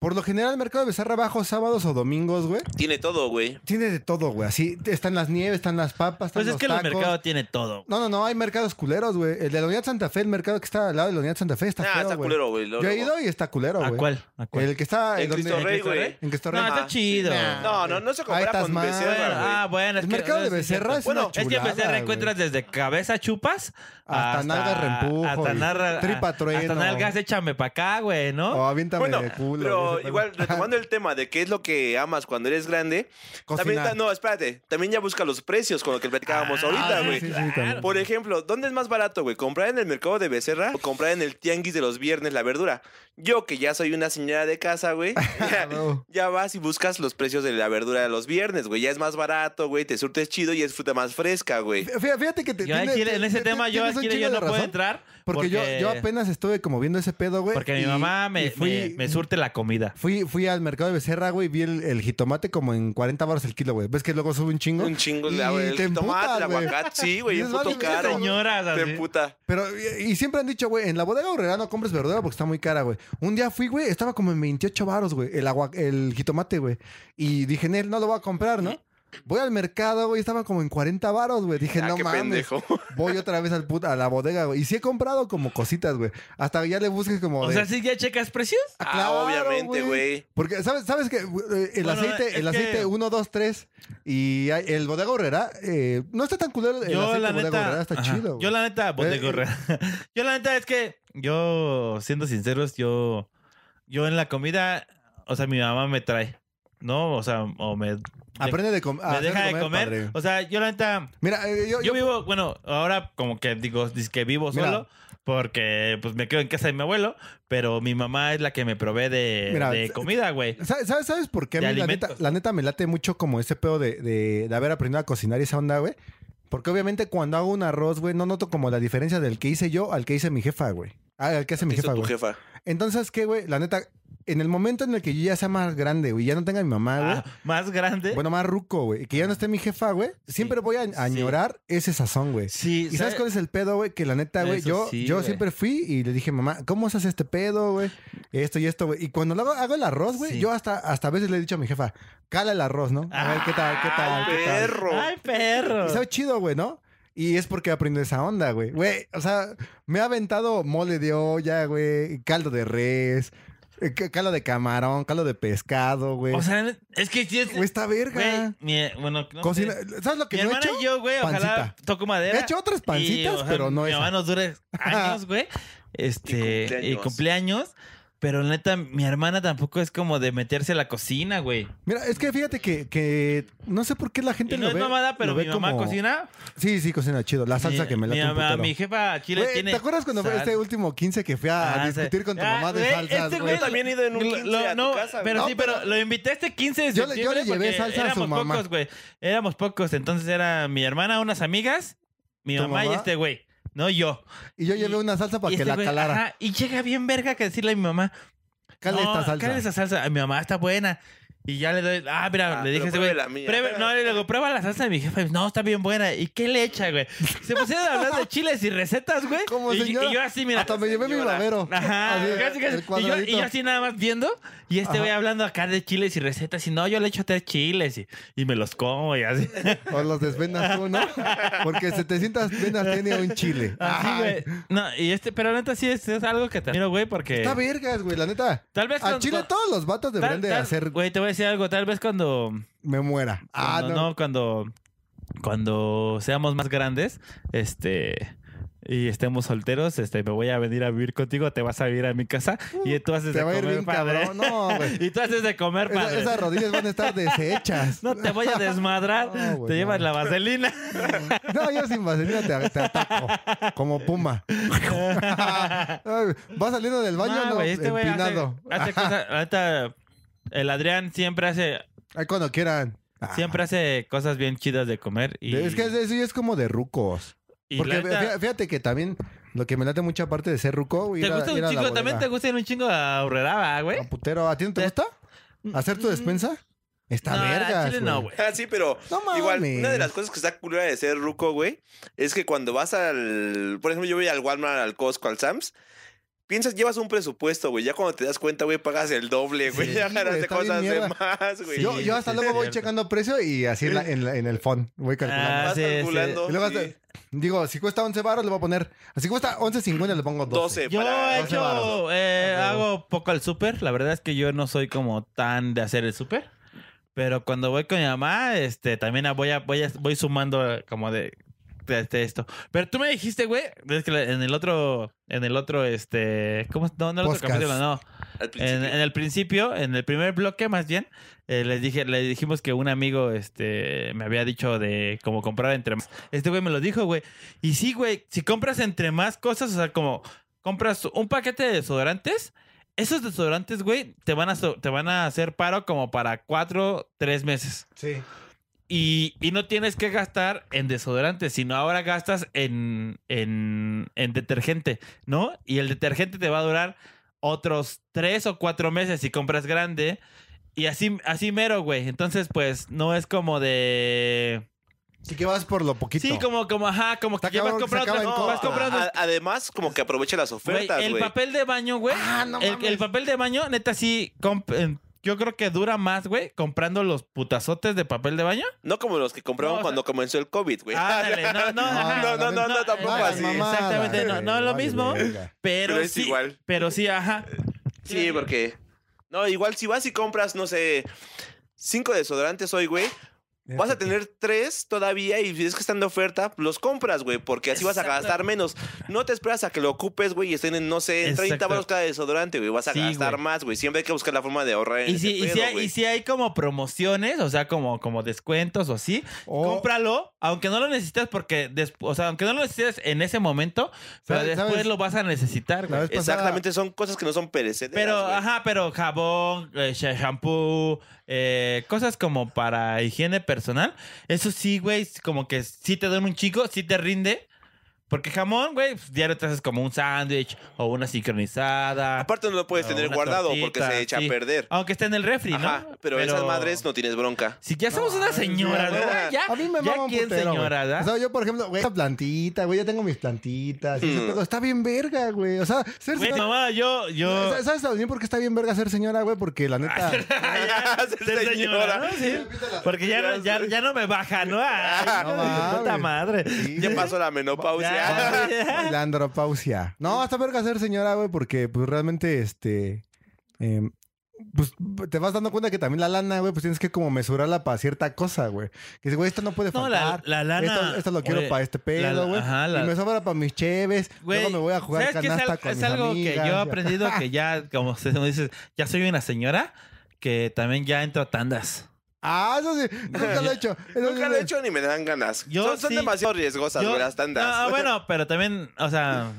[SPEAKER 4] Por lo general, el mercado de Becerra bajo sábados o domingos, güey.
[SPEAKER 6] Tiene todo, güey.
[SPEAKER 4] Tiene de todo, güey. Así están las nieves, están las papas, están
[SPEAKER 5] pues es
[SPEAKER 4] los
[SPEAKER 5] que el
[SPEAKER 4] tacos.
[SPEAKER 5] mercado tiene todo.
[SPEAKER 4] No, no, no, hay mercados culeros, güey. El de la Unidad Santa Fe, el mercado que está al lado de la Unidad Santa Fe, está
[SPEAKER 6] Nah,
[SPEAKER 4] feo,
[SPEAKER 6] Ah, está
[SPEAKER 4] güey.
[SPEAKER 6] culero, güey. lo-
[SPEAKER 4] Yo he
[SPEAKER 6] lo-
[SPEAKER 4] ido y está culero, güey.
[SPEAKER 5] ¿A cuál? ¿A cuál?
[SPEAKER 4] El que está
[SPEAKER 6] En
[SPEAKER 4] en,
[SPEAKER 6] Cristo Rey,
[SPEAKER 5] Cristo
[SPEAKER 6] güey. Ah,
[SPEAKER 5] Rey?
[SPEAKER 4] en Cristo
[SPEAKER 5] No,
[SPEAKER 4] Rey.
[SPEAKER 5] Ah, está chido.
[SPEAKER 6] No, no, no se
[SPEAKER 4] Ahí
[SPEAKER 6] compara
[SPEAKER 4] estás
[SPEAKER 6] con
[SPEAKER 4] mal.
[SPEAKER 5] Bueno,
[SPEAKER 6] Becerra, güey.
[SPEAKER 5] ah, bueno.
[SPEAKER 4] El
[SPEAKER 5] que-
[SPEAKER 4] mercado de
[SPEAKER 5] sí, sí,
[SPEAKER 4] Becerra es
[SPEAKER 5] cierto.
[SPEAKER 4] una
[SPEAKER 5] es que en
[SPEAKER 4] chulada,
[SPEAKER 5] Becerra
[SPEAKER 4] güey.
[SPEAKER 5] encuentras desde cabeza chupas
[SPEAKER 4] Hasta nalgas reempujo
[SPEAKER 5] hasta
[SPEAKER 4] y
[SPEAKER 5] narra-
[SPEAKER 4] tripa
[SPEAKER 5] Hasta
[SPEAKER 4] trueno.
[SPEAKER 5] nalgas échame pa' acá, güey, ¿no?
[SPEAKER 4] Oh, aviéntame
[SPEAKER 6] Bueno,
[SPEAKER 4] de culo.
[SPEAKER 6] pero Pero igual, retomando el tema de qué es lo que amas cuando eres grande, también,
[SPEAKER 4] Cocinar.
[SPEAKER 6] ta- no, espérate, también ya busca los precios con lo que
[SPEAKER 5] Ah,
[SPEAKER 6] platicábamos ahorita,
[SPEAKER 4] sí,
[SPEAKER 6] güey.
[SPEAKER 4] sí, sí, también.
[SPEAKER 6] Por ejemplo, ¿dónde es más barato, güey? ¿Comprar en el mercado de Becerra o comprar en el tianguis de los viernes la verdura? Yo, que ya soy una señora de casa, güey, ya,
[SPEAKER 4] Claro.
[SPEAKER 6] ya vas y buscas los precios de la verdura de los viernes, güey. Ya es más barato, güey, te surtes chido y es fruta más fresca, güey.
[SPEAKER 4] Pues, Fí- Fíjate que te,
[SPEAKER 5] Yo aquí,
[SPEAKER 4] tiene-
[SPEAKER 5] en ese
[SPEAKER 4] te-
[SPEAKER 5] tema yo
[SPEAKER 4] tienes un
[SPEAKER 5] aquí
[SPEAKER 4] chingo
[SPEAKER 5] yo
[SPEAKER 4] de
[SPEAKER 5] no puedo
[SPEAKER 4] razón,
[SPEAKER 5] entrar.
[SPEAKER 4] Porque, yo, yo apenas estuve como viendo ese pedo, güey.
[SPEAKER 5] Porque mi
[SPEAKER 4] y-
[SPEAKER 5] mamá me,
[SPEAKER 4] y fui-
[SPEAKER 5] me- me surte la comida.
[SPEAKER 4] Fui, fui al mercado de Becerra, güey, vi el, el jitomate como en 40 baros el kilo, güey. ¿Ves que luego sube un chingo?
[SPEAKER 6] Un chingo
[SPEAKER 4] Y
[SPEAKER 6] de el
[SPEAKER 4] te
[SPEAKER 6] tomate,
[SPEAKER 4] emputas,
[SPEAKER 6] el
[SPEAKER 4] güey.
[SPEAKER 6] aguacate, sí, güey,
[SPEAKER 4] Dices,
[SPEAKER 6] es
[SPEAKER 4] "Vale,
[SPEAKER 6] puto
[SPEAKER 4] verga,
[SPEAKER 6] caro.
[SPEAKER 4] güey".
[SPEAKER 5] Señoras,
[SPEAKER 6] Te
[SPEAKER 5] así.
[SPEAKER 6] emputa.
[SPEAKER 4] Pero, y, y siempre han dicho, güey, en la bodega horrera no compres verdura porque está muy cara, güey. Un día fui, güey, estaba como en 28 baros, güey, el, agua, el jitomate, güey. Y dije, Nel, no lo voy a comprar, ¿no? Voy al mercado, güey, estaba como en 40 baros, güey. Dije,
[SPEAKER 6] Ah,
[SPEAKER 4] no
[SPEAKER 6] qué
[SPEAKER 4] mames.
[SPEAKER 6] pendejo.
[SPEAKER 4] Voy otra vez al put- a la bodega, güey. Y sí he comprado como cositas, güey. Hasta ya le busques como.
[SPEAKER 5] O
[SPEAKER 4] de-
[SPEAKER 5] sea, si ya checas precios.
[SPEAKER 6] Ah,
[SPEAKER 4] claro,
[SPEAKER 6] obviamente, güey.
[SPEAKER 4] Porque, ¿sabes, sabes que eh, el
[SPEAKER 5] Bueno, es
[SPEAKER 4] aceite, el
[SPEAKER 5] que-
[SPEAKER 4] aceite 1, 2, 3 y hay- el bodega horrera eh, no está tan culero. El
[SPEAKER 5] Yo
[SPEAKER 4] aceite
[SPEAKER 5] la
[SPEAKER 4] bodega
[SPEAKER 5] neta.
[SPEAKER 4] horrera está
[SPEAKER 5] ajá.
[SPEAKER 4] chido. güey.
[SPEAKER 5] Yo la neta, Bodega
[SPEAKER 4] Eh,
[SPEAKER 5] Horrera. Yo la neta es que yo, siendo sinceros, yo, yo en la comida, o sea, mi mamá me trae. ¿No? O sea, o me,
[SPEAKER 4] Aprende de com- a
[SPEAKER 5] me
[SPEAKER 4] hacer
[SPEAKER 5] deja de comer.
[SPEAKER 4] padre.
[SPEAKER 5] O sea, yo la neta.
[SPEAKER 4] Mira, eh, yo,
[SPEAKER 5] Yo
[SPEAKER 4] yo-
[SPEAKER 5] vivo, bueno, ahora como que digo, dice que vivo
[SPEAKER 4] Mira.
[SPEAKER 5] solo porque pues me quedo en casa de mi abuelo, pero mi mamá es la que me provee de,
[SPEAKER 4] Mira,
[SPEAKER 5] de
[SPEAKER 4] sa-
[SPEAKER 5] comida, güey.
[SPEAKER 4] ¿Sabes, sabes- sabes por qué? A
[SPEAKER 5] De
[SPEAKER 4] mí la neta,
[SPEAKER 5] alimentos.
[SPEAKER 4] la neta me late mucho como ese pedo de, de- de haber aprendido a cocinar y esa onda, güey. Porque obviamente cuando hago un arroz, güey, no noto como la diferencia del que hice yo al que hice mi jefa, güey. Ah, al que hace mi
[SPEAKER 6] Hizo
[SPEAKER 4] jefa,
[SPEAKER 6] tu
[SPEAKER 4] güey.
[SPEAKER 6] jefa.
[SPEAKER 4] Entonces, ¿qué, güey? La neta, en el momento en el que yo ya sea más grande, güey, ya no tenga a mi mamá, güey.
[SPEAKER 5] Ah, más grande.
[SPEAKER 4] Bueno, más ruco, güey. Que ya no esté mi jefa, güey. Siempre voy a
[SPEAKER 5] sí.
[SPEAKER 4] añorar ese sazón, güey.
[SPEAKER 5] sí,
[SPEAKER 4] ¿Y sabes
[SPEAKER 5] ¿sabe?
[SPEAKER 4] cuál es el pedo, güey? Que la neta, güey,
[SPEAKER 5] Eso
[SPEAKER 4] yo,
[SPEAKER 5] sí,
[SPEAKER 4] yo
[SPEAKER 5] güey.
[SPEAKER 4] siempre fui y le dije, mamá, ¿cómo se hace este pedo, güey? Esto y esto, güey. Y cuando lo hago, hago el arroz, güey,
[SPEAKER 5] Sí.
[SPEAKER 4] yo hasta, hasta a veces le he dicho a mi jefa, cala el arroz, ¿no? A ver, ¿qué tal, qué tal,
[SPEAKER 6] Ah,
[SPEAKER 4] qué tal?
[SPEAKER 6] perro.
[SPEAKER 5] Ay, perro.
[SPEAKER 4] Y sabe chido, güey, ¿no? Y es porque aprendí esa onda, güey. Güey, o sea, me ha aventado mole de olla, güey, caldo de res, eh, ca- caldo de camarón, caldo de pescado, güey.
[SPEAKER 5] O sea, es que sí es.
[SPEAKER 4] Güey, está
[SPEAKER 5] güey,
[SPEAKER 4] verga.
[SPEAKER 5] mi- bueno, no
[SPEAKER 4] Cocina-
[SPEAKER 5] sé.
[SPEAKER 4] ¿Sabes lo que
[SPEAKER 5] Mi
[SPEAKER 4] no he
[SPEAKER 5] hermana
[SPEAKER 4] hecho?
[SPEAKER 5] y yo, güey, ojalá
[SPEAKER 4] Pancita.
[SPEAKER 5] toco madera.
[SPEAKER 4] He hecho otras
[SPEAKER 5] y,
[SPEAKER 4] pancitas,
[SPEAKER 5] ojalá
[SPEAKER 4] pero no
[SPEAKER 5] Mi
[SPEAKER 4] esa.
[SPEAKER 5] mamá nos dure años, güey. Este.
[SPEAKER 6] Y
[SPEAKER 5] Y cumpleaños.
[SPEAKER 6] cumpleaños.
[SPEAKER 5] Pero neta, mi hermana tampoco es como de meterse a la cocina, güey.
[SPEAKER 4] Mira, es que fíjate que, que no sé por qué la gente
[SPEAKER 5] Y no
[SPEAKER 4] lo
[SPEAKER 5] es
[SPEAKER 4] ve-
[SPEAKER 5] mamada,
[SPEAKER 4] lo
[SPEAKER 5] pero
[SPEAKER 4] ve
[SPEAKER 5] mi mamá
[SPEAKER 4] como-
[SPEAKER 5] cocina.
[SPEAKER 4] Sí, sí, cocina chido. La salsa
[SPEAKER 5] mi,
[SPEAKER 4] que me
[SPEAKER 5] mi,
[SPEAKER 4] late un
[SPEAKER 5] mamá-
[SPEAKER 4] putero.
[SPEAKER 5] mi jefa Chile
[SPEAKER 4] Güey,
[SPEAKER 5] tiene.
[SPEAKER 4] ¿Te acuerdas cuando fue
[SPEAKER 5] sal-
[SPEAKER 4] este último 15 que fui a
[SPEAKER 5] Ah,
[SPEAKER 4] discutir
[SPEAKER 5] sí.
[SPEAKER 4] con tu
[SPEAKER 5] Ah,
[SPEAKER 4] mamá de
[SPEAKER 5] güey,
[SPEAKER 4] salsas,
[SPEAKER 5] este
[SPEAKER 4] güey?
[SPEAKER 5] güey
[SPEAKER 6] Yo también he ido en un 15
[SPEAKER 5] Lo-
[SPEAKER 6] a tu
[SPEAKER 5] no,
[SPEAKER 6] casa,
[SPEAKER 5] pero
[SPEAKER 6] güey.
[SPEAKER 5] sí, pero lo invité este 15 de
[SPEAKER 4] Yo le- yo
[SPEAKER 5] septiembre
[SPEAKER 4] le llevé
[SPEAKER 5] porque
[SPEAKER 4] salsa a su
[SPEAKER 5] éramos
[SPEAKER 4] mamá.
[SPEAKER 5] pocos, güey. Éramos pocos, entonces era mi hermana, unas amigas, mi
[SPEAKER 4] ¿Tu
[SPEAKER 5] mamá, y
[SPEAKER 4] mamá?
[SPEAKER 5] este güey. No yo.
[SPEAKER 4] Y yo
[SPEAKER 5] Y-
[SPEAKER 4] llevé una salsa para
[SPEAKER 5] y
[SPEAKER 4] que
[SPEAKER 5] este
[SPEAKER 4] la
[SPEAKER 5] güey,
[SPEAKER 4] calara.
[SPEAKER 5] ajá, y llega bien verga que decirle a mi mamá,
[SPEAKER 4] Cala
[SPEAKER 5] no,
[SPEAKER 4] esta salsa.
[SPEAKER 5] cala esa salsa. Ay, Mi mamá está buena. Y ya le doy, ah, mira,
[SPEAKER 6] Ah,
[SPEAKER 5] le dije
[SPEAKER 6] pero
[SPEAKER 5] a ese güey.
[SPEAKER 6] pruebe la mía.
[SPEAKER 5] "Pruebe- no, y luego prueba la salsa de mi jefa. No, está bien buena. ¿Y qué le echa, güey? Se pusieron a hablar de chiles y recetas, güey.
[SPEAKER 4] Como
[SPEAKER 5] y,
[SPEAKER 4] señora.
[SPEAKER 5] y yo así, mira.
[SPEAKER 4] Hasta me llevé mi
[SPEAKER 6] señora.
[SPEAKER 4] babero.
[SPEAKER 5] Ajá,
[SPEAKER 4] Así,
[SPEAKER 5] casi, casi.
[SPEAKER 4] el
[SPEAKER 5] Y yo,
[SPEAKER 4] cuadradito.
[SPEAKER 5] y yo así nada más viendo, y este
[SPEAKER 4] Ajá.
[SPEAKER 5] voy hablando acá de chiles y recetas, y no, yo le echo tres chiles y, y me los como y así.
[SPEAKER 4] O los desvenas tú, ¿no? Porque 700 venas tiene un chile.
[SPEAKER 5] Así,
[SPEAKER 4] Ay,
[SPEAKER 5] güey. No, y este, pero neta sí es, es algo que te admiro, güey, porque.
[SPEAKER 4] Está vergas, güey, la neta.
[SPEAKER 5] Tal vez
[SPEAKER 4] Al
[SPEAKER 5] con-
[SPEAKER 4] chile
[SPEAKER 5] con-
[SPEAKER 4] todos los vatos
[SPEAKER 5] tal-
[SPEAKER 4] deberían de
[SPEAKER 5] tal-
[SPEAKER 4] hacer
[SPEAKER 5] Güey, te voy a decir algo, tal vez cuando.
[SPEAKER 4] me muera. Ah,
[SPEAKER 5] cuando-
[SPEAKER 4] no.
[SPEAKER 5] no, cuando. Cuando seamos más grandes, este. Y estemos solteros, este, me voy a venir a vivir contigo, te vas a vivir a mi casa y tú haces
[SPEAKER 4] Te
[SPEAKER 5] de
[SPEAKER 4] va a
[SPEAKER 5] comer
[SPEAKER 4] ir bien
[SPEAKER 5] padre.
[SPEAKER 4] cabrón. No, güey.
[SPEAKER 5] Y tú haces de comer
[SPEAKER 4] Esa-
[SPEAKER 5] padre.
[SPEAKER 4] esas rodillas van a estar deshechas.
[SPEAKER 5] No te voy a desmadrar.
[SPEAKER 4] No, güey,
[SPEAKER 5] te llevas
[SPEAKER 4] no.
[SPEAKER 5] la vaselina.
[SPEAKER 4] No, yo sin vaselina te, te ataco. Como puma. Ay, Va saliendo del baño,
[SPEAKER 5] No,
[SPEAKER 4] no,
[SPEAKER 5] güey, este güey hace,
[SPEAKER 4] empinado.
[SPEAKER 5] hace cosas. la neta, el Adrián siempre hace,
[SPEAKER 4] Ay, cuando quieran. Ah.
[SPEAKER 5] siempre hace cosas bien chidas de comer. Y,
[SPEAKER 4] Es que eso ya es como de rucos.
[SPEAKER 5] y la
[SPEAKER 4] Porque
[SPEAKER 5] neta,
[SPEAKER 4] fí- fíjate que también lo que me late mucha parte de ser ruco.
[SPEAKER 5] te gusta un chingo, también te gusta ir un chingo a Urreraba, güey.
[SPEAKER 4] gusta. Putero, ¿a ti no
[SPEAKER 5] Te-
[SPEAKER 4] te
[SPEAKER 5] Mm.
[SPEAKER 4] gusta? ¿Hacer tu despensa? Está
[SPEAKER 5] No, al
[SPEAKER 4] vergas.
[SPEAKER 5] chile no, güey.
[SPEAKER 6] Ah, sí, pero
[SPEAKER 4] No mames.
[SPEAKER 6] igual, una de las cosas que está culera de ser ruco, güey, es que cuando vas al. Por ejemplo, yo voy al Walmart, al Costco, al Sam's. Piensas, llevas un presupuesto, güey. Ya cuando te das cuenta, güey, pagas el doble, güey.
[SPEAKER 5] Sí,
[SPEAKER 6] ya
[SPEAKER 4] güey,
[SPEAKER 6] ganaste
[SPEAKER 4] está bien
[SPEAKER 6] cosas de
[SPEAKER 4] mierda.
[SPEAKER 6] más, güey.
[SPEAKER 5] Sí,
[SPEAKER 4] yo, yo hasta
[SPEAKER 5] sí,
[SPEAKER 4] luego
[SPEAKER 5] es
[SPEAKER 4] voy
[SPEAKER 5] cierto.
[SPEAKER 4] checando precio y así en, la- en la- en el phone voy calculando.
[SPEAKER 5] Ah,
[SPEAKER 6] Vas
[SPEAKER 5] sí, sí.
[SPEAKER 6] calculando.
[SPEAKER 4] y luego
[SPEAKER 6] sí.
[SPEAKER 4] hasta- digo, si cuesta 11 baros, le voy a poner. Si cuesta 11.50, le pongo 12.
[SPEAKER 6] 12.
[SPEAKER 5] Yo
[SPEAKER 6] para-
[SPEAKER 5] he
[SPEAKER 4] doce varos.
[SPEAKER 5] hecho, eh,
[SPEAKER 4] Ah, huevo.
[SPEAKER 5] hago poco al súper. La verdad es que yo no soy como tan de hacer el súper. Pero cuando voy con mi mamá, este, también voy, a, voy, a- voy sumando eh, como de... te- te- esto. Pero tú me dijiste, güey, es que en el otro, en el otro, este, ¿cómo? es? No, no el otro
[SPEAKER 4] Podcast.
[SPEAKER 5] capítulo, no.
[SPEAKER 6] Al
[SPEAKER 5] En,
[SPEAKER 6] principio.
[SPEAKER 5] en el principio, en el primer bloque más bien, eh, les dije, le dijimos que un amigo este, me había dicho de como comprar entre más. Este güey me lo dijo, güey. Y sí, güey, si compras entre más cosas, o sea, como compras un paquete de desodorantes, esos desodorantes, güey, te van a, so- te van a hacer paro como para cuatro, tres meses.
[SPEAKER 7] Sí.
[SPEAKER 5] Y, y no tienes que gastar en desodorante, sino ahora gastas en, en, en detergente, ¿no? Y el detergente te va a durar otros tres o cuatro meses si compras grande. Y así, así mero, güey. Entonces, pues, no es como de...
[SPEAKER 4] Así que vas por lo poquito.
[SPEAKER 5] Sí, como, como, ajá, como que
[SPEAKER 4] Está
[SPEAKER 5] ya vas
[SPEAKER 4] cabrón que se
[SPEAKER 5] comprando,
[SPEAKER 4] acaba en
[SPEAKER 5] otras-
[SPEAKER 4] corto.
[SPEAKER 5] vas comprando
[SPEAKER 6] A- además, como que aprovecha las
[SPEAKER 5] Güey,
[SPEAKER 6] ofertas,
[SPEAKER 5] el
[SPEAKER 6] Ah, güey.
[SPEAKER 5] papel de baño, güey.
[SPEAKER 4] Ah,
[SPEAKER 5] el, el papel de baño, neta, sí. comp- eh, Yo creo que dura más, güey, comprando los putazotes de papel de baño.
[SPEAKER 6] No como los que compraron
[SPEAKER 5] No, o sea- Ah,
[SPEAKER 6] cuando comenzó el COVID, güey.
[SPEAKER 5] Ándale, no, no,
[SPEAKER 4] No,
[SPEAKER 5] ajá.
[SPEAKER 4] no, no, no,
[SPEAKER 6] no, tampoco
[SPEAKER 5] eh,
[SPEAKER 6] así.
[SPEAKER 5] Exactamente, no, no es lo mismo, pero,
[SPEAKER 6] Pero es
[SPEAKER 5] sí,
[SPEAKER 6] igual.
[SPEAKER 5] Pero sí, ajá.
[SPEAKER 6] Sí, porque. No, igual si vas y compras, no sé, cinco desodorantes hoy, güey. Vas a tener tres todavía y si es que están de oferta, los compras, güey, porque así vas a
[SPEAKER 5] Exacto.
[SPEAKER 6] gastar menos. No te esperas a que lo ocupes, güey, y estén en, no sé, en 30
[SPEAKER 5] Exacto.
[SPEAKER 6] baros cada desodorante, güey. Vas a
[SPEAKER 5] Sí,
[SPEAKER 6] gastar
[SPEAKER 5] güey.
[SPEAKER 6] más, güey. Siempre hay que buscar la forma de ahorrar. en
[SPEAKER 5] Y si,
[SPEAKER 6] ese
[SPEAKER 5] y, si
[SPEAKER 6] pedo,
[SPEAKER 5] hay,
[SPEAKER 6] güey.
[SPEAKER 5] y si hay como promociones, o sea, como, como descuentos o así,
[SPEAKER 4] O-
[SPEAKER 5] cómpralo, aunque no lo necesites porque, des- o sea, aunque no lo necesites en ese momento, pero
[SPEAKER 4] ¿Sabes-
[SPEAKER 5] después
[SPEAKER 4] sabes?
[SPEAKER 5] lo vas a necesitar,
[SPEAKER 4] La
[SPEAKER 5] güey.
[SPEAKER 4] vez pasada-
[SPEAKER 6] Exactamente, son cosas que no son perecederas.
[SPEAKER 5] Pero,
[SPEAKER 6] güey.
[SPEAKER 5] ajá, pero jabón, eh, sha- shampoo, eh, cosas como para higiene personal. Eso sí, güey, es como que sí te dan un chico, sí te rinde. Porque jamón, güey, pues, diario te haces como un sándwich o una sincronizada.
[SPEAKER 6] Aparte no lo puedes
[SPEAKER 5] o
[SPEAKER 6] tener
[SPEAKER 5] una
[SPEAKER 6] guardado porque
[SPEAKER 5] tortita,
[SPEAKER 6] se echa
[SPEAKER 5] sí.
[SPEAKER 6] a perder.
[SPEAKER 5] Aunque esté en el refri,
[SPEAKER 6] Ajá,
[SPEAKER 5] ¿no?
[SPEAKER 6] pero, esas madres no tienes bronca.
[SPEAKER 5] Si ya somos
[SPEAKER 4] No,
[SPEAKER 5] una
[SPEAKER 4] ay,
[SPEAKER 5] señora,
[SPEAKER 4] sí,
[SPEAKER 5] ¿verdad?
[SPEAKER 6] güey.
[SPEAKER 5] Ya,
[SPEAKER 4] A mí me
[SPEAKER 5] ya
[SPEAKER 4] mama un
[SPEAKER 5] quién
[SPEAKER 4] putero, güey.
[SPEAKER 5] señora, ¿verdad?
[SPEAKER 4] O sea, yo, por ejemplo, güey, esa plantita, güey, ya tengo mis plantitas. y ese
[SPEAKER 6] Mm.
[SPEAKER 4] pedo está bien verga, güey. O sea, ser
[SPEAKER 5] Güey,
[SPEAKER 4] señora-
[SPEAKER 5] mamá, yo, yo...
[SPEAKER 4] ¿Sabes- ¿Sabes también por qué está bien verga ser señora, güey? Porque la neta...
[SPEAKER 6] Ser
[SPEAKER 5] Ser Ah, señora, ¿no? Sí. Porque ya, no- ya, ya no me baja, ¿no? Ay,
[SPEAKER 4] No
[SPEAKER 5] hijo de su puta
[SPEAKER 4] mames.
[SPEAKER 5] madre.
[SPEAKER 4] Sí,
[SPEAKER 6] Ya
[SPEAKER 4] güey.
[SPEAKER 6] pasó la menopausia.
[SPEAKER 5] Ya.
[SPEAKER 4] La andropausia. No, está verga ser señora, güey, porque pues realmente, este... em, pues te vas dando cuenta que también la lana, güey, pues tienes que como mesurarla para cierta cosa, güey. Que dices, güey, esto no puede
[SPEAKER 5] No,
[SPEAKER 4] faltar.
[SPEAKER 5] la, la lana.
[SPEAKER 4] Esto, esto lo quiero
[SPEAKER 5] Oye,
[SPEAKER 4] para este
[SPEAKER 5] la- la-
[SPEAKER 4] pedo, güey.
[SPEAKER 5] ajá, la-
[SPEAKER 4] Y me sobra para mis cheves.
[SPEAKER 5] güey,
[SPEAKER 4] Luego me voy a jugar
[SPEAKER 5] ¿sabes qué?
[SPEAKER 4] canasta
[SPEAKER 5] es, al-
[SPEAKER 4] con
[SPEAKER 5] es
[SPEAKER 4] mis
[SPEAKER 5] algo
[SPEAKER 4] amigas,
[SPEAKER 5] que yo he
[SPEAKER 4] ya.
[SPEAKER 5] aprendido que ya, como usted me dice, ya soy una señora que también ya entro a tandas.
[SPEAKER 4] Ah, eso sí. Nunca lo he hecho. Eso sí,
[SPEAKER 6] Nunca lo
[SPEAKER 4] sí.
[SPEAKER 6] he hecho ni me dan ganas.
[SPEAKER 5] Yo
[SPEAKER 6] son, son
[SPEAKER 5] sí.
[SPEAKER 6] demasiado riesgosas,
[SPEAKER 5] Yo-
[SPEAKER 6] güey, las tandas.
[SPEAKER 5] No, ah, bueno, pero también, o sea,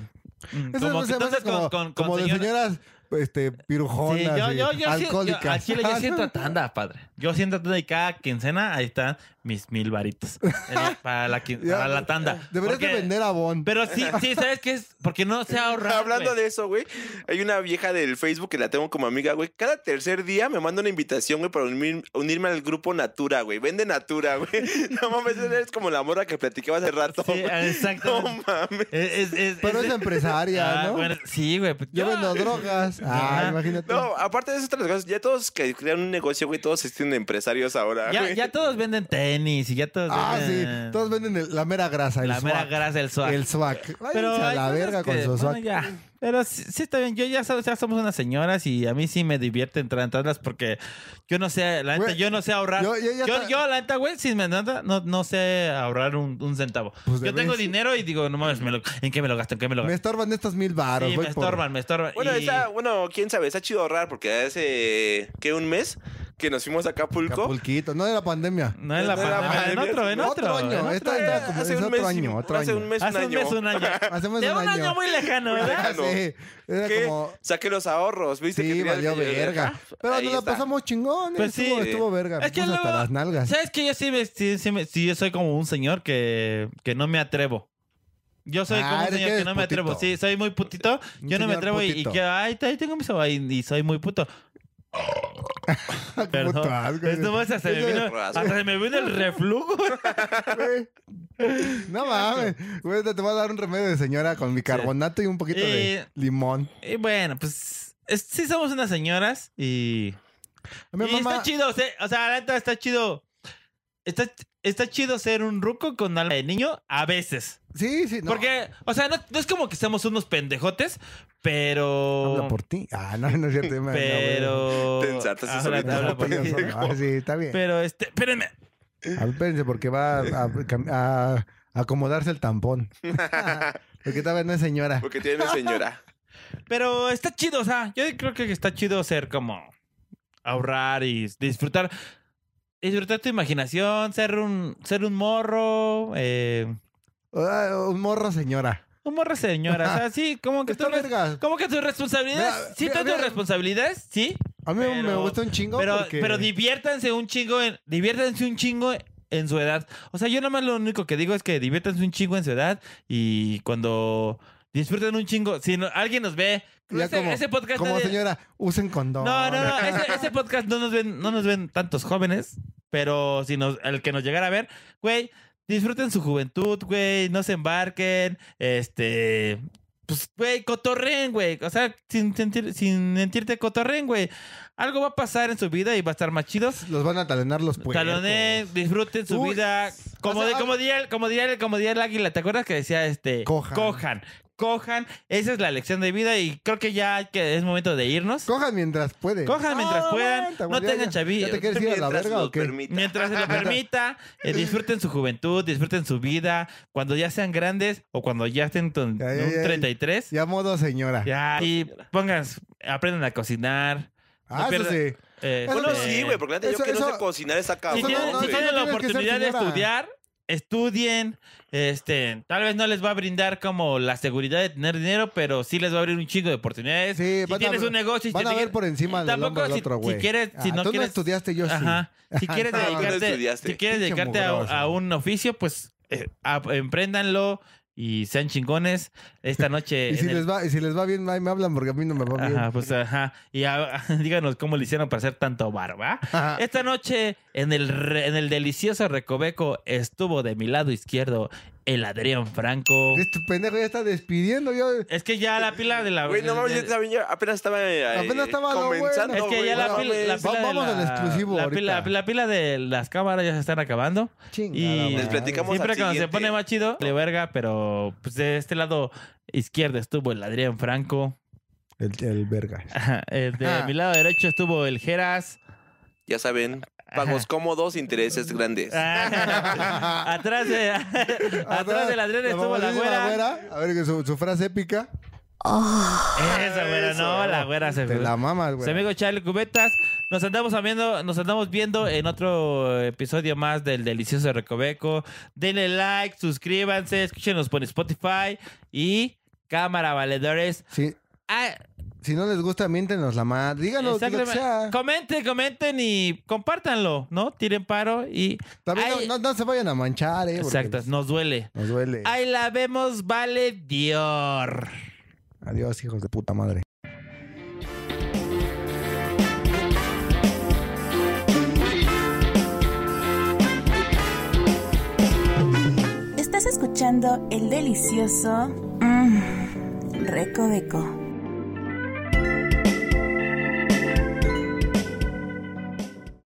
[SPEAKER 5] mm,
[SPEAKER 4] Eso
[SPEAKER 5] como
[SPEAKER 4] no
[SPEAKER 5] que
[SPEAKER 4] se me hace
[SPEAKER 5] entonces con,
[SPEAKER 4] como,
[SPEAKER 5] con, con
[SPEAKER 4] como de
[SPEAKER 5] señora-
[SPEAKER 4] señoras este,
[SPEAKER 5] Sí,
[SPEAKER 4] pirujonas,
[SPEAKER 5] yo,
[SPEAKER 4] y
[SPEAKER 5] yo, yo, sí- yo-
[SPEAKER 4] alcohólicas.
[SPEAKER 5] al Chile yo siento a tanda, padre. Yo siento a tanda y cada quincena ahí están mis mil varitos eh, para, la, quin-
[SPEAKER 4] Ya,
[SPEAKER 5] para la tanda.
[SPEAKER 4] Deberías de
[SPEAKER 5] Porque-
[SPEAKER 4] vender a Bon.
[SPEAKER 5] Pero sí, sí, ¿sabes qué es? Porque no se ahorra.
[SPEAKER 6] Hablando de eso, güey, hay una vieja del Facebook que la tengo como amiga, güey. Cada tercer día me manda una invitación, güey, para unir- unirme al grupo Natura, güey. Vende Natura, güey. No mames, eres como la morra que platicaba hace rato.
[SPEAKER 5] Sí,
[SPEAKER 6] güey.
[SPEAKER 5] exacto.
[SPEAKER 6] no mames.
[SPEAKER 5] Es, es, es,
[SPEAKER 4] Pero es empresaria,
[SPEAKER 5] Ah,
[SPEAKER 4] ¿no?
[SPEAKER 5] bueno, sí, güey. pues,
[SPEAKER 4] Yo
[SPEAKER 5] ya.
[SPEAKER 4] vendo drogas. Ah,
[SPEAKER 5] Ajá.
[SPEAKER 4] imagínate.
[SPEAKER 6] No, aparte de esas otras cosas, ya todos que crean un negocio, güey, todos se tienen empresarios ahora.
[SPEAKER 5] Ya,
[SPEAKER 6] güey.
[SPEAKER 5] ya todos venden tenis y ya todos
[SPEAKER 4] ah, sí.
[SPEAKER 5] venden...
[SPEAKER 4] Todos venden el- la mera grasa, el
[SPEAKER 5] pues, eh, La mera
[SPEAKER 4] swag.
[SPEAKER 5] grasa, el swag.
[SPEAKER 4] El swag.
[SPEAKER 5] Pero
[SPEAKER 4] Váyanse a
[SPEAKER 5] hay
[SPEAKER 4] la
[SPEAKER 5] cosas
[SPEAKER 4] verga con
[SPEAKER 5] que,
[SPEAKER 4] su
[SPEAKER 5] bueno,
[SPEAKER 4] swag.
[SPEAKER 5] ya. Pero sí, sí está bien. Yo ya, so- ya somos unas señoras y a mí sí me divierte entrar en tandas porque yo no sé, la neta,
[SPEAKER 4] Güey,
[SPEAKER 5] yo no sé ahorrar. Yo,
[SPEAKER 4] yo- yo ya está-
[SPEAKER 5] yo, la neta, güey, sin me nada, no, no sé ahorrar un, un centavo.
[SPEAKER 4] Pues
[SPEAKER 5] yo
[SPEAKER 4] debes.
[SPEAKER 5] tengo dinero y digo, no mames, me lo- ¿en qué me lo gasto? ¿En qué me lo
[SPEAKER 4] Me
[SPEAKER 5] gasto?
[SPEAKER 4] estorban estos mil
[SPEAKER 5] Sí,
[SPEAKER 4] varos.
[SPEAKER 5] me,
[SPEAKER 4] voy por-
[SPEAKER 5] estorban, me estorban.
[SPEAKER 6] Bueno,
[SPEAKER 5] Y-
[SPEAKER 6] está- bueno, quién sabe, está chido ahorrar porque hace, ¿qué? Un mes que nos fuimos a Acapulco.
[SPEAKER 4] Acapulquito. No de la pandemia.
[SPEAKER 5] No en la
[SPEAKER 6] No en Pues la
[SPEAKER 5] pandemia, en
[SPEAKER 6] pandemia,
[SPEAKER 5] otro, en
[SPEAKER 6] sí.
[SPEAKER 5] otro.
[SPEAKER 4] Otro
[SPEAKER 5] en
[SPEAKER 4] año,
[SPEAKER 5] otro.
[SPEAKER 4] esta-
[SPEAKER 6] Eh,
[SPEAKER 4] esta- como-
[SPEAKER 6] hace
[SPEAKER 4] es
[SPEAKER 6] un
[SPEAKER 4] otro
[SPEAKER 6] mes y-
[SPEAKER 4] año, otro
[SPEAKER 6] hace
[SPEAKER 4] año.
[SPEAKER 6] un mes,
[SPEAKER 5] Hace un mes, un año.
[SPEAKER 4] Hacemos
[SPEAKER 5] De
[SPEAKER 4] un
[SPEAKER 5] un año
[SPEAKER 4] año. Ah,
[SPEAKER 5] muy lejano, ¿verdad?
[SPEAKER 6] Déjalo.
[SPEAKER 4] Sí, era
[SPEAKER 6] ¿Qué?
[SPEAKER 4] como...
[SPEAKER 6] Saqué los ahorros, ¿viste? que
[SPEAKER 4] Sí,
[SPEAKER 6] tenía
[SPEAKER 4] valió
[SPEAKER 6] que-
[SPEAKER 4] verga. Pero
[SPEAKER 6] Ahí
[SPEAKER 4] nos la
[SPEAKER 6] está.
[SPEAKER 4] pasamos chingón.
[SPEAKER 5] Pues sí.
[SPEAKER 4] estuvo, estuvo verga.
[SPEAKER 5] Es que
[SPEAKER 4] Puso hasta
[SPEAKER 5] luego-
[SPEAKER 4] las nalgas.
[SPEAKER 5] ¿Sabes que Yo sí, me, sí, sí me- sí, yo soy como un señor que, que no me atrevo. Yo soy
[SPEAKER 4] Ah,
[SPEAKER 5] como un
[SPEAKER 4] eres
[SPEAKER 5] señor
[SPEAKER 4] que
[SPEAKER 5] que no me
[SPEAKER 4] eres
[SPEAKER 5] atrevo.
[SPEAKER 4] putito.
[SPEAKER 5] Sí, soy muy putito.
[SPEAKER 4] Un
[SPEAKER 5] Yo no me
[SPEAKER 4] señor
[SPEAKER 5] atrevo y, y
[SPEAKER 4] putito.
[SPEAKER 5] que, ay, ahí tengo mi soba y, y soy muy puto. Pues,
[SPEAKER 4] Como
[SPEAKER 5] Perdón.
[SPEAKER 4] tu asco,
[SPEAKER 5] Es nomás hasta se me vino, hasta se me vino el reflujo.
[SPEAKER 4] güey. No mames. Güey, te te voy a dar un remedio de señora con bicarbonato y un poquito
[SPEAKER 5] Eh,
[SPEAKER 4] de limón.
[SPEAKER 5] Y bueno, pues es- sí somos unas señoras y...
[SPEAKER 4] A mi
[SPEAKER 5] y
[SPEAKER 4] mamá-
[SPEAKER 5] está chido, se- o sea, la neta está chido. Está, está chido ser un ruco con alma de niño a veces.
[SPEAKER 4] Sí, sí. no.
[SPEAKER 5] Porque, o sea, no, no es como que seamos unos pendejotes, pero...
[SPEAKER 4] Habla por ti. Ah, no, no es cierto. yo me-
[SPEAKER 5] Pero.
[SPEAKER 6] Te ensartaste
[SPEAKER 5] Ahora
[SPEAKER 6] solito.
[SPEAKER 5] te hablo por
[SPEAKER 4] no,
[SPEAKER 5] ti.
[SPEAKER 4] güey. Ah, sí, está bien.
[SPEAKER 5] Pero este, espérenme.
[SPEAKER 4] A ver, espérense, porque va a, a cam- a Acomodarse el tampón. Porque todavía no es señora.
[SPEAKER 6] Porque tiene señora.
[SPEAKER 5] Pero está chido, o sea, yo creo que está chido ser como ahorrar y disfrutar. Disfrutar tu imaginación, ser un, ser un morro, eh,
[SPEAKER 4] Ah, Un morro señora.
[SPEAKER 5] un morro señora. O sea, sí, como que, tú,
[SPEAKER 4] Está verga.
[SPEAKER 5] como que tus responsabilidades,
[SPEAKER 4] Mira,
[SPEAKER 5] sí,
[SPEAKER 4] mira,
[SPEAKER 5] todas tus
[SPEAKER 4] mira.
[SPEAKER 5] responsabilidades, sí,
[SPEAKER 4] A mí me
[SPEAKER 5] Pero-
[SPEAKER 4] gusta un chingo
[SPEAKER 5] pero,
[SPEAKER 4] porque...
[SPEAKER 5] pero diviértanse un chingo en, diviértanse un chingo en su edad. O sea, yo nada más lo único que digo es que diviértanse un chingo en su edad y cuando disfruten un chingo, si no- alguien nos ve,
[SPEAKER 4] Ya
[SPEAKER 5] ese,
[SPEAKER 4] como-
[SPEAKER 5] ese podcast
[SPEAKER 4] Como
[SPEAKER 5] nadie-
[SPEAKER 4] señora, usen condón.
[SPEAKER 5] no, eh. no, no, ese, ese podcast no nos ven, no nos ven tantos jóvenes, pero si nos, el que nos llegara a ver, güey, disfruten su juventud, güey, no se embarquen, este, pues, güey, cotorren, güey, o sea, sin, sentir, sin mentirte, cotorren, güey, algo va a pasar en su vida y va a estar más chido.
[SPEAKER 4] Los van a talonar los puercos.
[SPEAKER 5] Talonen, disfruten su
[SPEAKER 4] Uy,
[SPEAKER 5] vida. Como,
[SPEAKER 4] o sea, ah,
[SPEAKER 5] de- como, diría, el- como, diría, el- como diría el águila, ¿te acuerdas que decía este?
[SPEAKER 4] Cojan.
[SPEAKER 5] Cojan. Cojan. Esa es la lección de vida y creo que ya hay que, es momento de irnos.
[SPEAKER 4] Cojan mientras puede.
[SPEAKER 5] Cojan mientras
[SPEAKER 4] Ah,
[SPEAKER 5] puedan,
[SPEAKER 4] aguanta,
[SPEAKER 5] no
[SPEAKER 4] güey, ya,
[SPEAKER 5] tengan
[SPEAKER 4] ya.
[SPEAKER 5] chavi-
[SPEAKER 4] ¿Ya te quieres ir a la
[SPEAKER 6] Mientras
[SPEAKER 4] verga
[SPEAKER 6] nos
[SPEAKER 4] o qué?
[SPEAKER 6] permita.
[SPEAKER 5] Mientras se lo permita, eh, disfruten su juventud, disfruten su vida. Cuando ya sean grandes o cuando ya estén con
[SPEAKER 4] Ya, ya,
[SPEAKER 5] un
[SPEAKER 4] ya.
[SPEAKER 5] 33, ya,
[SPEAKER 4] Ya modo señora.
[SPEAKER 5] y pongan, aprendan a cocinar.
[SPEAKER 4] ah,
[SPEAKER 5] no
[SPEAKER 4] eso sí.
[SPEAKER 5] pierdan- eh,
[SPEAKER 4] Eso
[SPEAKER 6] Bueno,
[SPEAKER 5] eh,
[SPEAKER 6] sí, güey, porque la neta yo
[SPEAKER 4] Eso-
[SPEAKER 6] que no
[SPEAKER 4] eso-
[SPEAKER 6] sé cocinar está
[SPEAKER 5] Si
[SPEAKER 4] Eso no-
[SPEAKER 6] cabrón.
[SPEAKER 5] tienen,
[SPEAKER 4] no,
[SPEAKER 5] si
[SPEAKER 4] eso no
[SPEAKER 6] güey.
[SPEAKER 5] tienen la
[SPEAKER 4] tienes que ser
[SPEAKER 5] oportunidad de
[SPEAKER 4] señora.
[SPEAKER 5] estudiar, estudien. Este, tal vez no les va a brindar como la seguridad de tener dinero, pero sí les va a abrir un chingo de oportunidades.
[SPEAKER 4] Sí,
[SPEAKER 5] si
[SPEAKER 4] van a
[SPEAKER 5] tienes
[SPEAKER 4] ver-
[SPEAKER 5] un negocio y
[SPEAKER 4] Van
[SPEAKER 5] te
[SPEAKER 4] a ver
[SPEAKER 5] digan-
[SPEAKER 4] por encima del
[SPEAKER 5] Tampoco,
[SPEAKER 4] hombro del
[SPEAKER 5] si-
[SPEAKER 4] otro,
[SPEAKER 5] si
[SPEAKER 4] güey.
[SPEAKER 5] quieres- si
[SPEAKER 4] Ah,
[SPEAKER 5] no
[SPEAKER 4] tú
[SPEAKER 5] quieres-
[SPEAKER 4] no estudiaste, yo sí.
[SPEAKER 5] Ajá. Si quieres
[SPEAKER 4] No, tú no
[SPEAKER 5] dedicarte,
[SPEAKER 6] estudiaste.
[SPEAKER 5] si quieres
[SPEAKER 4] Pinche
[SPEAKER 5] dedicarte a,
[SPEAKER 4] mugroso.
[SPEAKER 5] a un oficio, pues eh, a- empréndanlo y sean chingones esta noche.
[SPEAKER 4] Y si,
[SPEAKER 5] en el-
[SPEAKER 4] les va, y si les va bien, ahí me hablan porque a mí no me va bien.
[SPEAKER 5] Ajá, pues ajá. Y a- díganos cómo le hicieron para hacer tanto barba.
[SPEAKER 4] Ajá.
[SPEAKER 5] Esta noche en el, re- en el delicioso Recoveco estuvo de mi lado izquierdo el Adrián Franco.
[SPEAKER 4] Este pendejo ya está despidiendo. Yo,
[SPEAKER 5] Es que ya la pila de la...
[SPEAKER 6] Güey, no mames, yo también yo apenas estaba. eh,
[SPEAKER 4] Apenas estaba lo
[SPEAKER 6] comenzando,
[SPEAKER 5] Es
[SPEAKER 4] bueno.
[SPEAKER 5] que
[SPEAKER 6] güey,
[SPEAKER 5] ya la
[SPEAKER 6] no
[SPEAKER 5] pila, la
[SPEAKER 6] mames.
[SPEAKER 5] pila de
[SPEAKER 4] Vamos
[SPEAKER 5] la-
[SPEAKER 4] al exclusivo
[SPEAKER 5] la pila,
[SPEAKER 4] ahorita.
[SPEAKER 5] la pila de las cámaras ya se están acabando.
[SPEAKER 4] chingada,
[SPEAKER 5] Y
[SPEAKER 4] madre.
[SPEAKER 6] Les platicamos
[SPEAKER 5] siempre
[SPEAKER 6] al
[SPEAKER 5] cuando se
[SPEAKER 6] siguiente.
[SPEAKER 5] pone más chido, le verga, pero pues de este lado izquierdo estuvo el Adrián Franco.
[SPEAKER 4] El, el verga.
[SPEAKER 5] Ajá, el de
[SPEAKER 4] Ah.
[SPEAKER 5] mi lado derecho estuvo el Geras.
[SPEAKER 6] Ya saben, pagos
[SPEAKER 5] Ajá.
[SPEAKER 6] cómodos, intereses grandes.
[SPEAKER 5] Ah, atrás, de, atrás del Adrián estuvo la
[SPEAKER 4] mamadísima
[SPEAKER 5] güera.
[SPEAKER 4] güera. A ver, que su, su frase épica.
[SPEAKER 5] Esa güera, no, la güera se
[SPEAKER 4] Te la mamas, güey.
[SPEAKER 5] Su amigo Charlie Cubetas, nos andamos viendo, nos andamos viendo en otro episodio más del delicioso Recoveco. Denle like, suscríbanse, escúchenos por Spotify y cámara valedores.
[SPEAKER 4] Si,
[SPEAKER 5] Ah,
[SPEAKER 4] si no les gusta, miéntenos la madre. Díganos lo que
[SPEAKER 5] exactamente.
[SPEAKER 4] sea.
[SPEAKER 5] Comenten, comenten y compártanlo, ¿no? Tiren paro y
[SPEAKER 4] También
[SPEAKER 5] Ay.
[SPEAKER 4] no, no- no se vayan a manchar, eh. porque
[SPEAKER 5] exactas, nos duele.
[SPEAKER 4] Nos duele.
[SPEAKER 5] Ahí la vemos, vale Dior.
[SPEAKER 4] Adiós, hijos de puta madre.
[SPEAKER 3] Estás escuchando el delicioso mm, Recoveco.